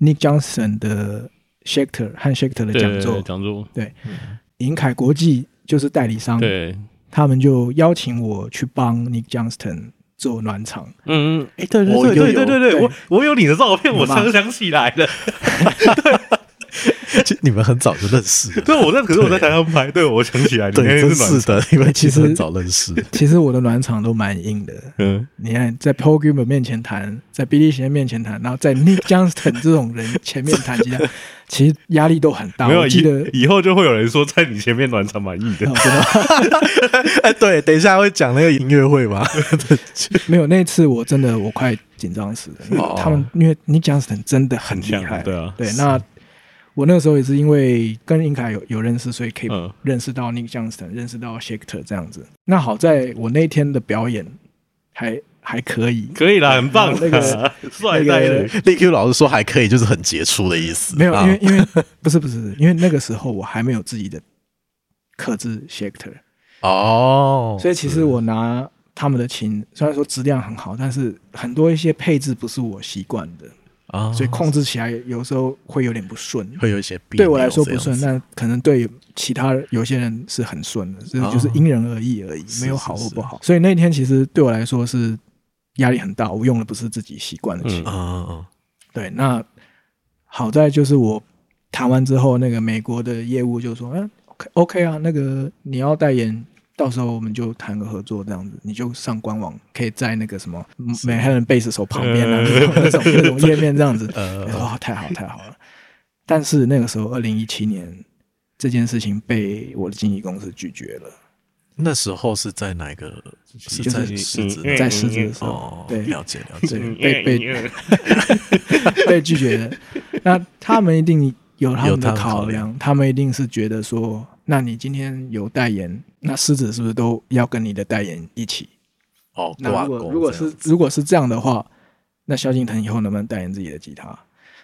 [SPEAKER 4] Nick Johnson 的 Schecter 和 Schecter 的
[SPEAKER 3] 对
[SPEAKER 4] 讲
[SPEAKER 3] 对
[SPEAKER 4] 座，
[SPEAKER 3] 讲座，
[SPEAKER 4] 银凯国际就是代理商，
[SPEAKER 3] 对，
[SPEAKER 4] 他们就邀请我去帮 Nick Johnston 做暖场。
[SPEAKER 3] 嗯嗯，
[SPEAKER 1] 哎，对
[SPEAKER 4] 我有有对
[SPEAKER 3] 我有你的照片
[SPEAKER 4] 有吧
[SPEAKER 3] 想起来了，
[SPEAKER 1] 其实你们很早就认识了，
[SPEAKER 3] 对，我在可是我在台上拍，对我想起来，你那
[SPEAKER 1] 对，
[SPEAKER 3] 天
[SPEAKER 1] 真
[SPEAKER 3] 暖
[SPEAKER 1] 是的，你们其实
[SPEAKER 4] 其实
[SPEAKER 1] 很早认识，
[SPEAKER 4] 其实我的暖场都蛮硬的，
[SPEAKER 3] 嗯，
[SPEAKER 4] 你看在 Paul Gilbert 面前弹，在 Billy 弦面前弹，然后在 Nick Johnston 这种人前面弹吉他，其实压力都很大。
[SPEAKER 3] 没有
[SPEAKER 4] 啊我记得
[SPEAKER 3] 以以后就会有人说在你前面暖场满意的
[SPEAKER 4] 哦，真的吗
[SPEAKER 1] 哎，对，等一下会讲那个音乐会吧，
[SPEAKER 4] 没有那次我真的我快紧张死了。因为
[SPEAKER 1] 哦
[SPEAKER 4] 他们因为 Nick Johnston 真的很厉害，
[SPEAKER 3] 强对啊
[SPEAKER 4] 对，那我那个时候也是因为跟英凯有有认识，所以可以
[SPEAKER 3] 嗯
[SPEAKER 4] 认识到 Nick Johnston，认识到 Shaker 这样子。那好在我那天的表演还还可以，
[SPEAKER 3] 可以啦，很棒
[SPEAKER 4] 啊
[SPEAKER 3] 的
[SPEAKER 4] 那个，
[SPEAKER 3] 帅
[SPEAKER 4] 那
[SPEAKER 3] 呆
[SPEAKER 4] 个
[SPEAKER 3] 了，
[SPEAKER 1] 立 Q 老师说还可以，就是很杰出的意思。
[SPEAKER 4] 没有，
[SPEAKER 1] 啊
[SPEAKER 4] 因为因为 不是不是，因为那个时候我还没有自己的克制 Shaker，
[SPEAKER 1] 哦，
[SPEAKER 4] 所以其实我拿他们的琴，虽然说质量很好，但是很多一些配置不是我习惯的，
[SPEAKER 1] 啊，
[SPEAKER 4] 所以控制起来有时候会有点不顺。
[SPEAKER 1] 会有一些别
[SPEAKER 4] 对
[SPEAKER 1] 扭
[SPEAKER 4] 我来说不顺，
[SPEAKER 1] 这样子
[SPEAKER 4] 但可能对其他有些人是很顺的，这
[SPEAKER 1] 哦
[SPEAKER 4] 就是因人而异而已，
[SPEAKER 1] 是
[SPEAKER 4] 没有好或不好。所以那天其实对我来说是压力很大，我用的不是自己习惯的琴。
[SPEAKER 3] 嗯
[SPEAKER 1] 啊，
[SPEAKER 4] 对，那好在就是我谈完之后，那个美国的业务就说，嗯、o k OK 啊，那个你要代言，到时候我们就谈个合作这样子，你就上官网，可以在那个什么 Manhattan b a s 手旁边啊，那种那种页面这样子，
[SPEAKER 1] 呃
[SPEAKER 4] 我说哇，太好太好了。但是那个时候，二零一七年这件事情被我的经纪公司拒绝了，
[SPEAKER 1] 那时候是在哪个？是
[SPEAKER 4] 就
[SPEAKER 1] 在
[SPEAKER 4] 是
[SPEAKER 1] 狮子
[SPEAKER 3] 嗯
[SPEAKER 4] 在狮子的时候
[SPEAKER 1] 哦，，
[SPEAKER 4] 对
[SPEAKER 1] 了解了解，
[SPEAKER 4] 对，被被 被拒绝的，那他们一定有他
[SPEAKER 1] 有
[SPEAKER 4] 们
[SPEAKER 1] 他
[SPEAKER 4] 的
[SPEAKER 1] 们考
[SPEAKER 4] 考量，他们一定是觉得说，那你今天有代言，那狮子是不是都要跟你的代言一起？
[SPEAKER 1] 哦，
[SPEAKER 4] 那
[SPEAKER 1] 挂钩
[SPEAKER 4] 如果如果
[SPEAKER 1] 这样
[SPEAKER 4] 是如果是这样的话，那萧敬腾以后能不能代言自己的吉他？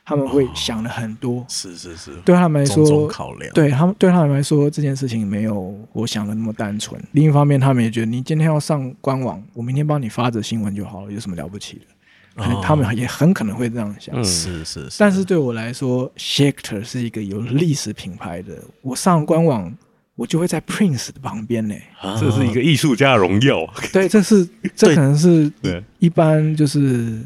[SPEAKER 4] 他们会
[SPEAKER 1] 哦
[SPEAKER 4] 想的很多，
[SPEAKER 1] 是是是，
[SPEAKER 4] 对他们来
[SPEAKER 1] 种种
[SPEAKER 4] 说，
[SPEAKER 1] 考量，
[SPEAKER 4] 对他们对他们来说这件事情没有我想的那么单纯。另一方面，他们也觉得你今天要上官网，我明天帮你发则新闻就好了，有什么了不起的？可能
[SPEAKER 1] 哦
[SPEAKER 4] 他们也很可能会这样想。
[SPEAKER 3] 嗯
[SPEAKER 1] 是是是，
[SPEAKER 4] 但是对我来说，Shaker 是一个有历史品牌的，我上官网我就会在 Prince 的 旁边呢。
[SPEAKER 1] 啊
[SPEAKER 3] 这是一个艺术家的荣 耀，
[SPEAKER 4] 对，这是这
[SPEAKER 1] 对
[SPEAKER 4] 可能是
[SPEAKER 3] 对
[SPEAKER 4] 一般就是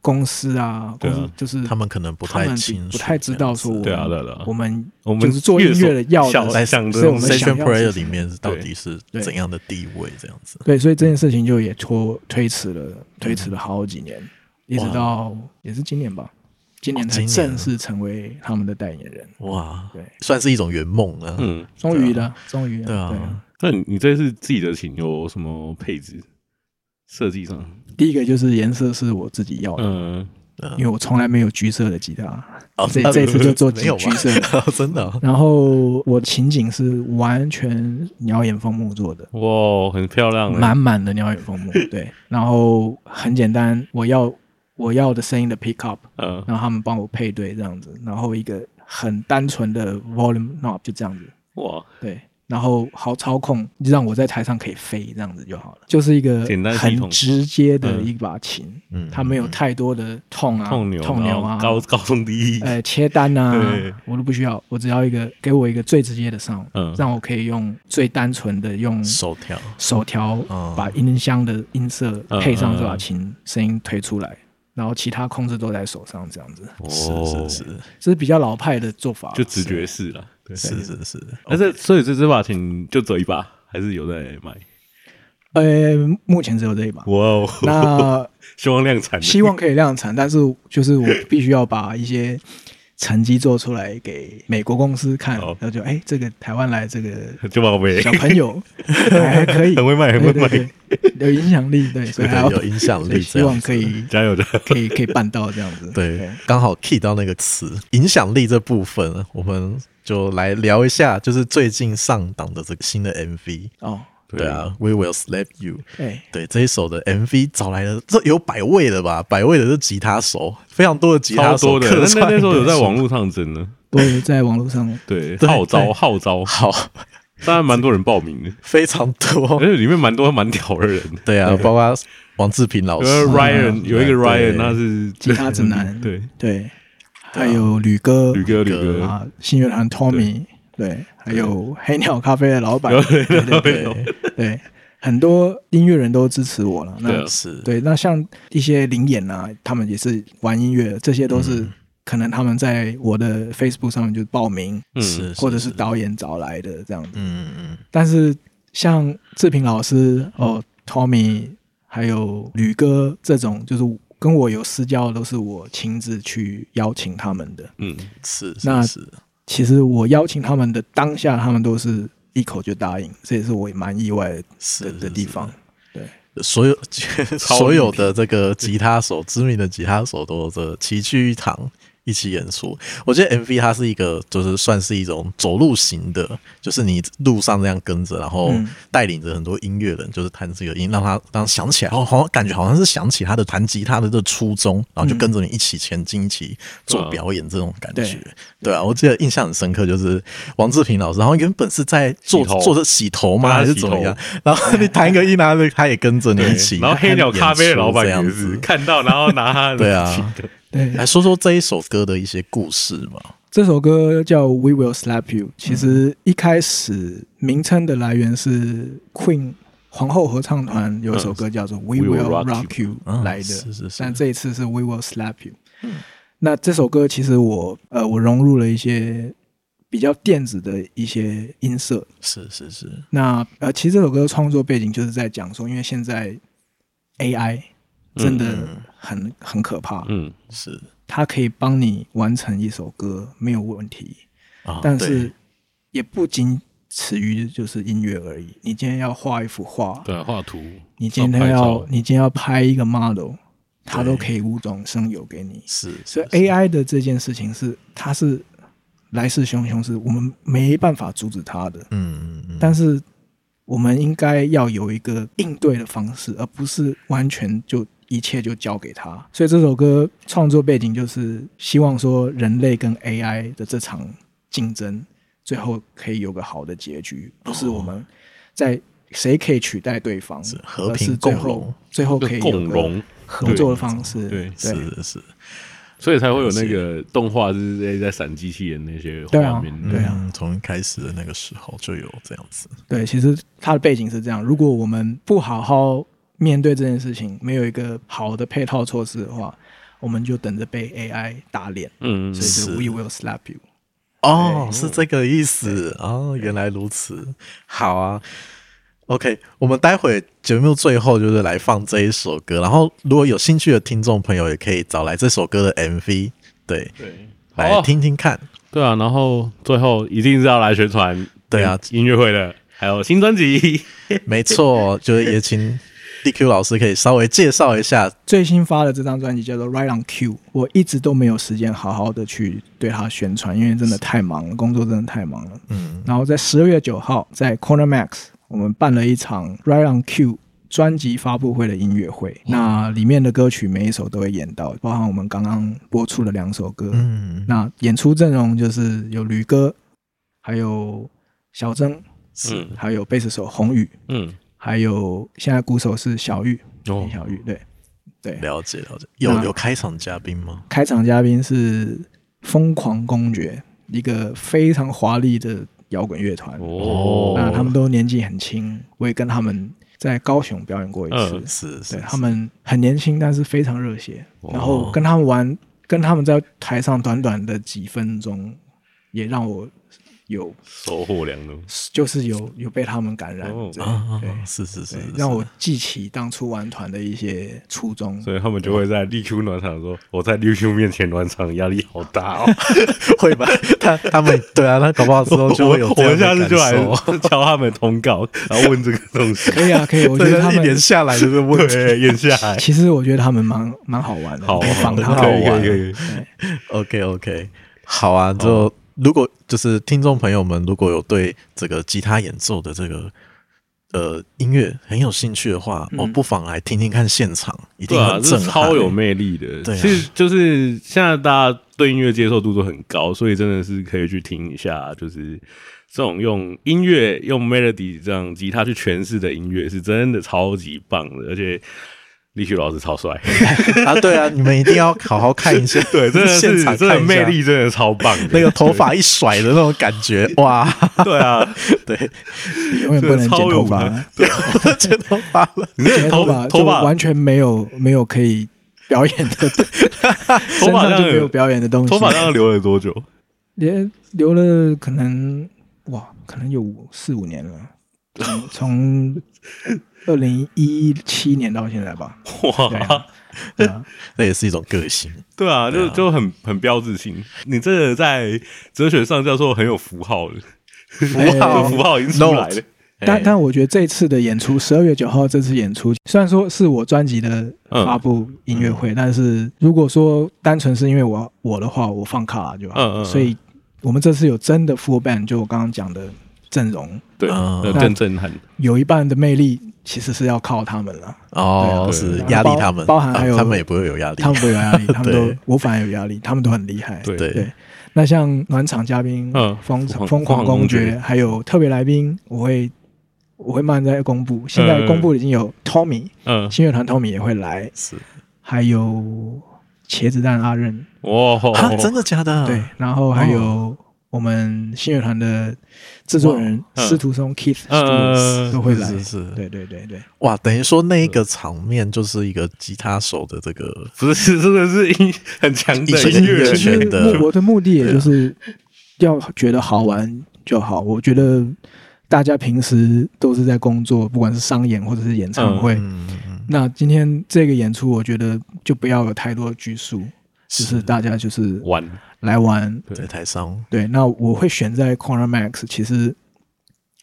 [SPEAKER 4] 公司啊，
[SPEAKER 3] 对
[SPEAKER 4] 公
[SPEAKER 3] 啊
[SPEAKER 4] 司就是
[SPEAKER 1] 他们可能不
[SPEAKER 4] 他
[SPEAKER 1] 太
[SPEAKER 4] 们
[SPEAKER 1] 清楚，
[SPEAKER 4] 不太知道说我们
[SPEAKER 3] 对啊对啊对啊
[SPEAKER 4] 我们
[SPEAKER 3] 我们
[SPEAKER 4] 就是做音乐的要
[SPEAKER 3] 想
[SPEAKER 4] 的
[SPEAKER 1] 在
[SPEAKER 3] 想的
[SPEAKER 4] 所以我们想
[SPEAKER 1] session
[SPEAKER 4] 要
[SPEAKER 1] player
[SPEAKER 4] 是
[SPEAKER 1] 里面到底是怎样的地位这样子。
[SPEAKER 4] 对，所以这件事情就也拖推迟了，推
[SPEAKER 1] 嗯
[SPEAKER 4] 迟了好几年，一直到也是今年吧，今年
[SPEAKER 1] 哦今
[SPEAKER 4] 才
[SPEAKER 1] 年啊
[SPEAKER 4] 正式成为他们的代言人，
[SPEAKER 1] 哇，
[SPEAKER 4] 对
[SPEAKER 1] 算是一种圆梦了。嗯，
[SPEAKER 3] 嗯，
[SPEAKER 4] 终于了，终于了，
[SPEAKER 1] 对啊
[SPEAKER 3] 那你你这次自己的琴有什么配置？设计上，
[SPEAKER 4] 第一个就是颜色是我自己要的，
[SPEAKER 3] 嗯，
[SPEAKER 4] 因为我从来没有橘色的吉他，
[SPEAKER 1] 哦
[SPEAKER 4] 这
[SPEAKER 1] 那
[SPEAKER 4] 这次就做橘
[SPEAKER 1] 没有吧
[SPEAKER 4] 橘色的。
[SPEAKER 1] 真的 哦
[SPEAKER 4] 然后我的情景是完全鸟眼枫木做的，
[SPEAKER 3] 哇，很漂亮欸，
[SPEAKER 4] 满满的鸟 眼枫木，对。然后很简单，我要我要的声音的 pickup，
[SPEAKER 3] 嗯，
[SPEAKER 4] 然后他们帮我配对这样子，然后一个很单纯的 volume knob 就这样子，
[SPEAKER 3] 哇，
[SPEAKER 4] 对，然后好操控，让我在台上可以飞，这样子就好了。就是一个
[SPEAKER 3] 简单系统
[SPEAKER 4] 很直接的一把琴，
[SPEAKER 5] 嗯
[SPEAKER 4] 它没有太多的痛啊、
[SPEAKER 3] 痛牛
[SPEAKER 4] 痛
[SPEAKER 3] 然
[SPEAKER 4] 牛
[SPEAKER 3] 后
[SPEAKER 4] 啊、
[SPEAKER 3] 高高中低，
[SPEAKER 4] 呃切 单
[SPEAKER 3] 对
[SPEAKER 4] 啊，我都不需要，我只要一个给我一个最直接的 sound，、
[SPEAKER 3] 嗯
[SPEAKER 4] 让我可以用最单纯的用
[SPEAKER 1] 手调，
[SPEAKER 4] 手调
[SPEAKER 1] 哦
[SPEAKER 4] 把音箱的音色
[SPEAKER 3] 嗯
[SPEAKER 4] 配上这把
[SPEAKER 3] 嗯
[SPEAKER 4] 琴，声音推出来，然后其他控制都在手上，这样子，
[SPEAKER 3] 哦
[SPEAKER 1] 是是是
[SPEAKER 4] 这是比较老派的做法，
[SPEAKER 3] 就直觉式了。对，
[SPEAKER 1] 是是是，
[SPEAKER 3] 但是所以这只把琴就走一把，还是有在买。
[SPEAKER 4] 呃，目前只有这一把。
[SPEAKER 3] 哇哦，
[SPEAKER 4] 那
[SPEAKER 3] 希望量产的，
[SPEAKER 4] 希望可以量产，但是就是我必须要把一些成绩做出来给美国公司看，
[SPEAKER 3] 好
[SPEAKER 4] 然后就哎、这个台湾来这个
[SPEAKER 3] 就宝贝
[SPEAKER 4] 小，朋友 还可以，
[SPEAKER 3] 很会卖很会卖
[SPEAKER 4] 对对对有影响力，对，所以还要
[SPEAKER 1] 对有影响
[SPEAKER 4] 所以
[SPEAKER 1] 力，
[SPEAKER 4] 希望可以
[SPEAKER 3] 加油的。
[SPEAKER 4] 可以可以办到这样子，
[SPEAKER 1] 对，刚好 key 到那个词“影响力”这部分，我们就来聊一下，就是最近上档的这个新的 MV。
[SPEAKER 4] 哦，
[SPEAKER 1] 对啊，We Will Slap You。
[SPEAKER 4] 哎、
[SPEAKER 1] 对这一首的 MV 找来了，这有百位了吧？百位的是吉他手，非常多的吉他
[SPEAKER 3] 超
[SPEAKER 1] 手
[SPEAKER 3] 多的，
[SPEAKER 1] 客
[SPEAKER 3] 那那
[SPEAKER 1] 串
[SPEAKER 3] 那时候有在网络上争呢，
[SPEAKER 4] 都有在网络上
[SPEAKER 3] 对，
[SPEAKER 1] 对
[SPEAKER 3] 号召
[SPEAKER 1] 对
[SPEAKER 3] 号召，
[SPEAKER 1] 好，
[SPEAKER 3] 当然蛮多人报名的，
[SPEAKER 1] 非常多
[SPEAKER 3] 而。且里面蛮多蛮屌的人的，
[SPEAKER 1] 对啊，包括王志平老
[SPEAKER 3] 有
[SPEAKER 1] 师啊
[SPEAKER 3] 个 Ryan，有一个
[SPEAKER 1] 对
[SPEAKER 3] Ryan，他是
[SPEAKER 4] 吉他指 南
[SPEAKER 3] 对，
[SPEAKER 4] 对，还有吕哥，
[SPEAKER 3] 吕哥吕哥，
[SPEAKER 4] 啊，新乐团 Tommy，对，还有黑鸟咖啡的老 板，
[SPEAKER 3] 对
[SPEAKER 4] 对对对对，很多音乐人都支持我了。
[SPEAKER 3] 对啊
[SPEAKER 4] 那
[SPEAKER 1] 是
[SPEAKER 4] 对，那像一些灵眼啊，他们也是玩音乐的，这些都
[SPEAKER 3] 嗯
[SPEAKER 4] 是可能他们在我的 Facebook 上面就报名，
[SPEAKER 3] 嗯
[SPEAKER 1] 是，
[SPEAKER 4] 或者是导演找来的这样子。
[SPEAKER 1] 嗯嗯
[SPEAKER 4] 但是像志平老师哦，Tommy 还有吕哥这种，就是跟我有私交，都是我亲自去邀请他们的。
[SPEAKER 3] 嗯，
[SPEAKER 1] 嗯是
[SPEAKER 4] 那
[SPEAKER 1] 是是
[SPEAKER 4] 其实我邀请他们的当下，他们都是一口就答应，这也是我蛮意外的
[SPEAKER 1] 是
[SPEAKER 4] 的地方。
[SPEAKER 1] 所有 所有的这个吉他手，知名的吉他手都这齐聚一堂一起演出。我觉得 MV 它是一个，就是算是一种走路型的，就是你路上这样跟着，然后
[SPEAKER 4] 嗯
[SPEAKER 1] 带领着很多音乐人，就是弹这个音，让他让他想起来，哦，好像感觉好像是想起他的弹吉他的这初衷，然后就跟着你一起前进，一起做
[SPEAKER 3] 嗯
[SPEAKER 1] 表演这种感
[SPEAKER 4] 对
[SPEAKER 1] 觉。对啊，我记得印象很深刻，就是王志平老师，然后原本是在做
[SPEAKER 3] 洗头
[SPEAKER 1] 做着洗头吗，
[SPEAKER 3] 帮他
[SPEAKER 1] 还是
[SPEAKER 3] 洗
[SPEAKER 1] 怎么
[SPEAKER 3] 头
[SPEAKER 1] 样？然后你弹个一拿着，他也跟着你
[SPEAKER 3] 对
[SPEAKER 1] 一起。
[SPEAKER 3] 然后黑鸟咖啡的老板
[SPEAKER 1] 这样
[SPEAKER 3] 也是
[SPEAKER 1] 子，
[SPEAKER 3] 看到，然后拿他的
[SPEAKER 1] 对啊
[SPEAKER 3] 琴的
[SPEAKER 4] 对，
[SPEAKER 1] 来说说这一首歌的一些故事吧。
[SPEAKER 4] 这首歌叫《We Will Slap You》，其
[SPEAKER 1] 嗯
[SPEAKER 4] 实一开始名称的来源是 Queen 皇后合唱团有一首歌叫做《We
[SPEAKER 3] We
[SPEAKER 4] Will
[SPEAKER 3] Will Rock
[SPEAKER 4] Rock You
[SPEAKER 1] 嗯》
[SPEAKER 4] 来的，
[SPEAKER 1] 是是嗯是
[SPEAKER 4] 但这一次是 We Will Slap You。那这首歌其实我呃我融入了一些比较电子的一些音色，
[SPEAKER 1] 是是是，
[SPEAKER 4] 那呃，其实这首歌的创作背景就是在讲说，因为现在 AI 真的
[SPEAKER 1] 嗯
[SPEAKER 4] 很、很可怕，
[SPEAKER 3] 嗯，
[SPEAKER 1] 是
[SPEAKER 4] 它可以帮你完成一首歌没有问题，
[SPEAKER 1] 啊，
[SPEAKER 4] 但
[SPEAKER 1] 对
[SPEAKER 4] 是也不仅此于就是音乐而已。你今天要画一幅画，
[SPEAKER 3] 对啊，画图，
[SPEAKER 4] 你今天
[SPEAKER 3] 拍
[SPEAKER 4] 要
[SPEAKER 3] 照
[SPEAKER 4] 你今天要拍一个 model，它
[SPEAKER 1] 对
[SPEAKER 4] 都可以无中生有给你。
[SPEAKER 1] 是
[SPEAKER 4] 所以
[SPEAKER 1] 是
[SPEAKER 4] AI 的这件事情是它是来势汹汹，是我们没办法阻止它的。
[SPEAKER 1] 嗯嗯嗯，
[SPEAKER 4] 但是我们应该要有一个应对的方式，而不是完全就一切就交给他。所以这首歌创作背景就是希望说，人类跟 AI 的这场竞争，最后可以有个好的结局，不是我们在谁可以取代对方，
[SPEAKER 1] 哦是和
[SPEAKER 4] 而
[SPEAKER 1] 平
[SPEAKER 4] 是最
[SPEAKER 1] 共
[SPEAKER 4] 后
[SPEAKER 1] 荣
[SPEAKER 4] 最后
[SPEAKER 3] 就
[SPEAKER 4] 可以有
[SPEAKER 3] 共
[SPEAKER 4] 个
[SPEAKER 3] 荣，
[SPEAKER 4] 合作的方式。
[SPEAKER 3] 对
[SPEAKER 4] 对
[SPEAKER 1] 是是是，
[SPEAKER 3] 所以才会有那个动画是在闪机器人那些
[SPEAKER 4] 对啊
[SPEAKER 3] 画面，
[SPEAKER 4] 对啊
[SPEAKER 1] 嗯，从一开始的那个时候就有这样子，
[SPEAKER 4] 对，其实它的背景是这样：如果我们不好好面对这件事情，没有一个好的配套措施的话，我们就等着被 AI 打脸。
[SPEAKER 3] 嗯，嗯
[SPEAKER 4] 所
[SPEAKER 1] 是
[SPEAKER 4] 以就 We will slap you。
[SPEAKER 1] 哦，是这个意思哦，原来如此，好啊。OK，我们待会节目最后就是来放这一首歌，然后如果有兴趣的听众朋友也可以找来这首歌的 MV，对，
[SPEAKER 3] 对，好
[SPEAKER 1] 来
[SPEAKER 3] 啊
[SPEAKER 1] 听听看。
[SPEAKER 3] 对啊，然后最后一定是要来宣传，
[SPEAKER 1] 对啊
[SPEAKER 3] 音乐会的，还有新专辑，
[SPEAKER 1] 没错，就是也请 DQ 老师可以稍微介绍一下。
[SPEAKER 4] 最新发的这张专辑叫做《Right on Cue》，我一直都没有时间好好的去对它宣传，因为真的太忙了，工作真的太忙了。
[SPEAKER 1] 嗯，
[SPEAKER 4] 然后在十二月九号，在 Corner Max，我们办了一场《Right on Cue》专辑发布会的音乐会。那里面的歌曲每一首都会演到，包含我们刚刚播出的两首歌。
[SPEAKER 1] 嗯，
[SPEAKER 4] 那演出阵容就是有吕哥，还有小曾，
[SPEAKER 3] 嗯
[SPEAKER 4] 还有贝斯手宏宇，
[SPEAKER 3] 嗯，
[SPEAKER 4] 还有现在鼓手是小玉，
[SPEAKER 3] 哦
[SPEAKER 4] 林小玉，对对。
[SPEAKER 1] 了解了解。有
[SPEAKER 4] 那
[SPEAKER 1] 有开场嘉宾吗？
[SPEAKER 4] 开场嘉宾是疯狂公爵，一个非常华丽的摇滚乐团。
[SPEAKER 3] 哦，
[SPEAKER 4] 那他们都年纪很轻，我也跟他们在高雄表演过一次。
[SPEAKER 3] 嗯
[SPEAKER 1] 是
[SPEAKER 4] 对
[SPEAKER 1] 是，
[SPEAKER 4] 他们很年轻，但是非常热血。
[SPEAKER 3] 哦
[SPEAKER 4] 然后跟他们玩，跟他们在台上短短的几分钟，也让我有
[SPEAKER 3] 收获良多，
[SPEAKER 4] 就是有有被他们感染。
[SPEAKER 3] 哦
[SPEAKER 4] 对
[SPEAKER 1] 啊啊，
[SPEAKER 4] 对
[SPEAKER 1] 啊是是是
[SPEAKER 4] 对，，
[SPEAKER 1] 是
[SPEAKER 4] 让我记起当初玩团的一些初衷。
[SPEAKER 3] 所以他们就会在 DQ 暖场说：“我在 DQ 面前暖场，压力好大哦。
[SPEAKER 1] 会 吧？他他们对啊，他搞不好之后就会有
[SPEAKER 3] 我
[SPEAKER 1] 这
[SPEAKER 3] 我
[SPEAKER 1] 样的
[SPEAKER 3] 下次就来
[SPEAKER 1] 感受哎
[SPEAKER 3] 敲他们通告，然后问这个东 西。
[SPEAKER 4] 可以啊，可以，我觉
[SPEAKER 1] 对
[SPEAKER 4] 得他
[SPEAKER 1] 但是一
[SPEAKER 4] 们
[SPEAKER 1] 年下来就是问 题。
[SPEAKER 3] 对，演下 来，
[SPEAKER 4] 其实我觉得他们蛮蛮好玩的，
[SPEAKER 3] 好啊
[SPEAKER 4] 模仿他
[SPEAKER 1] 很
[SPEAKER 4] 们
[SPEAKER 1] 好
[SPEAKER 3] 可以可
[SPEAKER 1] 玩
[SPEAKER 3] 以可以，
[SPEAKER 1] OK OK，好啊，就如果就是听众朋友们，如果有对这个吉他演奏的这个呃音乐很有兴趣的话，
[SPEAKER 4] 嗯
[SPEAKER 1] 哦，不妨来听听看现场，一定
[SPEAKER 3] 对啊，
[SPEAKER 1] 很
[SPEAKER 3] 这
[SPEAKER 1] 震
[SPEAKER 3] 是
[SPEAKER 1] 撼，
[SPEAKER 3] 超有魅力的。
[SPEAKER 1] 对啊
[SPEAKER 3] 其实就是现在大家对音乐接受度都很高，所以真的是可以去听一下，就是这种用音乐、用 melody 这样吉他去诠释的音乐，是真的超级棒的，而且。立旭老师超 帅，
[SPEAKER 1] 啊！对啊，你们一定要好好看一下，
[SPEAKER 3] 对，真的
[SPEAKER 1] 现
[SPEAKER 3] 是
[SPEAKER 1] 场
[SPEAKER 3] 真的
[SPEAKER 1] 看一下
[SPEAKER 3] 魅力，真的超棒的。
[SPEAKER 1] 那个头发一甩的那种感觉，哇，
[SPEAKER 3] 对啊，
[SPEAKER 1] 对，
[SPEAKER 4] 永远不能剪
[SPEAKER 3] 超有
[SPEAKER 4] 头
[SPEAKER 3] 舞
[SPEAKER 4] 发，
[SPEAKER 3] 台
[SPEAKER 1] 剪头发 了，
[SPEAKER 3] 你那
[SPEAKER 4] 剪
[SPEAKER 3] 个头
[SPEAKER 4] 头发
[SPEAKER 3] 头
[SPEAKER 4] 就
[SPEAKER 3] 发
[SPEAKER 4] 完全没有没有可以表演的，
[SPEAKER 3] 头
[SPEAKER 4] 身
[SPEAKER 3] 发
[SPEAKER 4] 上
[SPEAKER 3] 上
[SPEAKER 4] 就没有表演的东西。
[SPEAKER 3] 头发上留了多久？
[SPEAKER 4] 连留了可能哇，可能有五四五年了，从从二零一七年到现在吧。对
[SPEAKER 3] 哇
[SPEAKER 4] 啊，对啊
[SPEAKER 1] 那也是一种个性。
[SPEAKER 3] 对啊，就就很很标志性。你这个在哲学上叫做很有符号的，
[SPEAKER 1] 符
[SPEAKER 3] 这个
[SPEAKER 1] 号
[SPEAKER 3] 符号已经出来了
[SPEAKER 1] Note。
[SPEAKER 4] 但
[SPEAKER 1] 哎
[SPEAKER 4] 但我觉得这次的演出，十二月九号这次演出，虽然说是我专辑的
[SPEAKER 3] 嗯
[SPEAKER 4] 发布音乐会，但是如果说单纯是因为我我的话，我放卡就好。
[SPEAKER 3] 嗯嗯嗯
[SPEAKER 4] 所以我们这次有真的 full band，就我刚刚讲的阵容，
[SPEAKER 3] 对，
[SPEAKER 1] 嗯
[SPEAKER 3] 那更呃震撼。
[SPEAKER 4] 有一半的魅力其实是要靠他们了。
[SPEAKER 1] 哦，
[SPEAKER 3] 对啊
[SPEAKER 1] 是
[SPEAKER 4] 对
[SPEAKER 1] 压力
[SPEAKER 4] 包
[SPEAKER 1] 他们，
[SPEAKER 4] 包含还
[SPEAKER 1] 啊
[SPEAKER 4] 有
[SPEAKER 1] 他们也不会有压力，
[SPEAKER 4] 他们不会 有压力，他们都
[SPEAKER 1] 对
[SPEAKER 4] 我反而有压力，他们都很厉害。
[SPEAKER 3] 对
[SPEAKER 1] 对
[SPEAKER 4] 对，那像暖场嘉宾，
[SPEAKER 3] 嗯疯狂
[SPEAKER 4] 疯疯
[SPEAKER 3] 疯狂
[SPEAKER 4] 狂
[SPEAKER 3] 公
[SPEAKER 4] 公
[SPEAKER 3] 爵
[SPEAKER 4] 爵，还有特别来宾，我会我会慢慢再公布。现在公布已经有 Tommy
[SPEAKER 1] 啊
[SPEAKER 3] 嗯，
[SPEAKER 4] 新乐团 Tommy 也会来，
[SPEAKER 1] 是
[SPEAKER 4] 还有茄子蛋阿任，
[SPEAKER 3] 哇，
[SPEAKER 1] 啊，真的假的？
[SPEAKER 4] 对，然后还
[SPEAKER 1] 哦
[SPEAKER 4] 有我们新乐团的制作人
[SPEAKER 3] 嗯
[SPEAKER 4] 司徒松 Keith
[SPEAKER 3] 嗯
[SPEAKER 4] Stewart 都会来
[SPEAKER 1] 是。是是，
[SPEAKER 4] 对对对对，
[SPEAKER 1] 哇，等于说那一个场面就是一个吉他手的这个
[SPEAKER 3] 不是，真的是音很强
[SPEAKER 1] 一
[SPEAKER 3] 的
[SPEAKER 1] 群
[SPEAKER 3] 音乐人
[SPEAKER 1] 完
[SPEAKER 4] 其实
[SPEAKER 1] 全的
[SPEAKER 4] 目我的目的
[SPEAKER 1] 啊
[SPEAKER 4] 也就是要觉得好玩就好。我觉得大家平时都是在工作，不管是商演或者是演唱会。
[SPEAKER 1] 嗯嗯
[SPEAKER 4] 那今天这个演出，我觉得就不要有太多拘束，就是大家就是
[SPEAKER 3] 玩。
[SPEAKER 4] 来玩。
[SPEAKER 1] 在台上，
[SPEAKER 4] 对，那我会选在 Corner Max，其实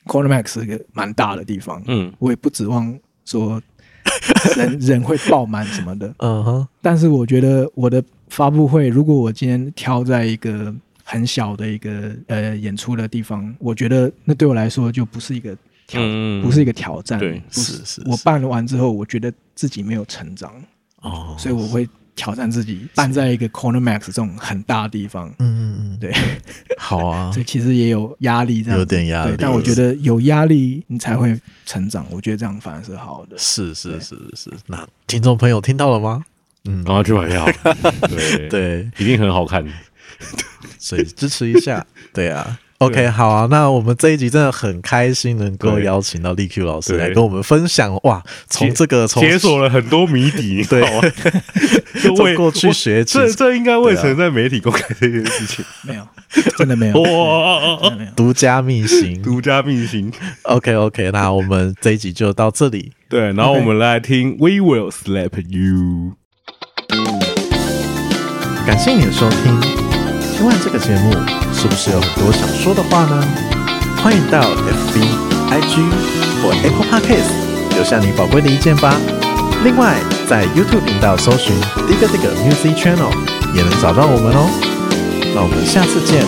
[SPEAKER 4] Corner Max 是一个蛮大的地方，
[SPEAKER 3] 嗯，
[SPEAKER 4] 我也不指望说 人人会爆满什么的。
[SPEAKER 1] 嗯哼，
[SPEAKER 4] 但是我觉得我的发布会，如果我今天挑在一个很小的一个呃演出的地方，我觉得那对我来说就不是一个挑，
[SPEAKER 3] 嗯
[SPEAKER 4] 不是一个挑战。
[SPEAKER 3] 对
[SPEAKER 4] 不是
[SPEAKER 1] 是是
[SPEAKER 4] 我
[SPEAKER 1] 是
[SPEAKER 4] 办完之后，我觉得自己没有成长，
[SPEAKER 1] 哦，
[SPEAKER 4] 所以我会挑战自己办在一个 Corner Max 这种很大的地方。
[SPEAKER 1] 嗯嗯嗯，
[SPEAKER 4] 对，
[SPEAKER 1] 好啊
[SPEAKER 4] 所，以其实也有压力，这样子
[SPEAKER 1] 有点压力
[SPEAKER 4] 对但我觉得有压力你才会成长，我觉得这样反而是好的。
[SPEAKER 1] 是是是是，那听众朋友听到了吗？嗯，
[SPEAKER 3] 然后去买 票，对，
[SPEAKER 1] 对，
[SPEAKER 3] 一定很好看。
[SPEAKER 1] 所以支持一 下，对啊。OK，好啊，那我们这一集真的很开心，能够
[SPEAKER 3] 对
[SPEAKER 1] 邀请到利 Q 老师
[SPEAKER 3] 对
[SPEAKER 1] 来跟我们分享哇，从这个从
[SPEAKER 3] 解锁了很多谜底，你知 道吗？就
[SPEAKER 1] 从
[SPEAKER 3] 为
[SPEAKER 1] 过去学习
[SPEAKER 3] 这这应该未
[SPEAKER 1] 啊
[SPEAKER 3] 曾在媒体公开这件事 情。
[SPEAKER 4] 没有，真的没有，
[SPEAKER 3] 哇，哦
[SPEAKER 4] 真的没有。
[SPEAKER 1] 独家 秘辛。
[SPEAKER 3] 独家秘辛。
[SPEAKER 1] OK OK，那我们这一集就到这里。
[SPEAKER 3] 对，然后我
[SPEAKER 4] OK
[SPEAKER 3] 们来听《We Will Slap You》。
[SPEAKER 1] 感谢你的收听。听完这个节目，是不是有很多想说的话呢？欢迎到 FB、IG 或 Apple Podcast 留下你宝贵的意见吧。另外，在 YouTube 频道搜寻 Dig Dig Music Channel 也能找到我们哦。那我们下次见，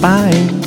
[SPEAKER 1] 拜。